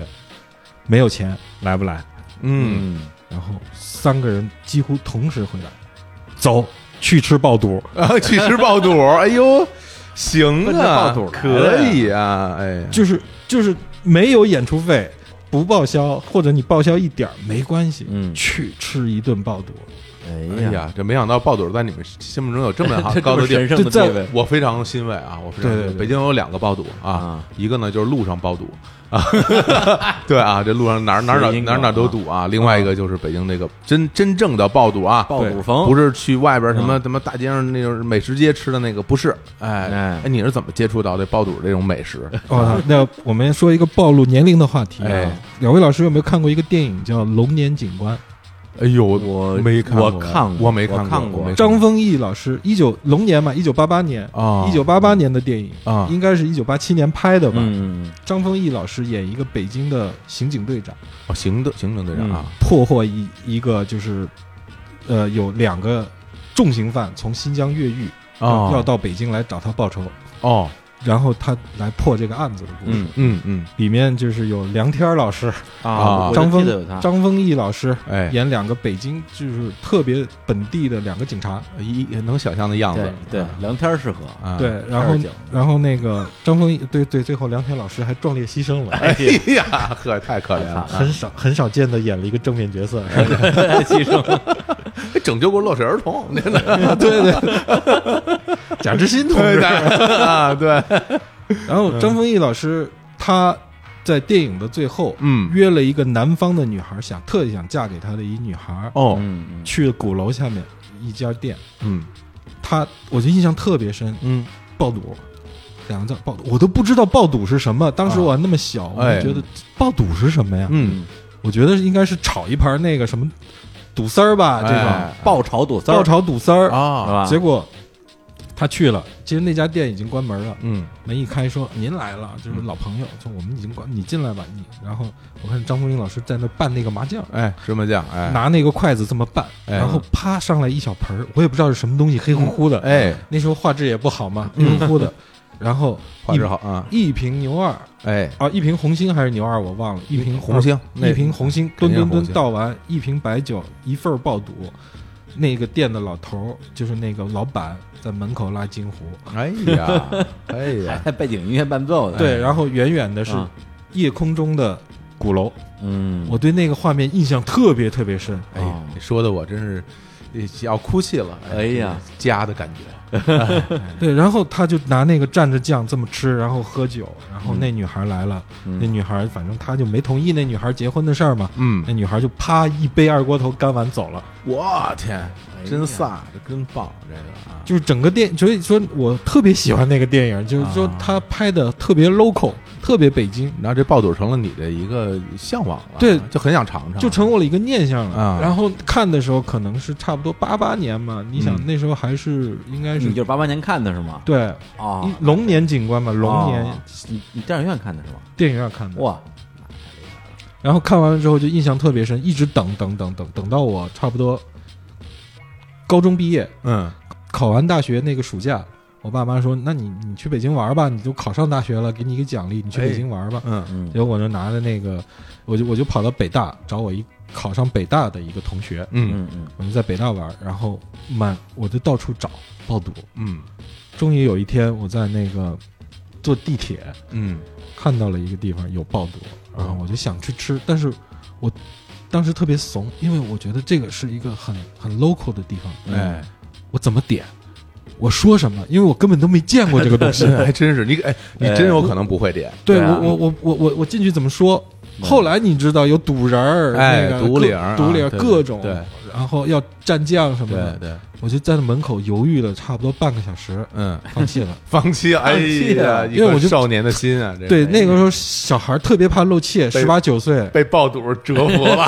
S3: 没有钱来不来？
S2: 嗯，
S3: 然后三个人几乎同时回答，走去吃爆 肚。
S2: 啊，去吃爆肚，哎呦，行
S1: 奔着
S2: 啊，
S1: 爆肚来了
S2: 可以啊，哎，
S3: 就是就是没有演出费，不报销，或者你报销一点儿没关系，
S1: 嗯
S3: 去吃一顿爆肚。
S1: 哎
S2: 哎呀，这没想到爆肚在你们心目中有这么 好高的地
S1: 这
S2: 位，
S1: 么神圣的
S3: 这在
S1: 地位，
S2: 我非常欣慰啊！我非
S3: 对
S2: 常欣
S3: 对
S2: 慰
S3: 对
S2: 北京有两个爆肚啊
S1: 啊，
S2: 一个呢就是路上爆肚啊， 对啊，这路上哪儿哪儿哪
S1: 谐
S2: 儿
S1: 音
S2: 哪儿哪儿
S1: 梗
S2: 都
S1: 啊
S2: 堵啊。另外一个就是北京那个真真正的爆肚啊，
S1: 爆肚风嗯
S2: 不
S1: 是
S2: 是去外边什么什么大街上那种美食街吃的那个，不是。哎
S1: 哎
S2: 哎，你是怎么接触到这爆肚这种美 食？
S3: 我
S1: 哦
S3: 操！啊那我们说一个暴露年龄的话题啊
S2: 哎。
S3: 两位老师有没有看过一个电影叫《龙年警官
S2: 哎呦，
S1: 我
S2: 没看过，
S1: 我看过
S2: 我没看
S1: 我看过
S2: 过》？
S3: 张丰毅老师，一九龙年嘛，一九八八年，
S2: 啊，
S3: 一九八八年的电影，
S2: 啊
S3: 应该是一九八七年拍的吧？
S1: 嗯，
S3: 张丰毅老师演一个北京的刑警队长，
S2: 哦行的行政队长
S3: 嗯
S2: 啊，
S1: 嗯
S3: 破获一一个就是，呃，有两个重刑犯从新疆越狱，
S2: 哦
S3: 要要到北京来找他报仇，
S2: 哦，
S3: 然后他来破这个案子的故事。
S1: 嗯
S2: 嗯嗯，
S3: 里面就是有梁天儿老师、
S2: 啊
S1: 我
S3: 张
S1: 记
S3: 丰
S1: 得有他，
S3: 张丰毅老师
S2: 哎，
S3: 演两个北京就是特别本地的两个警察，
S2: 一也能想象的样
S1: 对
S2: 子，
S1: 对，聊天适合，
S2: 啊，
S3: 对，然后
S1: 二姐
S3: 然后那个张丰毅，对对，最后梁天老师还壮烈牺牲了，
S1: 哎呀
S2: 哎呀，呵，太可怜了，
S3: 很少很少见的演了一个正面角 色，是吧
S1: 牺牲了，
S2: 还 拯救过落水儿 童，真的，
S3: 对对， 贾志新同
S2: 对
S3: 志。
S2: 啊，对，
S3: 然后张丰毅老师他在电影的最后
S2: 嗯，
S3: 约了一个南方的女孩，想特意想嫁给他的一女孩，
S2: 哦，
S1: 嗯
S3: 去鼓楼下面一家店，
S2: 嗯
S3: 他我就印象特别深，
S2: 嗯，
S3: 爆肚。两个字儿爆肚，我都不知道爆肚是什么。当时我还那么小，我
S2: 哎
S3: 就觉得爆肚是什么呀？
S2: 嗯，
S3: 我觉得应该是炒一盘那个什么肚丝儿吧，这种、
S2: 哎
S1: 爆炒肚丝儿
S3: 爆炒肚丝儿。
S1: 是
S2: 啊，
S1: 吧？
S3: 结果他去了，啊其实那家店已经关门了。
S2: 嗯
S3: 门一开说：“您来了，就是老朋友，就我们已经关，你进来吧。你”然后我看张丰毅老师在那拌那个麻酱，
S2: 哎，芝麻酱，哎，
S3: 拿那个筷子这么拌，
S2: 哎
S3: 然后啪上来一小盆儿，我也不知道是什么东西，黑乎乎的。
S2: 哎，嗯
S3: 那时候画质也不好嘛，黑乎乎 的。然后
S2: 画质好啊，
S3: 一一瓶牛二
S2: 哎，
S3: 啊，一瓶红星还是牛二，我忘了，一瓶
S2: 红星，那
S3: 一瓶红星
S2: 肯
S3: 吨
S2: 定是
S3: 吨
S2: 红
S3: 吨
S2: 星
S3: 倒完，一瓶白酒，一份儿爆肚。那个店的老头儿就是那个老板，在门口拉金壶。
S2: 哎 呀，哎
S1: 还
S2: 呀，
S1: 带背景音乐伴奏的，
S3: 对，然后远远的是
S1: 啊
S3: 夜空中的鼓楼，
S1: 嗯，
S3: 我对那个画面印象特别特别深。哦
S2: 哎呀，你说的我真是哎要哭泣了，
S1: 哎呀，
S2: 家的感觉，
S3: 对，然后他就拿那个蘸着酱这么吃，然后喝酒，然后那女孩来了，那
S1: 嗯
S3: 女孩反正他就没同意那女孩结婚的事儿嘛，
S2: 嗯
S3: 那，女孩就啪一杯二锅头干完走了。
S2: 我天，
S3: 哎
S2: 真
S1: 呀
S2: 飒，这真棒，这个啊，
S3: 就是整个电，所以说我特别喜欢那个电影，就是说他拍的特别 local，特别北京，
S2: 然后这爆肚成了你的一个向往了，
S3: 对
S2: 就很想尝尝，
S3: 就成我了一个念想
S2: 啊
S3: 了。然后看的时候可能是差不多八八年嘛，你想
S2: 嗯
S3: 那时候还是应该
S1: 你
S3: 是
S1: 就是八八年看的是吗？
S3: 对
S1: 啊，
S2: 哦
S3: 一龙年警官嘛，龙年
S1: 哦你你电影院看的是吗？
S3: 电影院看的。
S1: 哇，
S3: 然后看完了之后就印象特别深，一直等等等等等到我差不多高中毕业，
S2: 嗯
S3: 考完大学那个暑假，我爸妈说：“那你你去北京玩吧，你都考上大学了，给你一个奖励，你去北京玩吧。
S2: 嗯
S1: 哎嗯
S3: 结果我就拿着那个，我就我就跑到北大找我一考上北大的一个同学，
S2: 嗯
S1: 嗯嗯，
S3: 我就在北大玩，然后满我就到处找爆肚。
S2: 嗯
S3: 终于有一天，我在那个坐地铁
S2: 嗯
S3: 看到了一个地方有爆肚，然后我就想去吃，但是我当时特别怂，因为我觉得这个是一个很很 local 的地方，
S2: 嗯，哎，
S3: 我怎么点？我说什么？因为我根本都没见过这个东西。
S2: 真还 真是你，哎，你真有可能不会点，
S3: 呃
S2: 嗯
S3: 对
S1: 对啊
S3: 我我我我我我进去怎么说？后来你知道有赌人儿，
S2: 哎
S3: 那个
S2: 赌
S3: 各
S2: 领儿啊
S3: 赌领儿
S2: 对
S3: 各种，
S2: 对，
S3: 然后要蘸酱什么
S2: 对
S3: 的，
S2: 对，
S3: 我就在那门口犹豫了差不多半个小时，
S2: 嗯，
S3: 放弃了。
S2: 放弃，哎
S1: 弃
S2: 呀，
S1: 了
S2: 一
S3: 因为
S2: 个
S3: 我就
S2: 少年的心啊，这
S3: 对，
S2: 个
S3: 那个时候小孩儿特别怕露怯，
S2: 被
S3: 十八九岁
S2: 被爆肚折服了，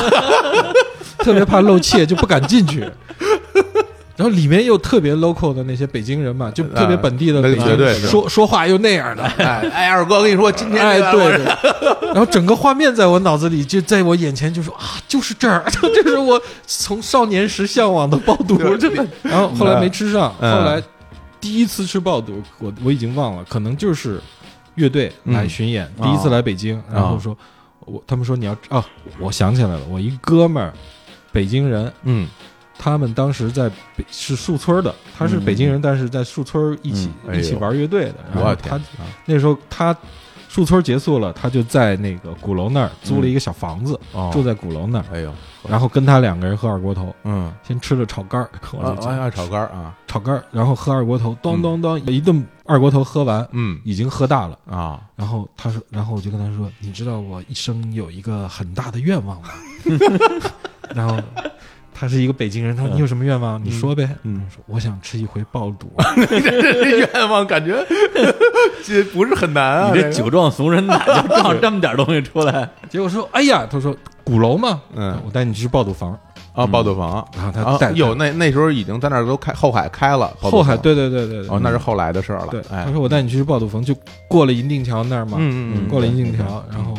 S3: 特别怕露怯，就不敢进去。然后里面又特别 local 的那些北京人嘛，就特别本地的
S2: 啊那
S3: 北
S2: 个
S3: 京
S2: 绝对
S3: 人，
S2: 是
S3: 说说话又那样的，
S2: 哎哎，二哥，我跟你说，今天
S3: 哎，
S2: 这个
S3: 对，对然后整个画面在我脑子里，就在我眼前，就说啊，就是这儿， 这是我从少年时向往的爆肚，
S2: 对
S3: 真的。然后后来没吃上，
S2: 嗯
S3: 后来第一次吃爆肚，我我已经忘了，可能就是乐队来巡演，
S2: 啊
S1: 嗯
S3: 第一次来北京，然后说，我他们说你要啊，我想起来了，我一哥们儿，北京人。
S2: 嗯
S3: 他们当时在北是树村儿的，他是
S1: 嗯
S3: 北京人，但是在树村儿一起
S2: 嗯哎呦
S3: 一起玩乐队的。然
S2: 我
S3: 后
S2: 的天
S3: 他那时候他树村结束了，他就在那个鼓楼那儿租了一个小房子，
S2: 哦
S3: 住在鼓楼那儿，
S2: 哎呦，
S3: 然后跟他两个人喝二锅头，
S2: 嗯，
S3: 先吃了炒肝儿，我
S2: 啊
S3: 就
S2: 爱
S3: 讲
S2: 爱炒肝儿啊，
S3: 炒肝儿，然后喝二锅头，当当当，一顿二锅头喝完，
S2: 嗯
S3: 已经喝大了。
S2: 啊，
S3: 然后他说，然后我就跟他说，你知道我一生有一个很大的愿望吗？ 然后他是一个北京人，他
S2: 嗯
S3: 说你有什么愿望？你说呗。嗯，说我想吃一回爆肚。
S2: 这愿望感觉 这不是很难啊，
S1: 你这
S2: 个
S1: 酒壮怂人胆，就 撞这么点东西出来，
S3: 结果说，哎呀，他说鼓楼嘛，
S2: 嗯
S3: 我带你去爆肚房。
S2: 啊，爆肚房
S3: 然后嗯他带他
S2: 啊有那那时候已经在那儿都开后海开了，爆肚
S3: 后海，
S2: 房
S3: 对对对对对嗯
S2: 哦，那是后来的事儿了，
S3: 对，
S2: 哎
S3: 他，说我带你去爆肚房，就过了银锭桥那儿嘛，
S2: 嗯嗯嗯
S3: 过了银锭桥，然后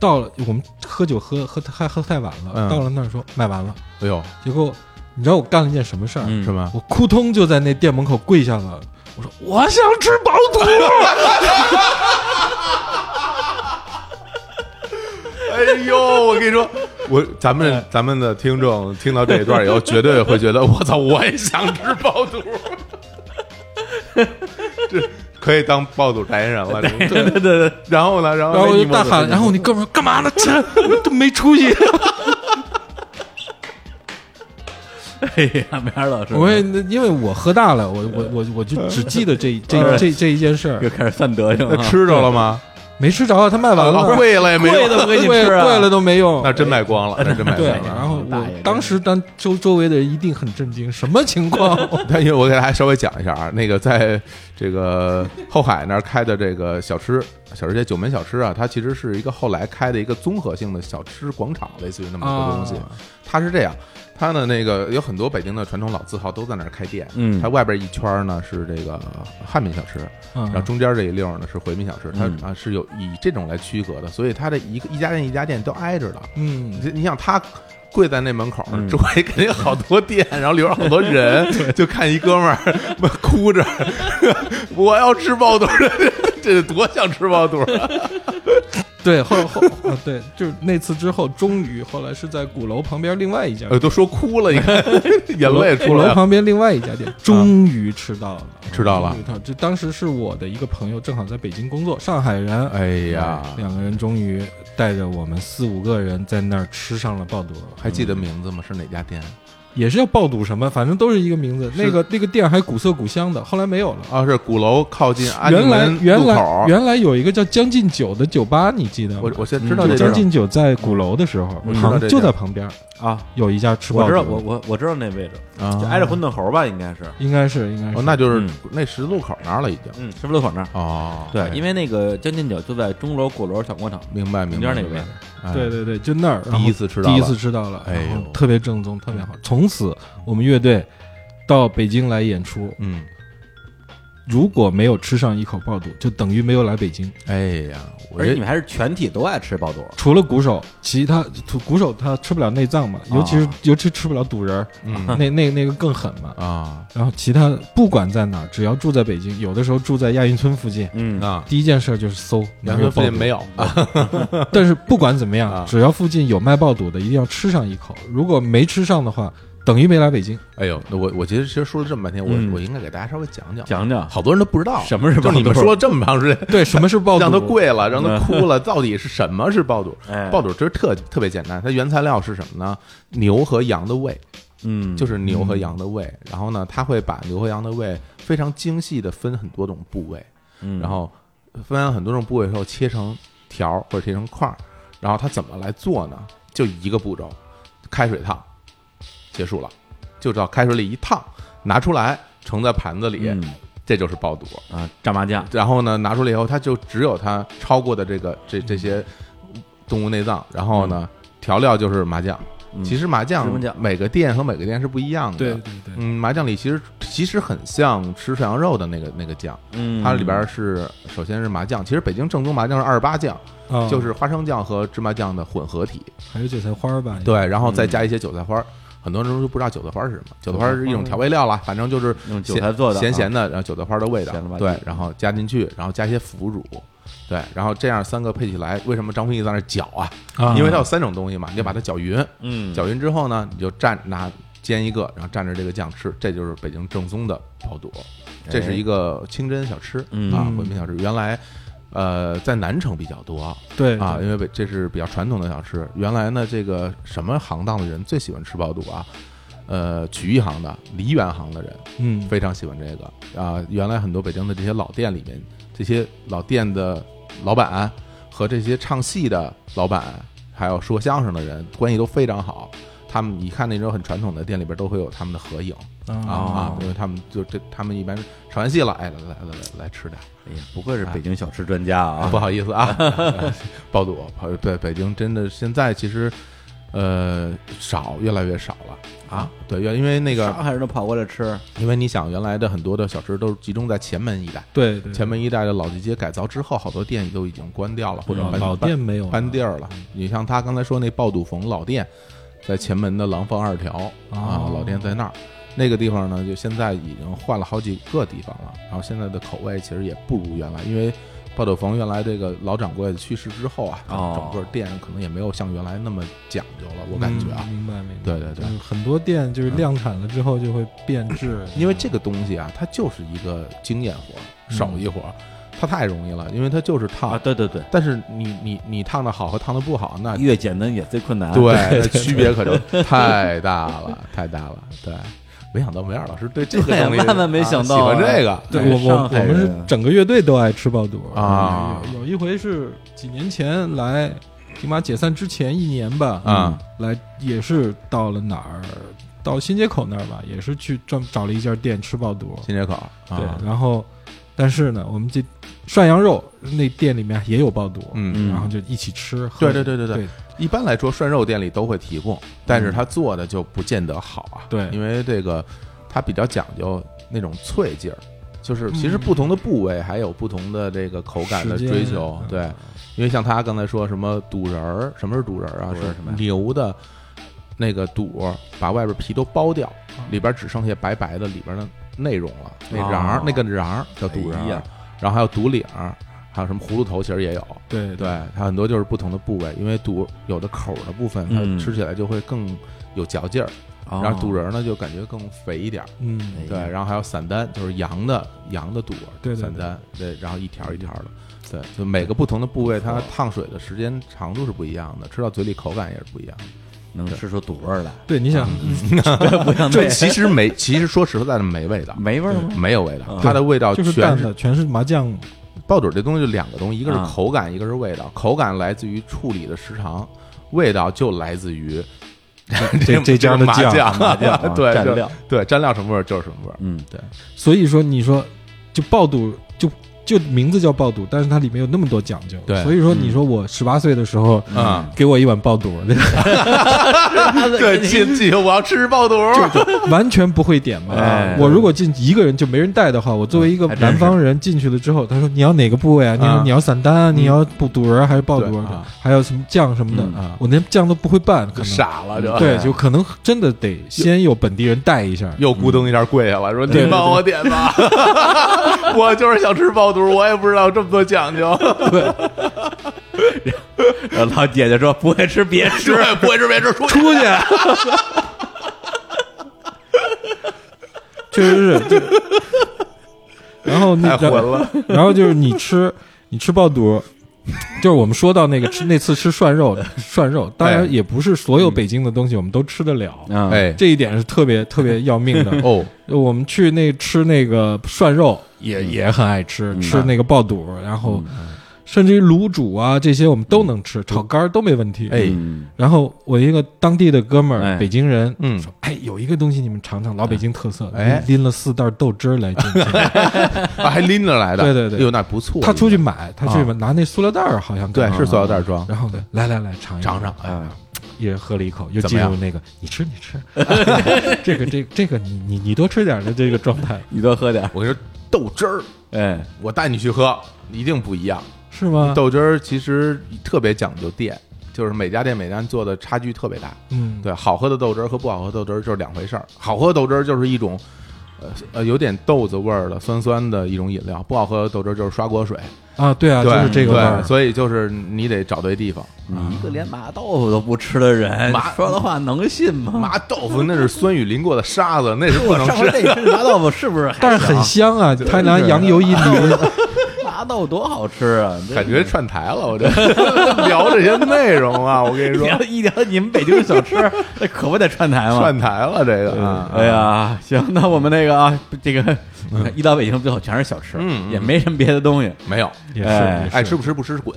S3: 到了我们喝酒喝喝还喝太晚了，
S2: 嗯
S3: 到了那儿说卖完了，
S2: 哎呦，
S3: 结果你知道我干了一件什么事儿？
S1: 嗯
S2: 是吗？
S3: 我扑通就在那店门口跪下了， 我说我想吃爆肚，
S2: 哎呦，我跟你说，我咱
S3: 哎
S2: 们咱们的听众听到这一段以后，绝对会觉得我操，我也想吃爆肚，这可以当爆肚代言人了。对对对。然后呢，然后
S3: 然后我就
S2: 那尼莫
S3: 大
S2: 怎么
S3: 喊，然后我那哥们儿说干嘛呢？这 都没出息，
S1: 哎呀，梅尔老师，
S3: 我也因为我喝大 了，我我我我就只记得这这
S2: 呃
S3: 这这一件事儿
S1: 又，开始散德行
S2: 那
S1: 了，
S2: 吃着了吗？
S3: 没吃着，他卖完了，
S2: 贵了也没
S1: 贵
S2: 用，
S1: 的不给你
S3: 跪
S1: 吃啊，
S3: 跪了都没用
S2: 那。真卖光了，那真卖光
S3: 对，
S2: 了。
S3: 然后
S1: 大爷
S3: 我当时当周周围的人一定很震惊，什么情 况？
S2: 但因为我给大家稍微讲一下啊，那个在这个后海那儿开的这个小吃小吃街九门小吃啊，它其实是一个后来开的一个综合性的小吃广场，类似于那么一个东西。
S3: 啊
S2: 它是这样，它呢那个有很多北京的传统老字号都在那儿开店，
S1: 嗯
S2: 它外边一圈儿呢是这个汉品小吃，
S3: 嗯
S2: 然后中间这一溜儿呢是回民小吃，它
S1: 嗯
S2: 啊是有以这种来区隔的，所以它这一个一家店一家店都挨着的，
S3: 嗯，
S2: 你你想他跪在那门口
S1: 嗯，
S2: 周围肯定有好多店，然后里边好多人，就看一哥们儿 妈哭着，我要吃爆肚， 这得多想吃爆肚啊！
S3: 对，后后啊，对，就是那次之后，终于后来是在鼓楼旁边另外一家
S2: 呃，都说哭了，你看 眼泪
S3: 鼓
S2: 出来
S3: 楼
S2: 了。
S3: 旁边另外一家店，终于吃到了，
S2: 啊吃到了
S3: 终于到这当时是我的一个朋友，正好在北京工作，上海人。
S2: 哎呀，
S3: 两个人终于带着我们四五个人在那儿吃上了爆肚，
S2: 还记得名字吗？是哪家店
S3: 也是要爆肚什么，反正都是一个名字。那个那个店还古色古香的，后来没有了。
S2: 啊？是鼓楼靠近安定
S3: 原来
S2: 门
S3: 原
S2: 啊路口
S3: 来。原来有一个叫将进酒的酒吧，你记得吗？嗯
S2: 我我现在知道
S3: 就
S2: 这地
S3: 将
S2: 儿了
S3: 进酒在鼓楼的时候，
S1: 嗯
S2: 知道
S3: 旁
S2: 这
S3: 就
S2: 家
S3: 在旁边
S1: 啊。
S3: 有一家吃爆肚
S1: 我知
S3: 的，
S1: 道，我我我知道那位置，
S2: 啊
S1: 就挨着馄饨猴吧，应该是，
S3: 应该是应该是
S2: 哦，那就是
S1: 嗯
S2: 那十字路口那儿了，已经。
S1: 嗯，十字路口那儿。
S2: 哦，
S1: 对
S2: 哎，
S1: 因为那个将进酒就在钟楼鼓楼小广场，
S2: 明白明
S1: 你知道
S2: 白
S1: 哪
S2: 明
S1: 个位
S2: 白
S1: 置。
S2: 哎
S3: 对对对，就那儿然后
S2: 第一次吃到
S3: 第
S2: 了，
S3: 一次吃到了，
S2: 哎呦
S3: 然后特别正宗，特别好。从此我们乐队到北京来演出，
S2: 嗯，
S3: 如果没有吃上一口爆肚，就等于没有来北京。
S2: 哎呀，我
S1: 而且
S2: 这
S1: 你们还是全体都爱吃爆肚，
S3: 除了鼓手，其他鼓手他吃不了内脏嘛，尤其是、
S2: 啊
S3: 尤其吃不了肚仁儿，
S2: 嗯
S3: 那那那个更狠嘛。
S2: 啊
S3: 然后其他不管在哪儿，只要住在北京，有的时候住在亚运村附近，
S1: 嗯
S2: 啊，
S3: 第一件事就是搜有
S2: 杨
S3: 没有
S2: 云附
S3: 爆
S2: 近
S3: 肚。
S2: 没有啊，
S3: 但是不管怎么样，
S2: 啊
S3: 只要附近有卖爆肚的，一定要吃上一口。如果没吃上的话，等于没来北京。
S2: 哎呦，那我我其实其实说了这么半天，我、
S1: 嗯
S2: 我应该给大家稍微讲讲，
S1: 讲讲
S2: 好多人都不知道
S1: 什么是
S2: 就
S1: 爆
S2: 你
S1: 肚
S2: 们说了这么长时间，
S3: 对，什么 是爆肚？
S2: 让他跪了，让他哭了，到底是什么是爆肚？
S1: 嗯哎
S2: 爆肚其实特特别简单，它原材料是什么呢？牛和羊的胃，
S1: 嗯，
S2: 就是牛和羊的胃。然后呢，他会把牛和羊的胃非常精细的分很多种部位，
S1: 嗯
S2: 然后分完很多种部位之后切成条儿或者切成块儿，然后它怎么来做呢？就一个步骤，开水烫，结束了，就照开水里一烫，拿出来盛在盘子里，
S1: 嗯
S2: 这就是爆肚。
S1: 啊，炸麻酱，
S2: 然后呢，拿出来以后，它就只有它超过的这个
S1: 嗯
S2: 这这些动物内脏，然后呢，调料就是麻酱。
S1: 嗯
S2: 其实麻酱
S1: 芝麻酱
S2: 每个店和每个店是不一样的。
S3: 对对对，
S2: 嗯，麻酱里其实其实很像吃涮羊肉的那个那个酱。
S1: 嗯，
S2: 它里边是首先是麻酱，其实北京正宗麻酱是二十八酱，
S3: 啊
S2: 就是花生酱和芝麻酱的混合体，
S3: 还有韭菜花儿吧？
S2: 对，然后再加一些韭菜花儿。很多人都不知道韭菜花儿是什么，嗯韭菜花儿嗯是一种调味料啦，反正就是
S1: 用韭
S2: 咸
S1: 菜做的
S2: 咸
S1: 啊
S2: 咸的，然后韭菜花儿的味道
S1: 咸了吧，唧
S2: 对，然后加进去，然后加一些腐乳，对，然后这样三个配起来，为什么张丰毅在那儿搅啊？
S3: 啊，
S2: 因为它有三种东西嘛，你就把它搅匀，
S1: 嗯，
S2: 搅匀之后呢，你就蘸拿煎一个，然后蘸着这个酱吃，这就是北京正宗的爆肚。这是一个清真小吃、
S1: 哎嗯
S2: 啊，回民小吃。原来呃，在南城比较多
S3: 对
S2: 啊，因为北这是比较传统的小吃。原来呢，这个什么行当的人最喜欢吃爆肚啊？呃，曲艺行的、梨园行的人
S3: 嗯，
S2: 非常喜欢这个啊、原来很多北京的这些老店里面，这些老店的老板和这些唱戏的老板，还有说相声的人，关系都非常好。他们一看那种很传统的店里边都会有他们的合影啊啊，因为他们就这，他们一般唱完戏了，哎，来来来来来吃点。啊
S1: 哎呀，不愧是北京小吃专家啊！
S2: 不好意思啊，爆肚，跑对北京真的现在其实呃少，越来越少了啊。对，越因为那
S1: 上
S2: 个，
S1: 海人都跑过来吃，
S2: 因为你想，原来的很多的小吃都是集中在前门一带，
S3: 对对，
S2: 前门一带的老地街改造之后，好多店都已经关掉了，或者
S3: 老
S2: 搬
S3: 嗯老
S2: 搬
S3: 店没有
S2: 搬地
S3: 儿，
S2: 儿了。你像他刚才说那爆肚冯老店，在前门的廊坊二条啊
S3: 哦，
S2: 老店在那儿。那个地方呢，就现在已经换了好几个地方了，然后现在的口味其实也不如原来，因为爆肚冯原来这个老掌柜去世之后啊，
S1: 哦
S2: 整个店可能也没有像原来那么讲究了，我感觉啊，
S3: 嗯明白明白，
S2: 对对对
S3: 就是很多店就是量产了之后就会
S2: 嗯
S3: 变质，
S2: 因为这个东西啊，它就是一个经验活儿、手艺活儿，它太容易了，因为它就是烫，
S1: 嗯啊，对对对，
S2: 但是你你你烫的好和烫的不好，那
S1: 越简单也最困难。
S2: 对，那区别可就 太大了，太大了。对，没想到梅尔老师对这个
S1: 对
S2: 东西
S1: 万万没
S2: 啊
S1: 想
S2: 喜
S1: 到
S2: 欢
S1: 啊
S2: 这个。
S3: 对
S1: 对
S3: 我我
S1: 哎上
S3: 我
S1: 海
S3: 们是
S1: 人啊
S3: 整个乐队都爱吃爆肚
S2: 啊
S3: 有有一回是几年前来姨妈解散之前一年吧，
S2: 啊
S3: 来也是到了哪儿，到新街口那儿吧，也是去专找了一家店吃爆肚，
S2: 新街口，
S3: 对
S2: 啊，
S3: 然后但是呢，我们这涮羊肉那店里面也有爆肚，
S2: 嗯，
S1: 嗯，
S3: 然后就一起吃，喝
S2: 对对对对
S3: 对，
S2: 一般来说涮肉店里都会提供，但是他做的就不见得好
S3: 嗯
S2: 啊。
S3: 对
S2: 因为这个它比较讲究那种脆劲儿，就是其实不同的部位还有不同的这个口感的
S3: 时间
S2: 追求
S3: 嗯。
S2: 对，因为像他刚才说什么肚仁儿，什么是肚仁儿啊？
S1: 肚仁儿什么呀
S2: 是牛的那个肚儿，把外边皮都剥掉，
S3: 嗯
S2: 里边只剩下白白的里边的内容了，那瓤儿
S3: 啊
S1: 哦
S2: 那个瓤儿叫肚仁
S1: 哎
S2: 儿
S1: 呀，
S2: 然后还有肚领儿，还有什么葫芦头，其实也有。
S3: 对
S2: 对，它很多就是不同的部位，因为肚有的口儿的部分，它
S1: 嗯
S2: 吃起来就会更有嚼劲儿，
S1: 哦，
S2: 然后肚仁儿呢就感觉更肥一点儿。
S3: 嗯，
S1: 哎
S2: 对，然后还有散丹，就是羊的羊的肚儿，
S3: 对对
S2: 散丹，对，然后一条一条的，对，就每个不同的部位，
S3: 哦
S2: 它烫水的时间长度是不一样的，吃到嘴里口感也是不一样的。
S1: 能吃出肚味儿来，嗯
S3: 对，你想
S1: 不像
S2: 这
S1: 那
S2: 其实没，其实说实在的没味道，
S1: 没味儿吗？
S2: 没有味道
S1: 嗯，
S2: 它的味道
S3: 就是
S2: 全
S3: 淡
S2: 是
S3: 的，全是麻酱，
S2: 爆肚这东西就两个东西，一个是
S1: 啊
S2: 口感，一个是味道。口感来自于处理的时长，味道就来自 于
S3: 这这家的
S2: 麻
S3: 酱
S2: 酱，
S1: 麻酱啊
S2: 对
S1: 蘸
S2: 对
S1: 料
S2: 对，蘸料什么味儿就是什么味儿。
S1: 嗯，
S3: 所以说，你说就爆肚，就就名字叫爆肚，但是它里面有那么多讲究。
S2: 对
S3: 所以说
S1: 嗯
S3: 你说我十八岁的时候，
S2: 啊，
S3: 给我一碗爆肚，
S2: 对，进进，我要吃爆肚。
S3: 完全不会点嘛
S1: 哎。
S3: 我如果进一个人就没人带的话，我
S2: 哎
S3: 作为一个
S1: 还真是
S3: 南方人进去了之后，他说你要哪个部位啊？你
S2: 啊
S3: 说你要散丹啊，你要不肚儿啊还是爆肚
S2: 对
S3: 啊
S2: 啊，
S3: 还有什么酱什么
S1: 嗯
S3: 的
S2: 啊，
S3: 我连酱都不会拌，可
S2: 就
S3: 能
S2: 傻了就，
S1: 哎
S3: 对，就可能真的 得先有本地人带一下。
S2: 又咕咚一下跪下了，说
S3: 对
S2: 您帮我点吧， 我就是想吃爆肚，我也不知道这么多讲究，
S1: 然
S3: 嗯
S1: 后老姐姐说不会吃 别吃，
S2: 对，不会吃别吃，出去
S3: 出去。确实是，就然后那
S2: 太混了，
S3: 然后就是你吃你吃爆肚，就是我们说到那个吃那次吃涮肉， 涮肉当
S2: 哎
S3: 然也不是所有北京的东西我们都吃得了，
S1: 嗯，
S2: 哎，
S3: 这一点是特别特别要命的。
S2: 哦，
S3: 我们去那吃那个涮肉也也很爱吃，
S1: 嗯
S2: 啊
S3: 吃那个爆肚，然后
S2: 嗯
S3: 甚至于卤煮啊这些我们都能吃，炒肝儿都没问题。
S2: 哎
S1: 嗯，
S3: 然后我一个当地的哥们
S1: 哎
S3: 儿，北京人，
S2: 嗯
S3: 说，哎，有一个东西你们尝尝，老北京特色，
S2: 哎
S3: 拎了四袋豆汁儿来进去，
S2: 啊还拎着来的，
S3: 对对对
S2: 哟，哎那不错，
S3: 他出去买，他去拿那塑料袋儿，好像
S2: 啊对
S3: 刚好
S2: 是塑料袋装，
S3: 然后呢，来来来尝一口
S2: 尝尝，哎。
S3: 一人喝了一口，又
S2: 怎么
S3: 进
S2: 样
S3: 入那个你吃你吃， 这个这个这个你你你多吃点儿的这个状态
S1: 你多喝点儿，
S2: 我跟你说，豆汁儿，
S1: 哎，
S2: 我带你去喝，一定不一样。
S3: 是吗？
S2: 豆汁儿其实特别讲究店，就是每家店每家店做的差距特别大。
S3: 嗯，
S2: 对，好喝的豆汁儿和不好喝的豆汁儿就是两回事儿。好喝的豆汁儿就是一种，呃呃，有点豆子味儿的酸酸的一种饮料；不好喝的豆汁儿就是刷锅水。
S3: 啊，对啊，就
S2: 对，
S3: 是这个味儿
S2: 对，，所以就是你得找对地方。啊
S1: 你一个连麻豆腐都不吃的人，
S2: 麻
S1: 说的话能信吗？
S2: 麻豆腐那哦是酸雨淋过的沙子，那是不
S1: 我
S2: 能
S1: 上回
S2: 吃。
S1: 那吃麻豆腐是不是还
S3: 但
S1: 行啊？
S3: 是很香啊，台南羊油一淋，
S1: 大豆多 好吃啊！
S2: 感觉串台了，我这 聊这些内容啊，我跟你
S1: 一
S2: 说，
S1: 聊一聊你们北京小吃， 那可不得串台吗？
S2: 串台了这个啊，嗯
S1: 哎呀，行，那我们那个啊，这个你看一到北京最后全是小吃，
S2: 嗯嗯
S1: 也没什么别的东西。
S2: 没有，
S3: 也是
S1: 哎
S3: 也是
S2: 爱吃不吃不吃滚，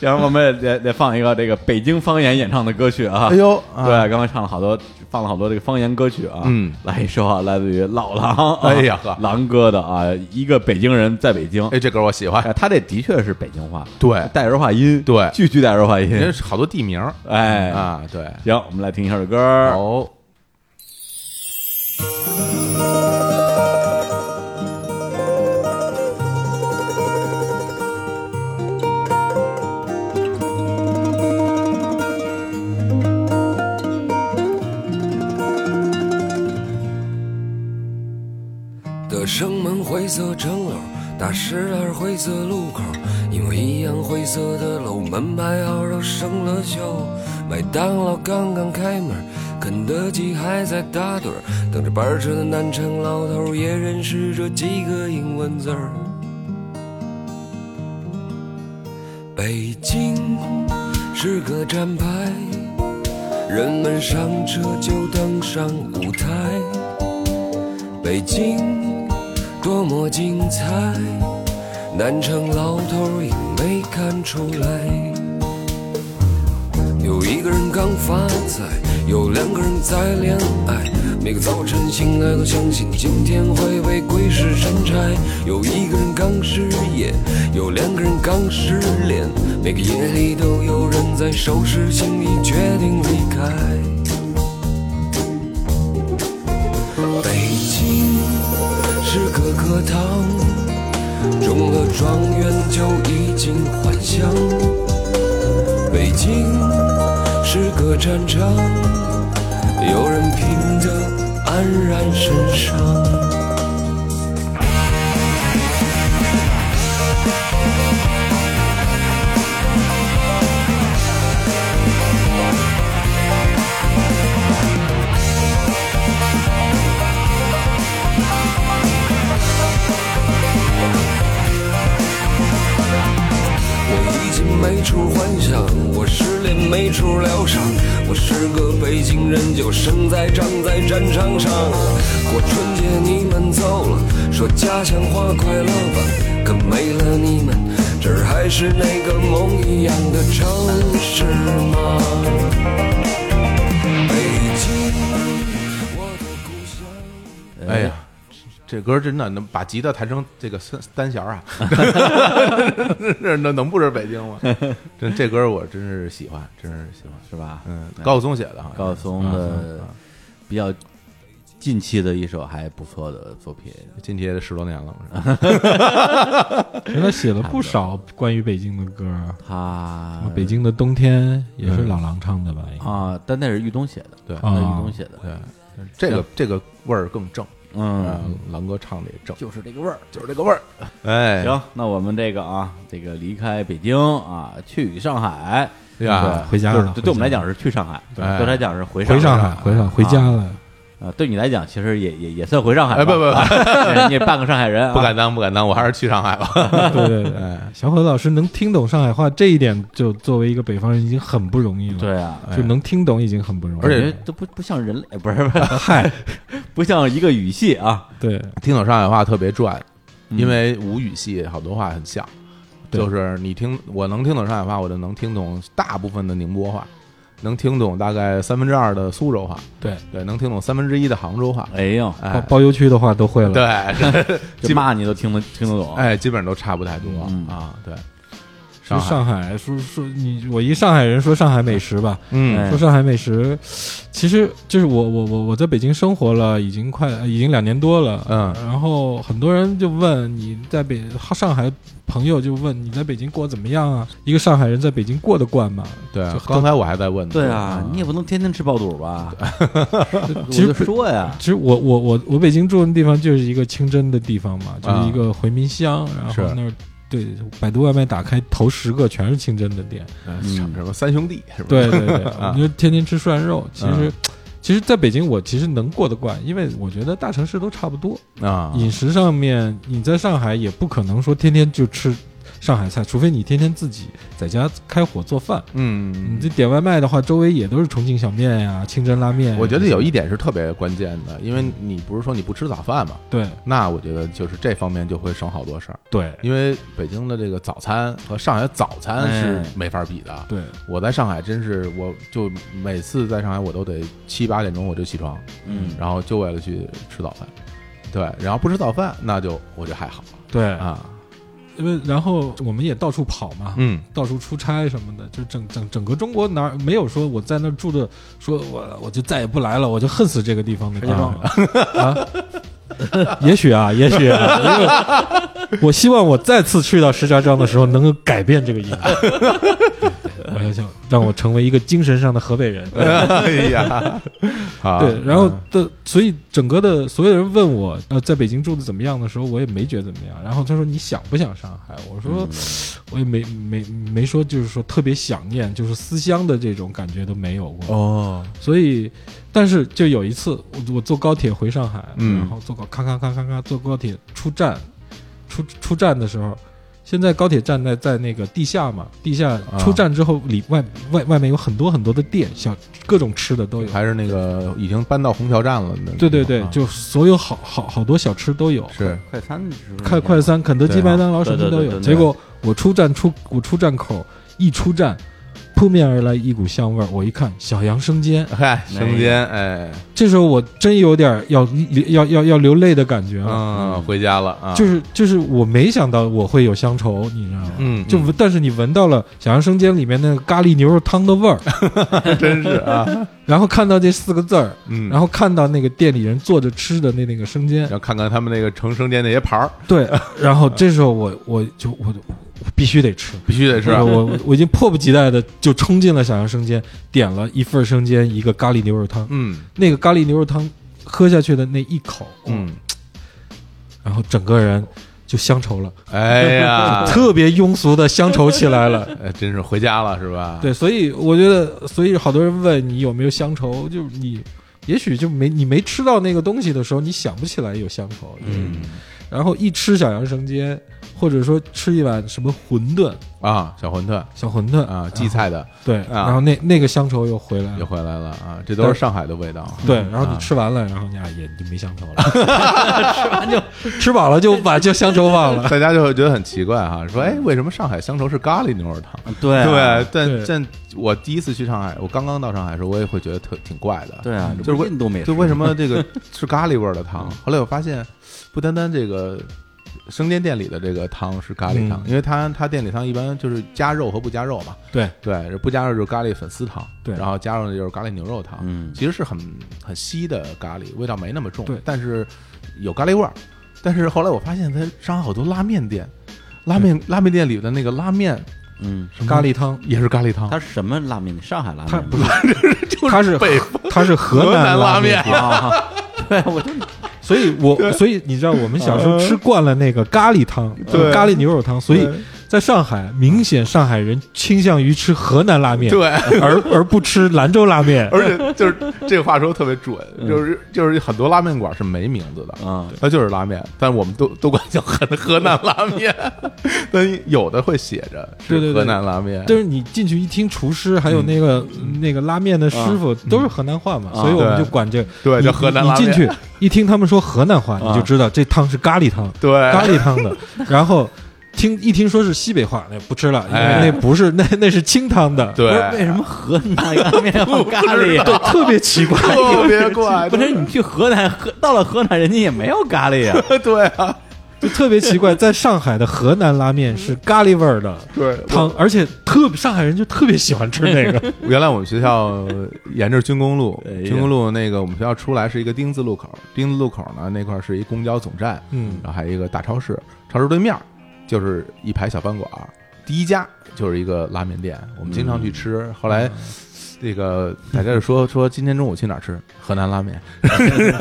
S1: 行，我们也得得放一个这个北京方言演唱的歌曲啊。
S2: 哎呦啊
S1: 对，刚才唱了好多，放了好多这个方言歌曲啊。
S2: 嗯，
S1: 来一首啊，来自于老狼，啊
S2: 哎呀呵
S1: 狼哥的啊，一个北京人在北京，
S2: 哎，这歌我喜欢，
S1: 哎他这的确是北京话，
S2: 对
S1: 带儿化音，哎
S2: 对
S1: 句句带儿化音
S2: 人，家好多地名儿
S1: 哎，
S2: 啊，对，
S1: 行，我们来听一下这歌儿。
S2: 哦，
S8: 的生门灰色城楼，大十二灰色路口，因为一样灰色的楼，门牌号都生了锈。麦当劳刚刚开门，肯德基还在打盹儿，等着班车的南城老头也认识这几个英文字儿。北京是个站牌，人们上车就登上舞台。北京多么精彩，南城老头儿也没看出来。有一个人刚发财，有两个人在恋爱。每个早晨醒来都相信今天会被鬼使神差。有一个人刚失业，有两个人刚失恋。每个夜里都有人在收拾行李，决定离开。北京是个课堂，中了状元就已经幻想。北京是个战场，有人拼得黯然神伤。我已经没处幻想，我失恋没处疗伤，我是个北京人，就生在长在战场上。过春节你们走了，说家乡话快乐吧，可没了你们，这儿还是那个梦一样的城市吗？北京，我的故乡。
S2: 哎呀。这歌真的能把吉他弹成这个三三弦儿 啊， 这那能不是北京吗？真这歌我真是喜欢，真是喜欢。
S1: 是吧？
S2: 嗯，高晓松写的哈，
S1: 高松
S2: 啊
S1: 的比较近期的一首还不错的作品，
S2: 今天十多年了，不 是
S3: 原来写了不少关于北京的歌啊，
S1: 他
S3: 《北京的冬天》也
S2: 嗯
S3: 是老狼唱的吧？应该
S1: 啊，但那是玉东写的，
S2: 对
S1: 那是
S3: 啊
S1: 玉东写的，
S2: 对，这个这个味儿更正，
S1: 嗯，
S2: 嗯，狼哥唱的也正，
S1: 就是这个味儿。
S2: 就是这个味儿。哎，
S1: 行，那我们这个啊，这个离开北京啊，去上海
S2: 对哎呀
S1: 对
S3: 回家
S1: 就是
S3: 了
S1: 对对我们
S3: 回
S1: 来
S3: 家
S1: 讲是去上海，
S2: 对
S1: 对他讲是回
S3: 回上
S1: 上
S3: 海，回上回家了，
S1: 啊，对你来讲其实也也也算回上海吧，
S2: 哎不不不
S1: 不，你也半个上海人啊，
S2: 不敢当，不敢当，我还是去上海吧。
S3: 对对
S2: 哎
S3: 对。小伙子老师能听懂上海话，这一点就作为一个北方人已经很不容易了。，
S1: 对啊，
S3: 就能听懂已经很不容易了。
S2: 哎而且
S1: 感觉都不不像人类，哎不是不是，嗨，不像一个语系啊，
S3: 对，
S2: 听懂上海话特别赚，
S1: 嗯
S2: 因为吴语系好多话很像，
S3: 对
S2: 就是你听，我能听懂上海话，我就能听懂大部分的宁波话，能听懂大概三分之二的苏州话，
S3: 对，
S2: 对，能听懂三分之一的杭州话，
S1: 哎呦，
S3: 包
S2: 哎，
S3: 包邮区的话都会了。
S2: 对，
S1: 这骂你都听得听得懂，啊
S2: 哎，基本上都差不太多
S1: 嗯
S2: 啊，对，
S3: 说
S2: 上海，
S3: 上海，说说你，我一上海人说上海美食吧，
S1: 哎
S2: 嗯
S3: 说上海美食，其实就是我我我我在北京生活了，已经快呃已经两年多了，
S2: 嗯
S3: 然后很多人就问你在北上海朋友就问你在北京过得怎么样啊？一个上海人在北京过得惯吗？
S2: 对啊
S3: 就，
S2: 刚才我还在问呢，
S1: 对啊，你也不能天天吃爆肚 吧？我
S3: 其实
S1: 就说呀，
S3: 其实我我我我北京住的地方就是一个清真的地方嘛，就是一个回民乡，然
S2: 啊是
S3: 后那儿对百度外卖打开头十个全是清真的店，嗯
S2: 嗯什么什么三兄弟是吧？
S3: 对对对，
S2: 啊
S3: 我们就天天吃涮肉，其实其实在北京我其实能过得惯，因为我觉得大城市都差不多。
S2: 啊，
S3: 饮食上面，你在上海也不可能说天天就吃上海菜，除非你天天自己在家开火做饭。
S2: 嗯
S3: 你，这点外卖的话，周围也都是重庆小面呀、清真拉面呀。
S2: 我觉得有一点是特别关键的，因为
S1: 嗯
S2: 你不是说你不吃早饭嘛，
S3: 对
S2: 那我觉得就是这方面就会省好多事儿，
S3: 对
S2: 因为北京的这个早餐和上海早餐是没法比的。
S3: 哎对，
S2: 我在上海真是，我就每次在上海我都得七八点钟我就起床，
S1: 嗯，
S2: 然后就为了去吃早饭。对，然后不吃早饭，那就我就还好
S3: 对，
S2: 啊，
S3: 因为然后我们也到处跑嘛，
S2: 嗯
S3: 到处出差什么的，就整整整个中国哪儿没有说我在那儿住的，说我我就再也不来了，我就恨死这个地方的地方啊。 也许啊，也许啊，因为我希望我再次去到石家庄的时候，能够改变这个印 象。我就想让我成为一个精神上的河北人。
S2: 哎呀，好，
S3: 对，然
S2: 嗯
S3: 后的，所以整个的所有人问我，呃，在北京住的怎么样的时候，我也没觉得怎么样。然后他说你想不想上海？我
S2: 嗯
S3: 说、 我也没没没说，就是说特别想念，就是思乡的这种感觉都没有过。
S2: 哦，
S3: 所以，但是就有一次，我我坐高铁回上海，
S2: 嗯
S3: 然后坐高咔咔咔咔咔坐高铁出站，出出站的时候。现在高铁站在在那个地下嘛，地下
S2: 啊
S3: 出站之后里外外外面有很多很多的店，小各种吃的都有。
S2: 还是那个已经搬到虹桥站了的，
S3: 对对对
S2: 啊，
S3: 就所有好好好多小吃都有，
S2: 是
S1: 快餐是不是
S3: 快快餐、肯德基、
S2: 对啊
S3: 麦当劳什么
S1: 对对
S3: 都
S1: 对
S3: 有。
S1: 对对
S3: 结果我出站出我出站口一出站，扑面而来一股香味儿，我一看小杨生煎，
S2: 嗨，生煎，哎，
S3: 这时候我真有点儿要要要要流泪的感觉了，
S2: 嗯，回家了啊，
S3: 就是就是我没想到我会有乡愁，你知道吗？
S2: 嗯，
S3: 就但是你闻到了小杨生煎里面那个咖喱牛肉汤的味 儿，
S2: 真是啊，
S3: 然后看到这四个字儿，
S2: 嗯，
S3: 然后看到那个店里人坐着吃的那那个生煎
S2: 然，后看看他们那个成生煎那些盘儿，
S3: 对，然后这时候我我就我我必须得吃，
S2: 必须得吃啊
S3: 然后我我我已经迫不及待的就冲进了小杨生煎，点了一份生煎，一个咖喱牛肉汤。
S2: 嗯
S3: 那个咖喱牛肉汤喝下去的那一口，，
S2: 嗯，
S3: 然后整个人就乡愁了，
S2: 哎呀，
S3: 特别庸俗的乡愁起来了。
S2: 哎真是回家了是吧？，
S3: 对，所以我觉得，所以好多人问你有没有乡愁，就是你。也许就没你没吃到那个东西的时候，你想不起来有乡愁。
S2: 嗯
S3: 然后一吃小杨生煎，或者说吃一碗什么馄饨、
S2: 啊，小馄饨
S3: 小馄饨
S2: 啊，荠菜的
S3: 对，
S2: 啊
S3: 然后那那个乡愁又回来
S2: 又
S3: 了。
S2: 回来了啊，这都是上海的味道。
S3: 对，然后
S2: 啊
S3: 你吃完了，然后你俩也就没乡愁了，吃完就吃饱了就把就乡愁忘了。
S2: 大家就会觉得很奇怪哈，说哎，为什么上海乡愁是咖喱牛肉汤？
S1: 对啊
S2: 对，但
S3: 对
S2: 但我第一次去上海，我刚刚到上海的时候，我也会觉得特挺怪的。
S1: 对
S3: 嗯
S1: 啊，这
S2: 就是
S1: 不
S2: 为
S1: 是印度美食
S2: 就为什么这个是咖喱味儿的 汤？后来我发现，不单单这个生煎店里的这个汤是咖喱汤，
S3: 嗯
S2: 因为它它店里汤一般就是加肉和不加肉嘛，
S3: 对
S2: 对，不加肉就是咖喱粉丝汤，
S3: 对
S2: 然后加肉的就是咖喱牛肉汤，
S1: 嗯
S2: 其实是很很稀的咖喱，味道没那么重，
S3: 对
S2: 但是有咖喱味儿。但是后来我发现，在上海好多拉面店，拉面拉面店里的那个拉面
S1: 嗯，
S2: 什么
S3: 咖喱汤，
S2: 也是咖喱汤，
S1: 它是什么拉面？上海拉
S3: 它
S1: 面
S3: 不是， 它是
S2: 北
S3: 它是河
S2: 河南拉
S3: 拉
S2: 面
S3: 店
S1: 啊，对我嗯就
S3: 所以我所以你知道我们小时候吃惯了那个咖喱汤，
S2: 嗯对
S3: 咖喱牛肉汤，所以
S2: 对
S3: 在上海明显上海人倾向于吃河南拉面，
S2: 对。
S3: 而而不吃兰州拉面。
S2: 而且就是这话说得特别准，
S1: 嗯
S2: 就是就是很多拉面馆是没名字的，
S1: 啊，
S2: 它就是拉面，但我们都都管叫河河南拉 面，但有的会写着
S3: 对对
S2: 是
S3: 对
S2: 河南拉面，嗯
S3: 就是你进去一听，厨师还有那个、那个拉面的师傅、都是河南话嘛，
S1: 啊
S3: 所以我们
S2: 对
S3: 就管这
S2: 对
S3: 你
S2: 叫河南
S3: 你
S2: 拉面啊
S3: 你进去一听他们说河南话，你就知道这汤是咖喱汤，
S2: 对
S3: 咖喱汤的。然后听一听说是西北话，那不吃了，因
S2: 哎
S3: 为那不是、 那那是清汤的，
S1: 不是为
S2: 对，
S1: 什么河南拉面要咖喱
S3: 对，
S1: 啊？
S3: 特别奇怪。
S2: 特别怪，
S1: 不是你去河南，河到了河南，人家也没有咖喱啊。
S2: 对 对啊，
S3: 就特别奇怪，在上海的河南拉面
S2: 嗯
S3: 是咖喱味儿的
S2: 对
S3: 汤，而且特上海人就特别喜欢吃那 个。
S2: 原来我们学校沿着军工路，
S1: 哎呀
S2: 军工路那个我们学校出来是一个丁字路口，丁字路口呢那块儿是一公交总站，
S3: 嗯
S2: 然后还有一个大超市，超市对面儿就是一排小饭馆儿，第一家就是一个拉面店，我们经常去吃。
S3: 嗯
S2: 后来这个大家就说说今天中午去哪儿吃？河南 拉面，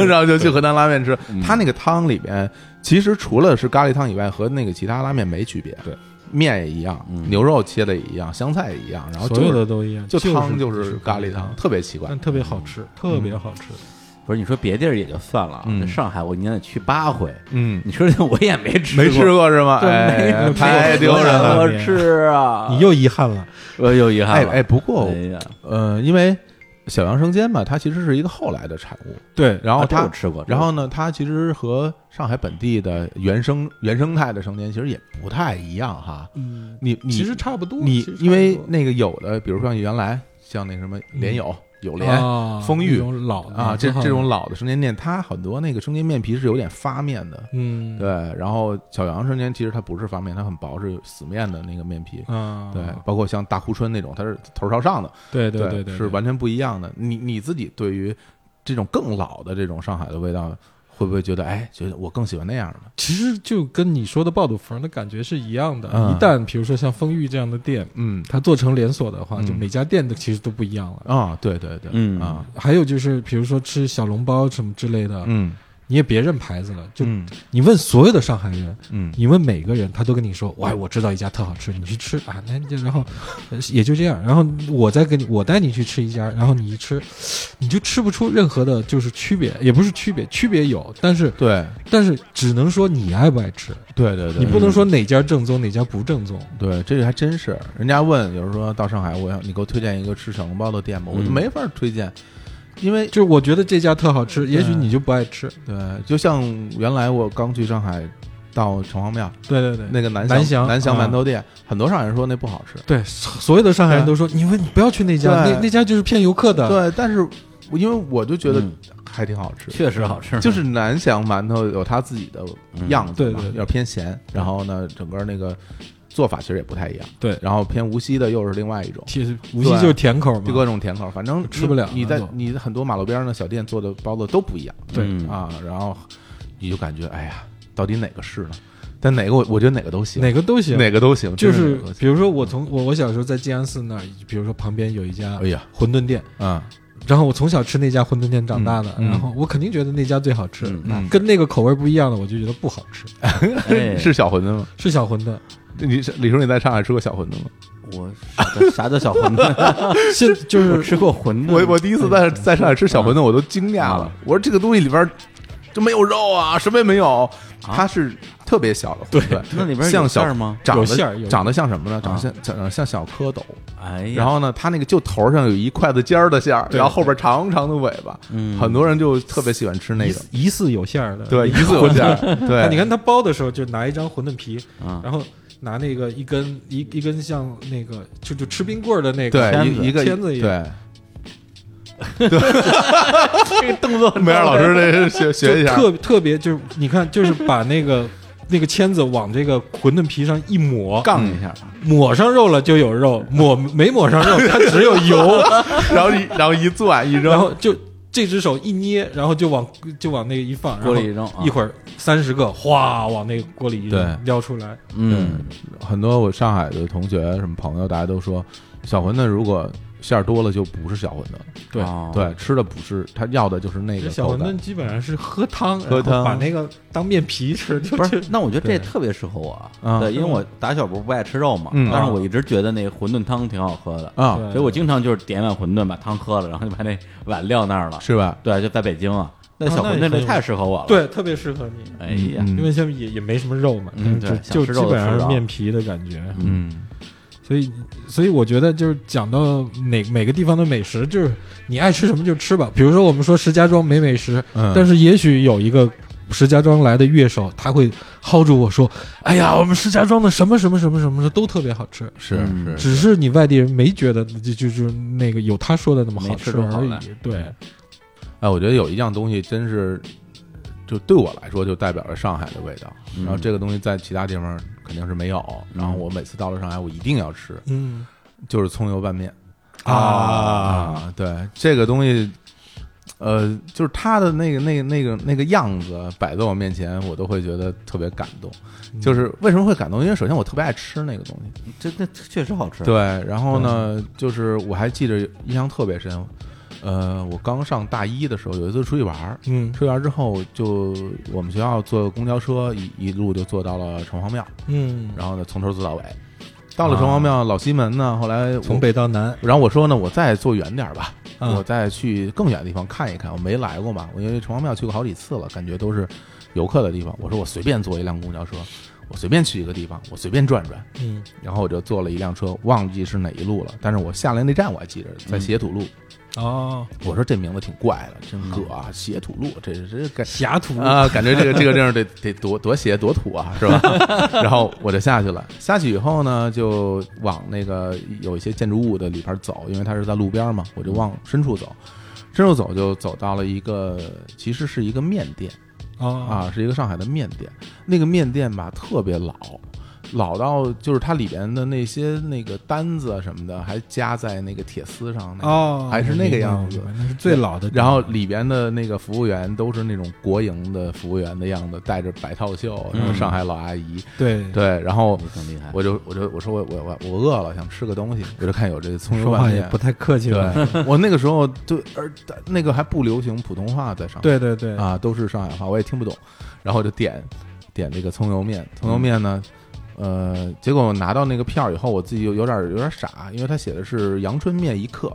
S2: 然后就去河南拉面吃。他那个汤里边其实除了是咖喱汤以外，和那个其他拉面没区别。
S3: 对。嗯
S2: 面也一样，牛肉切的也一样，香菜也一样，然后
S3: 所有
S2: 就
S3: 的
S2: 是
S3: 都一样，
S2: 就汤
S3: 就
S2: 就是咖喱汤，，特别奇怪
S3: 但。特别好吃，特别好吃。
S1: 不是你说别地儿也就算了啊，
S2: 嗯
S1: 这上海我一年得去八回，
S2: 嗯，
S1: 你说这我也没吃
S2: 没吃
S1: 过，
S2: 过是吗？
S1: 对没
S2: 哎，
S1: 吃
S2: 太丢人了。
S1: 我吃啊！
S3: 你又遗憾了，
S1: 我又遗
S2: 哎
S1: 憾了。
S2: 哎，不过
S1: 哎呀，
S2: 呃，因为小杨生煎嘛，它其实是一个后来的产物。
S3: 对，
S2: 然后
S1: 啊这
S2: 它
S1: 我吃过，这
S2: 然
S1: 我
S2: 后呢，它其实和上海本地的原生原生态的生煎其实也不太一样哈。
S3: 嗯，
S2: 你你
S3: 其实差不多，
S2: 你
S3: 其实差不多嗯
S2: 因为那个有的，比如像原来像那什么莲友、友联、
S3: 啊
S2: 丰裕
S3: 那种老的
S2: 啊，这
S3: 很好
S2: 这种老的生煎店，它很多那个生煎面皮是有点发面的。
S3: 嗯
S2: 对，然后小杨生煎其实它不是发面，它很薄，是死面的那个面皮。
S3: 啊
S2: 对，包括像大呼春那种，它是头朝上的，
S3: 对对
S2: 对
S3: 对，
S2: 是完全不一样的。你你自己对于这种更老的这种上海的味道，会不会觉得哎，觉得我更喜欢那样的？
S3: 其实就跟你说的爆肚冯的感觉是一样的。
S2: 嗯
S3: 一旦比如说像丰裕这样的店，
S2: 嗯
S3: 它做成连锁的话，
S2: 嗯
S3: 就每家店的其实都不一样了。
S2: 啊，对对对，
S1: 嗯
S2: 啊，
S3: 还有就是，比如说吃小笼包什么之类的，
S2: 嗯
S3: 你也别认牌子了，就
S2: 嗯
S3: 你问所有的上海人，
S2: 嗯
S3: 你问每个人，他都跟你说，哇，我知道一家特好吃，你去吃啊。那就然后呃也就这样，然后我再跟你，我带你去吃一家，然后你一吃，你就吃不出任何的，就是区别，也不是区别，区别有，但是
S2: 对
S3: 但是只能说你爱不爱吃，
S2: 对对对，
S3: 你不能说哪家正宗哪家不正宗。
S2: 对，这个还真是。人家问，有人说到上海，我要你给我推荐一个吃小笼包的店吧，我就
S1: 嗯
S2: 没法推荐，因为
S3: 就是我觉得这家特好吃，也许你就不爱吃。
S2: 对，就像原来我刚去上海，到城隍庙
S3: 对对对，
S2: 那个南
S3: 南
S2: 翔
S3: 翔
S2: 南翔
S3: 啊
S2: 馒头店，很多上海人说那不好吃，
S3: 对所有的上海人都说，你问你不要去那家，
S2: 对
S3: 那那家就是骗游客的。
S2: 对，但是我因为我就觉得
S1: 嗯
S2: 还挺好吃，
S1: 确实好吃，
S2: 就是南翔馒头有它自己的样子嘛，
S3: 嗯对对对
S2: 要偏咸，然后呢，整个那个做法其实也不太一样，
S3: 对
S2: 然后偏无锡的又是另外一种，
S3: 其实无锡就是甜口
S2: 就
S3: 嘛。
S2: 各种甜口，反正
S3: 吃不了
S2: 你
S3: 馒
S2: 在
S3: 头
S2: 你很多马路边上的小店做的包子都不一样
S3: 对
S1: 嗯
S2: 啊，然后你就感觉哎呀，到底哪个是呢？但哪个我我觉得哪个都行，
S3: 哪个都行，
S2: 哪个都行，
S3: 就
S2: 真是
S3: 是
S2: 哪个都行
S3: 比如说我从我我小时候在静安寺那儿，比如说旁边有一家
S2: 哎呀
S3: 馄饨店，
S2: 啊，
S3: 然后我从小吃那家馄饨店长大的，
S2: 嗯嗯
S3: 然后我肯定觉得那家最好吃
S1: 嗯，
S2: 嗯
S3: 跟那个口味不一样的我就觉得不好 吃。
S1: 哎
S2: 是小馄饨吗？
S3: 是小馄饨，
S2: 你是李叔你在上海吃过小馄饨吗？
S1: 我啥叫 啥叫小馄饨？
S3: 是就
S1: 我
S3: 是
S1: 吃过馄饨，嗯
S2: 我我第一次在在上海吃小馄饨，我都惊讶了。我说这个东西里边儿就没有肉啊，什么也没有，它是特别小的馄饨，
S1: 那里边有
S2: 像小
S1: 馅儿吗
S2: 长
S3: 有馅儿
S2: 得
S3: 有
S2: 长得像什么呢？长
S1: 啊
S2: 得像长得像小蝌蚪。
S1: 哎呀，
S2: 然后呢，它那个就头上有一筷子尖儿的馅儿，然后后边长长的尾巴，
S1: 嗯
S2: 很多人就特别喜欢吃那
S3: 疑
S2: 个
S3: 似。疑似有馅儿的，
S2: 对，一次有馅儿。 对，嗯
S3: 那你看他包的时候，就拿一张馄饨皮，
S1: 啊
S3: 然后拿那个一根一一根像那个就就吃冰棍儿的那个，
S2: 对
S1: 签子
S2: 一一个
S3: 签子一
S2: 对
S3: 样，
S1: 这个动作，
S2: 梅尔老师 这是学
S3: 就
S2: 学一下，
S3: 特特别就是你看，就是把那个那个签子往这个馄饨皮上一抹，嗯
S2: 杠一下，
S3: 抹上肉了就有肉，抹没抹上肉它只有油，
S2: 然后一然后一攥一
S3: 然
S2: 扔，
S3: 后就。这只手一捏，然后就往就往那个一放，然后
S1: 锅里一扔啊
S3: 一会儿三十个哗往那个锅里一
S2: 对
S3: 扔，撩出来。
S1: 嗯，
S2: 很多我上海的同学、什么朋友，大家都说，小馄饨如果馅儿多了就不是小馄饨了。
S3: 对
S1: 哦
S2: 对，吃的不是他要的就是那
S3: 这
S2: 个
S3: 小馄
S2: 口
S3: 饨
S2: 感。
S3: 基本上是喝汤，
S2: 喝
S3: 然后
S2: 汤
S3: 把那个当面皮吃，就
S1: 不，
S3: 就是
S1: 那我觉得这
S2: 对
S1: 特别适合我，
S2: 啊
S1: 对，因为我打小不是不爱吃肉嘛，
S2: 嗯
S1: 但是我一直觉得那馄饨汤挺好喝的，
S2: 啊，
S3: 对
S1: 所以我经常就是点一碗馄饨，把汤喝了，然后就把那碗撂那儿了。
S2: 是吧？
S1: 对，就在北京啊，那
S3: 啊
S1: 小
S3: 那
S1: 馄
S3: 也
S1: 饨
S3: 很
S1: 这
S3: 有
S1: 太适合我了。，
S3: 对，特别适合你，
S1: 哎呀，
S2: 嗯
S3: 因为现在也也没什么肉嘛，
S1: 嗯
S3: 但是就
S1: 对想吃
S3: 就
S1: 肉
S3: 基本
S1: 吃
S3: 上
S1: 不
S3: 是
S1: 着
S3: 面皮的感觉，
S2: 嗯，
S3: 所以所以我觉得就是讲到哪每个地方的美食，就是你爱吃什么就吃吧。比如说我们说石家庄没美食，
S2: 嗯
S3: 但是也许有一个。石家庄来的乐手，他会薅住我说：“哎呀，我们石家庄的什么什么什么什么的都特别好吃，
S2: 是
S1: 嗯
S2: 是，
S3: 只是你外地人没觉得，就就是那个有他说的那么
S1: 没
S3: 好
S1: 吃
S3: 吃
S1: 出好
S3: 而
S1: 来
S3: 已。”对，
S2: 哎，我觉得有一样东西真是，就对我来说就代表了上海的味道。然后这个东西在其他地方肯定是没有。然后我每次到了上海，我一定要吃，
S3: 嗯
S2: 就是葱油拌面
S3: 啊，
S2: 啊。对，这个东西。呃，就是它的那个、那个、那个、那个样子摆在我面前，我都会觉得特别感动。就是为什么会感动？因为首先我特别爱吃那个东西，
S1: 这这确实好吃。
S2: 对，然后呢，就是我还记得印象特别深，呃，我刚上大一的时候，有一次出去玩儿，
S3: 嗯
S2: 出去玩儿之后就我们学校坐公交车一一路就坐到了城隍庙，
S3: 嗯，啊
S2: 然后呢从头坐到尾。到了城隍庙老西门呢，后来我
S3: 从，北到南，
S2: 然后我说呢，我再坐远点儿吧，
S3: 嗯
S2: 我再去更远的地方看一看。我没来过嘛，我因为城隍庙去过好几次了，感觉都是游客的地方。我说我随便坐一辆公交车，我随便去一个地方，我随便转转。
S3: 嗯
S2: 然后我就坐了一辆车，忘记是哪一路了，但是我下来那站我还记着，在斜土路。
S3: 嗯哦，嗯
S2: 我说这名字挺怪的，真葛啊，斜土路，这这这感
S3: 狭途
S2: 啊，感觉这个这个地方得得多多斜多土啊，是吧？ 然后我就下去了，下去以后呢，就往那个有一些建筑物的里边走，因为它是在路边嘛，我就往深处走。深处走就走到了一个，其实是一个面店
S3: 啊，
S2: 啊，是一个上海的面店。那个面店吧，特别老，老到就是它里边的那些那个单子啊什么的，还夹在那个铁丝上，那个
S3: 哦，
S2: 还是那个样子
S3: 我。明白了那是最老的。
S2: 然后里边的那个服务员都是那种国营的服务员的样子，戴着白套袖，然后上海老阿姨。
S3: 嗯对，
S2: 对，然后
S1: 你很厉害，
S2: 我就我就我说我我我我饿了，想吃个东西，我就看有这葱油
S3: 说话
S2: 拌
S3: 也
S2: 面
S3: 不。太客气了。
S2: 对，我那个时候对，而那个还不流行普通话在上海，
S3: 对对对，
S2: 啊，都是上海话，我也听不懂。然后我就点点这个葱油面，葱油面呢，呃，结果我拿到那个票以后，我自己有有点有点傻，因为他写的是阳春面一克。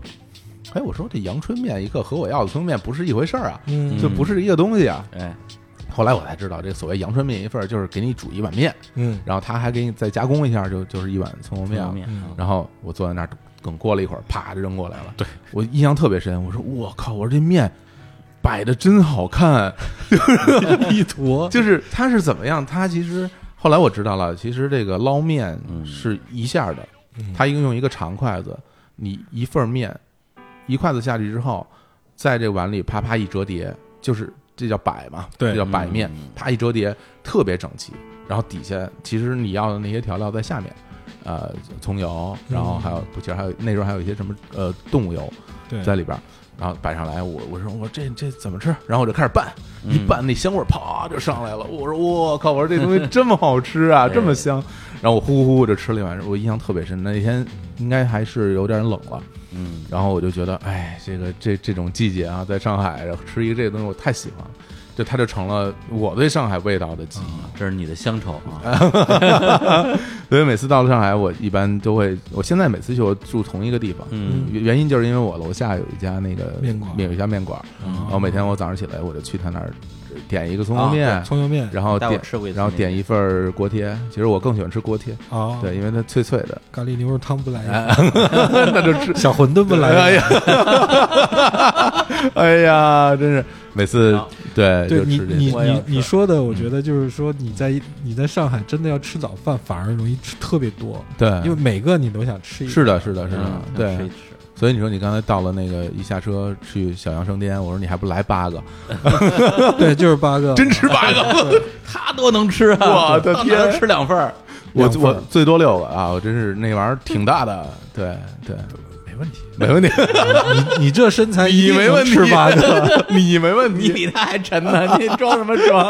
S2: 哎，我说这阳春面一克和我要的葱油面不是一回事儿啊，
S3: 嗯
S2: 这不是一个东西啊。
S1: 哎，
S2: 后来我才知道，这所谓阳春面一份儿就是给你煮一碗面，
S3: 嗯
S2: 然后他还给你再加工一下，就就是一碗葱油面了。
S1: 面啊
S2: 然后我坐在那儿，等过了一会儿，啪就扔过来了。对我印象特别深，我说我靠，我说这面摆的真好看，
S3: 一坨，
S2: 就是它是怎么样？它其实后来我知道了，其实这个捞面是一下的，它应用一个长筷子，你一份面一筷子下去之后，在这碗里啪啪一折叠，就是这叫摆嘛，
S3: 对
S2: 这叫摆面
S1: 嗯，
S2: 啪一折叠特别整齐。然后底下其实你要的那些调料在下面，呃，葱油，然后还有不，其实还有那时候还有一些什么呃动物油，
S3: 对，
S2: 在里边儿，然后摆上来，我我说我这这怎么吃？然后我就开始拌，一拌那香味儿啪就上来了。我说我靠，我说这 东西这么好吃 啊，这么香。然后我呼呼呼就吃了一碗，我印象特别深。那天应该还是有点冷了，
S1: 嗯，
S2: 然后我就觉得，哎，这个这这种季节啊，在上海然后吃一个这个东西，我太喜欢了。就它就成了我对上海味道的记忆，
S1: 这是你的乡愁啊，
S2: 所以每次到了上海，我一般都会，我现在每次去我住同一个地方，
S1: 嗯，
S2: 原原因就是因为我楼下有一家那个
S3: 面馆
S2: 有一家面馆，
S1: 嗯
S2: 然后每天我早上起来我就去他那儿呃点一个葱油
S1: 啊对
S2: 面，
S3: 葱油面，
S2: 然后
S1: 带我
S2: 点
S1: 吃过一次
S2: 然后
S1: 那
S2: 点
S1: 个
S2: 一份儿锅贴。其实我更喜欢吃锅贴，
S3: 哦，
S2: 对，，因为它脆脆的，
S3: 咖喱牛肉汤不来一碗，
S2: 那就吃。
S3: 小馄饨不来
S2: 哎
S3: 一 碗。
S2: 呀， 哎呀，真是每次
S1: 好
S2: 对
S3: 对
S2: 就
S3: 你
S2: 吃这
S3: 你
S2: 个。
S1: 我也要
S3: 你
S1: 吃
S3: 你说的，我觉得就是说你在你在上海真的要吃早饭，反而容易吃特别多，
S2: 对，
S3: 因为每个你都想吃一个。
S2: 是的，是的，是的
S1: 嗯，
S2: 对
S1: 吃一。吃
S2: 所以你说你刚才到了那个一下车去小杨生煎，我说你还不来八个，
S3: 对，就是八个，
S2: 真吃八个，
S1: 他多能吃啊！
S2: 我的
S1: 到哪
S2: 天
S1: 儿吃两份儿，
S2: 我
S3: 两份
S2: 我
S3: 儿
S2: 最多六个啊，我真是那玩意儿挺大的，对对，
S3: 没问题。
S2: 没问题，
S3: 你 你这身材，
S2: 你没问 题，
S3: 吃八个。
S2: 你没问
S1: 你
S2: 题，
S1: 比他还沉呢，你装什么 装？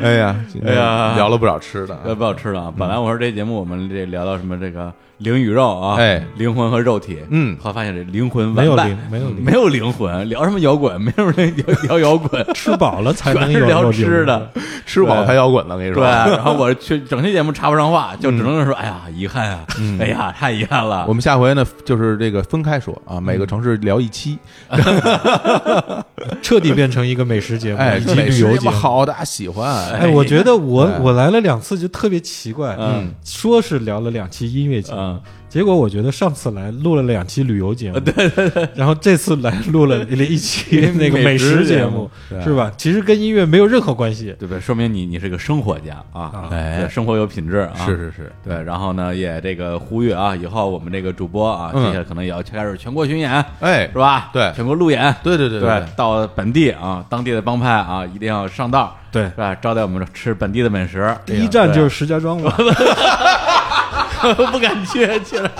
S2: 哎呀
S1: 哎呀
S2: 聊了不少吃的啊，
S1: 要不要吃了啊？本来我说这节目我们这聊到什么这个灵与肉啊，
S2: 哎
S1: 灵魂和肉体，
S2: 嗯
S1: 后来发现这灵魂
S3: 没有
S1: 完败
S3: 灵没有灵
S1: 没有灵魂，聊什么摇滚？ 没有人聊聊摇滚，
S3: 吃饱了才
S1: 全
S3: 能
S1: 是
S3: 有
S1: 聊
S3: 肉
S1: 吃的。
S2: 吃饱才摇滚呢，跟你
S1: 对，
S2: 说，
S1: 然后我去整期节目插不上话，就只能说，哎呀，遗憾啊，
S2: 嗯
S1: 哎呀，太遗憾了
S2: 我。们下回呢就是这个分开说啊，每个城市聊一期，
S3: 牛， 彻底变成一个美食节目
S2: 哎，
S3: 以及
S2: 美
S3: 旅
S2: 食
S3: 游
S2: 这
S3: 节
S2: 么
S3: 目。
S2: 好，大家喜欢，
S3: 哎，我觉得我
S2: 哎
S3: 我来了两次就特别奇怪，
S1: 嗯，
S3: 说是聊了两期音乐节目，
S1: 嗯
S3: 结果我觉得上次来录了两期旅游
S2: 啊
S3: 节目，对对对， 然后这次来录了一期那个
S1: 美
S3: 美
S1: 食
S3: 食
S1: 节
S3: 节
S1: 目
S3: 目，是吧？其实跟音乐没有任何关系，
S1: 对不对？说明你你是个生活家啊，
S2: 哎
S1: 对生活有品质啊，
S2: 是是是，
S1: 对，然后呢，也这个呼吁啊，以后我们这个主播啊，
S2: 嗯
S1: 接下来可能也要开始全国巡演，
S2: 哎
S1: 是吧？
S2: 对
S1: 全国路演，
S2: 对对对
S1: 对
S2: 对对
S1: 到本地啊，当地的帮派啊，一定要上道，
S3: 对
S1: 是吧？招待我们吃本地的美食，
S3: 第一
S2: 啊
S3: 站就是是石家庄了，
S1: 不敢去，去了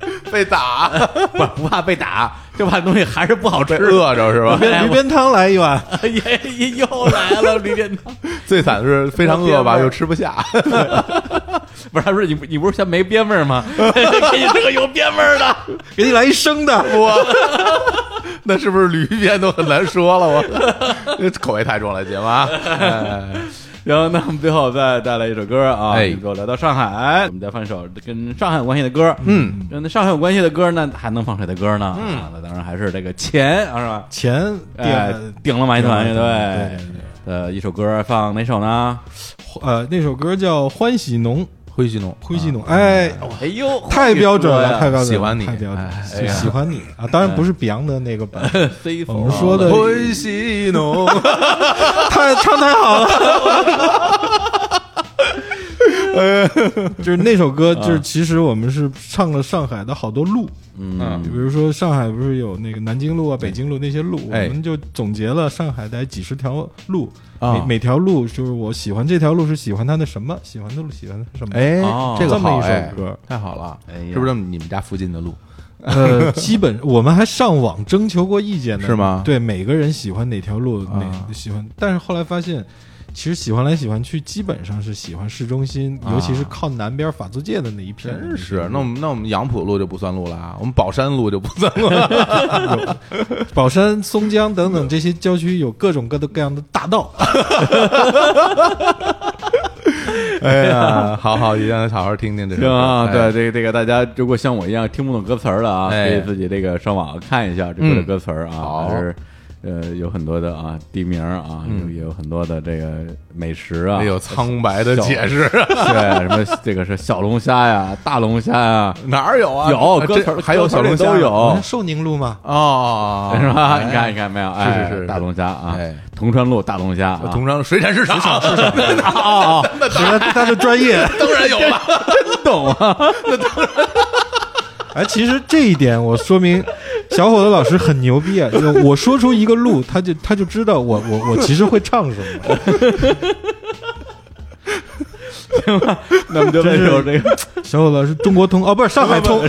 S2: 哎 被打，
S1: 不不怕被打，就怕东西还是不好
S2: 被
S1: 吃。
S2: 饿着是吧？
S1: 哎
S3: 驴鞭汤来一 碗，
S1: 我也 也又来了，驴鞭汤。
S2: 最惨的是非常饿吧，又吃不下，
S1: 不是他说你不你不是嫌没边味儿 吗？给你弄个有边味儿的，
S3: 给你来一 生的，
S2: 那是不是驴鞭都很难说了？我 这口味太重了，姐们啊！ 哎
S1: 然后，那我们最后再带来一首歌啊，
S2: 哎
S1: 我们就聊到上海，我们再放一首跟上海有关系的歌。嗯，跟上海有关系的歌呢，还能放谁的歌呢？嗯，那当然还是这个钱，啊是吧？
S3: 钱
S1: 哎
S3: 定，
S1: 顶了马戏团乐
S3: 顶了马戏团
S1: 队
S3: 对对
S1: 的一首歌，放哪首呢？
S3: 呃，那首歌叫《欢喜农》，
S2: 灰犀牛，
S3: 灰犀农，哎，
S1: 哎呦，
S3: 太标准了，太标准了，
S2: 喜欢你
S3: 太标准了，
S2: 哎
S3: 喜喜欢你啊！当然
S1: 哎
S3: 不是 Beyond 的那个版，
S1: C
S3: 我们说
S1: 啊
S3: 的
S2: 灰犀牛，
S3: 太唱太好了。就是那首歌，就是其实我们是唱了上海的好多路，
S2: 啊嗯
S3: 比如说上海不是有那个南京路啊、北京路那些路，我
S2: 哎
S3: 们就总结了上海的几十条路，
S2: 啊
S3: 每每条路就是我喜欢这条路是喜欢它的什么，喜欢的路喜欢它的什么，
S2: 哎
S1: 哦，
S2: 这个
S3: 这么
S2: 好
S3: 一首
S2: 哎
S3: 歌
S2: 太好了
S1: 哎，呀
S2: 是不是你们家附近的路？
S3: 呃，基本我们还上网征求过意见呢，
S2: 是吗
S3: 对，每个人喜欢哪条路，
S2: 啊
S3: 哪喜欢，但是后来发现，其实喜欢来喜欢去，基本上是喜欢市中心，
S2: 啊
S3: 尤其是靠南边法租界的那一片。
S2: 真是，那 我们那我们杨浦路就不算路了啊，我们宝山路就不 啊算路了。
S3: 宝山、松江等等这些郊区有各种各的各样的大 道，
S2: 哎呀，好好，一定要好好听听这首
S1: 行
S2: 歌
S1: 啊，
S2: 哎
S1: 对这个这个，大家如果像我一样听不懂歌词儿的啊，可
S2: 哎
S1: 以自己这个上网看一下这歌的
S2: 嗯
S1: 歌词儿啊，
S2: 好
S1: 还是呃有很多的啊地名儿啊，有也有很多的这个美食啊，
S2: 得有嗯哎苍白的解释，
S1: 对，什么这个是小龙虾呀、大龙虾呀，
S2: 哪儿哎有啊？
S1: 有
S2: 啊
S1: 歌
S2: 这
S1: 词儿
S2: 还有
S1: 歌词
S2: 小
S1: 儿里
S2: 龙虾
S1: 都有
S3: 我看寿宁路嘛，
S2: 哦，
S1: 是吧？
S2: 哎
S1: 你看，你看没有？哎
S2: 是是是
S1: 大龙虾啊
S2: 哎，
S1: 铜川路大龙虾啊，
S2: 同昌 水产市场，
S3: 哦
S1: 啊，
S3: 他他的专业。
S2: 当然有 了。
S1: 真懂啊！
S3: 哎，其实这一点我说明小伙子老师很牛逼啊！就我说出一个路，他就他就知道我我我其实会唱什么。
S1: 那么就这首这个
S3: 小伙子是中国通哦，不是上海 通。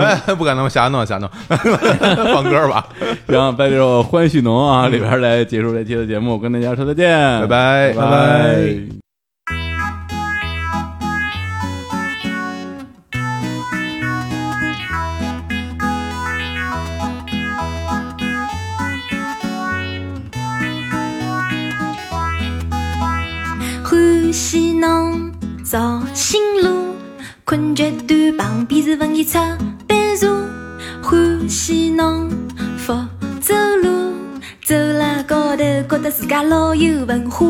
S2: 哎，不敢弄，瞎弄，瞎弄， 放歌吧，
S1: 行，在这首《欢喜农》啊里边来结束这期的节目，跟大家说再见，
S2: 拜拜，
S1: 拜拜。
S9: 欢喜侬造新路，困觉短旁边是文艺出版社。欢喜侬福州路，走了高头觉得自家老有文化。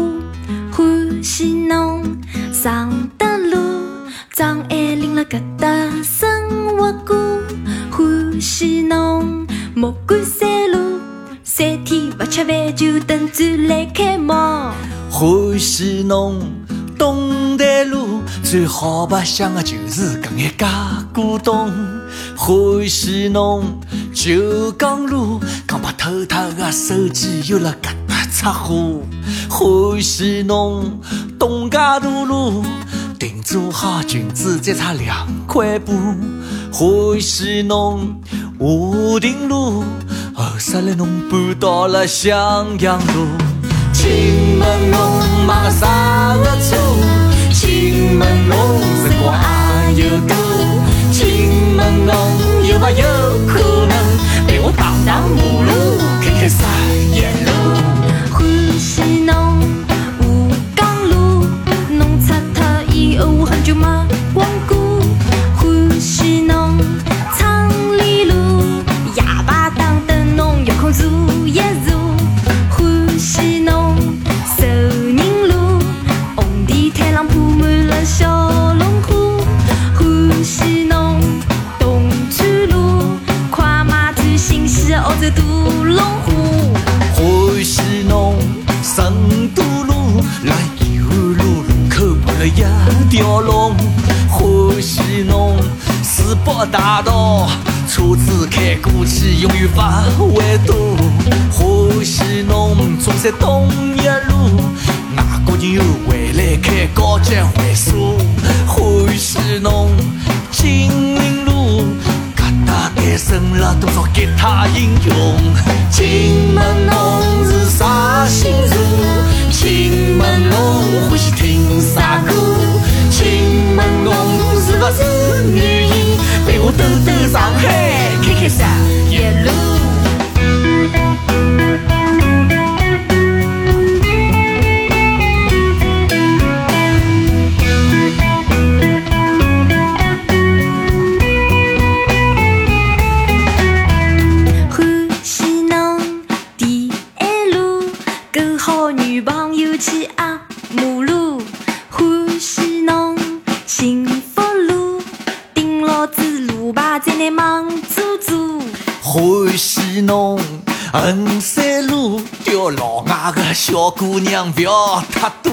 S9: 欢喜侬常德路，张爱玲辣搿搭生活过。欢喜侬木管三路，三天勿吃饭就等展览开幕。
S10: 欢喜侬东台路最好白相的就是搿眼假古董。欢喜侬九江路，讲把偷脱的啊手机又辣搿搭插花。欢喜侬东家大路，定做好裙子再差两块布。欢喜侬华亭路，后首来侬搬到了襄阳路。请问侬买啥个车？请问侬辰光也有多？请问侬有没有可能陪我荡荡马路，看看啥夜路？
S9: 欢喜侬吴江路，侬擦脱以后我很久没光顾。欢喜侬昌黎路，夜排档等侬有空坐一坐。欢喜侬寿宁路，红地毯上铺满了小龙虾。欢喜侬东川路，快买最新鲜的澳洲大龙虾。
S10: 欢喜侬成都路，辣延安路路口盘了一条龙。欢喜侬世博大道，车子开过去永远勿会堵。欢喜侬中山东一路，外国人又回来开高级会所。欢喜侬金陵路。搿搭诞生了多少吉他英雄？请问侬是啥星座？请问侬欢喜听啥歌？请问侬
S11: 州女人，陪我兜兜上海，开开啥一路。
S9: 欢喜侬第一路，跟好女朋友去压马路。欢喜侬幸福路，顶牢子路牌再拿忙做做。
S10: 欢喜侬衡山路钓老外个小姑娘不要太多。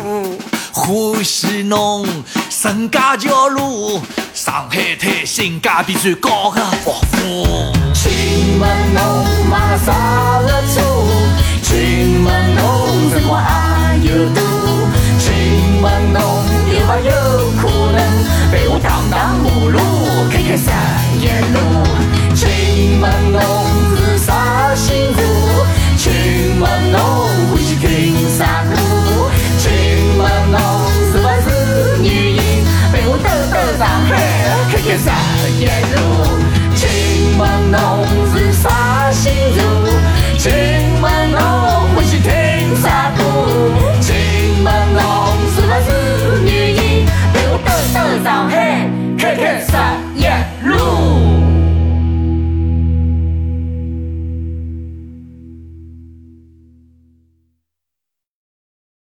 S10: 欢喜侬陈家桥路上海滩性价比最高的服务。
S11: 请问侬买啥个车？请问侬辰光还有多？请问侬有没有可能陪我荡荡马路，开开三一路？请问侬是啥星座？请问侬欢喜听啥歌？请问侬是不是女人？陪我兜兜上海，开开三一路？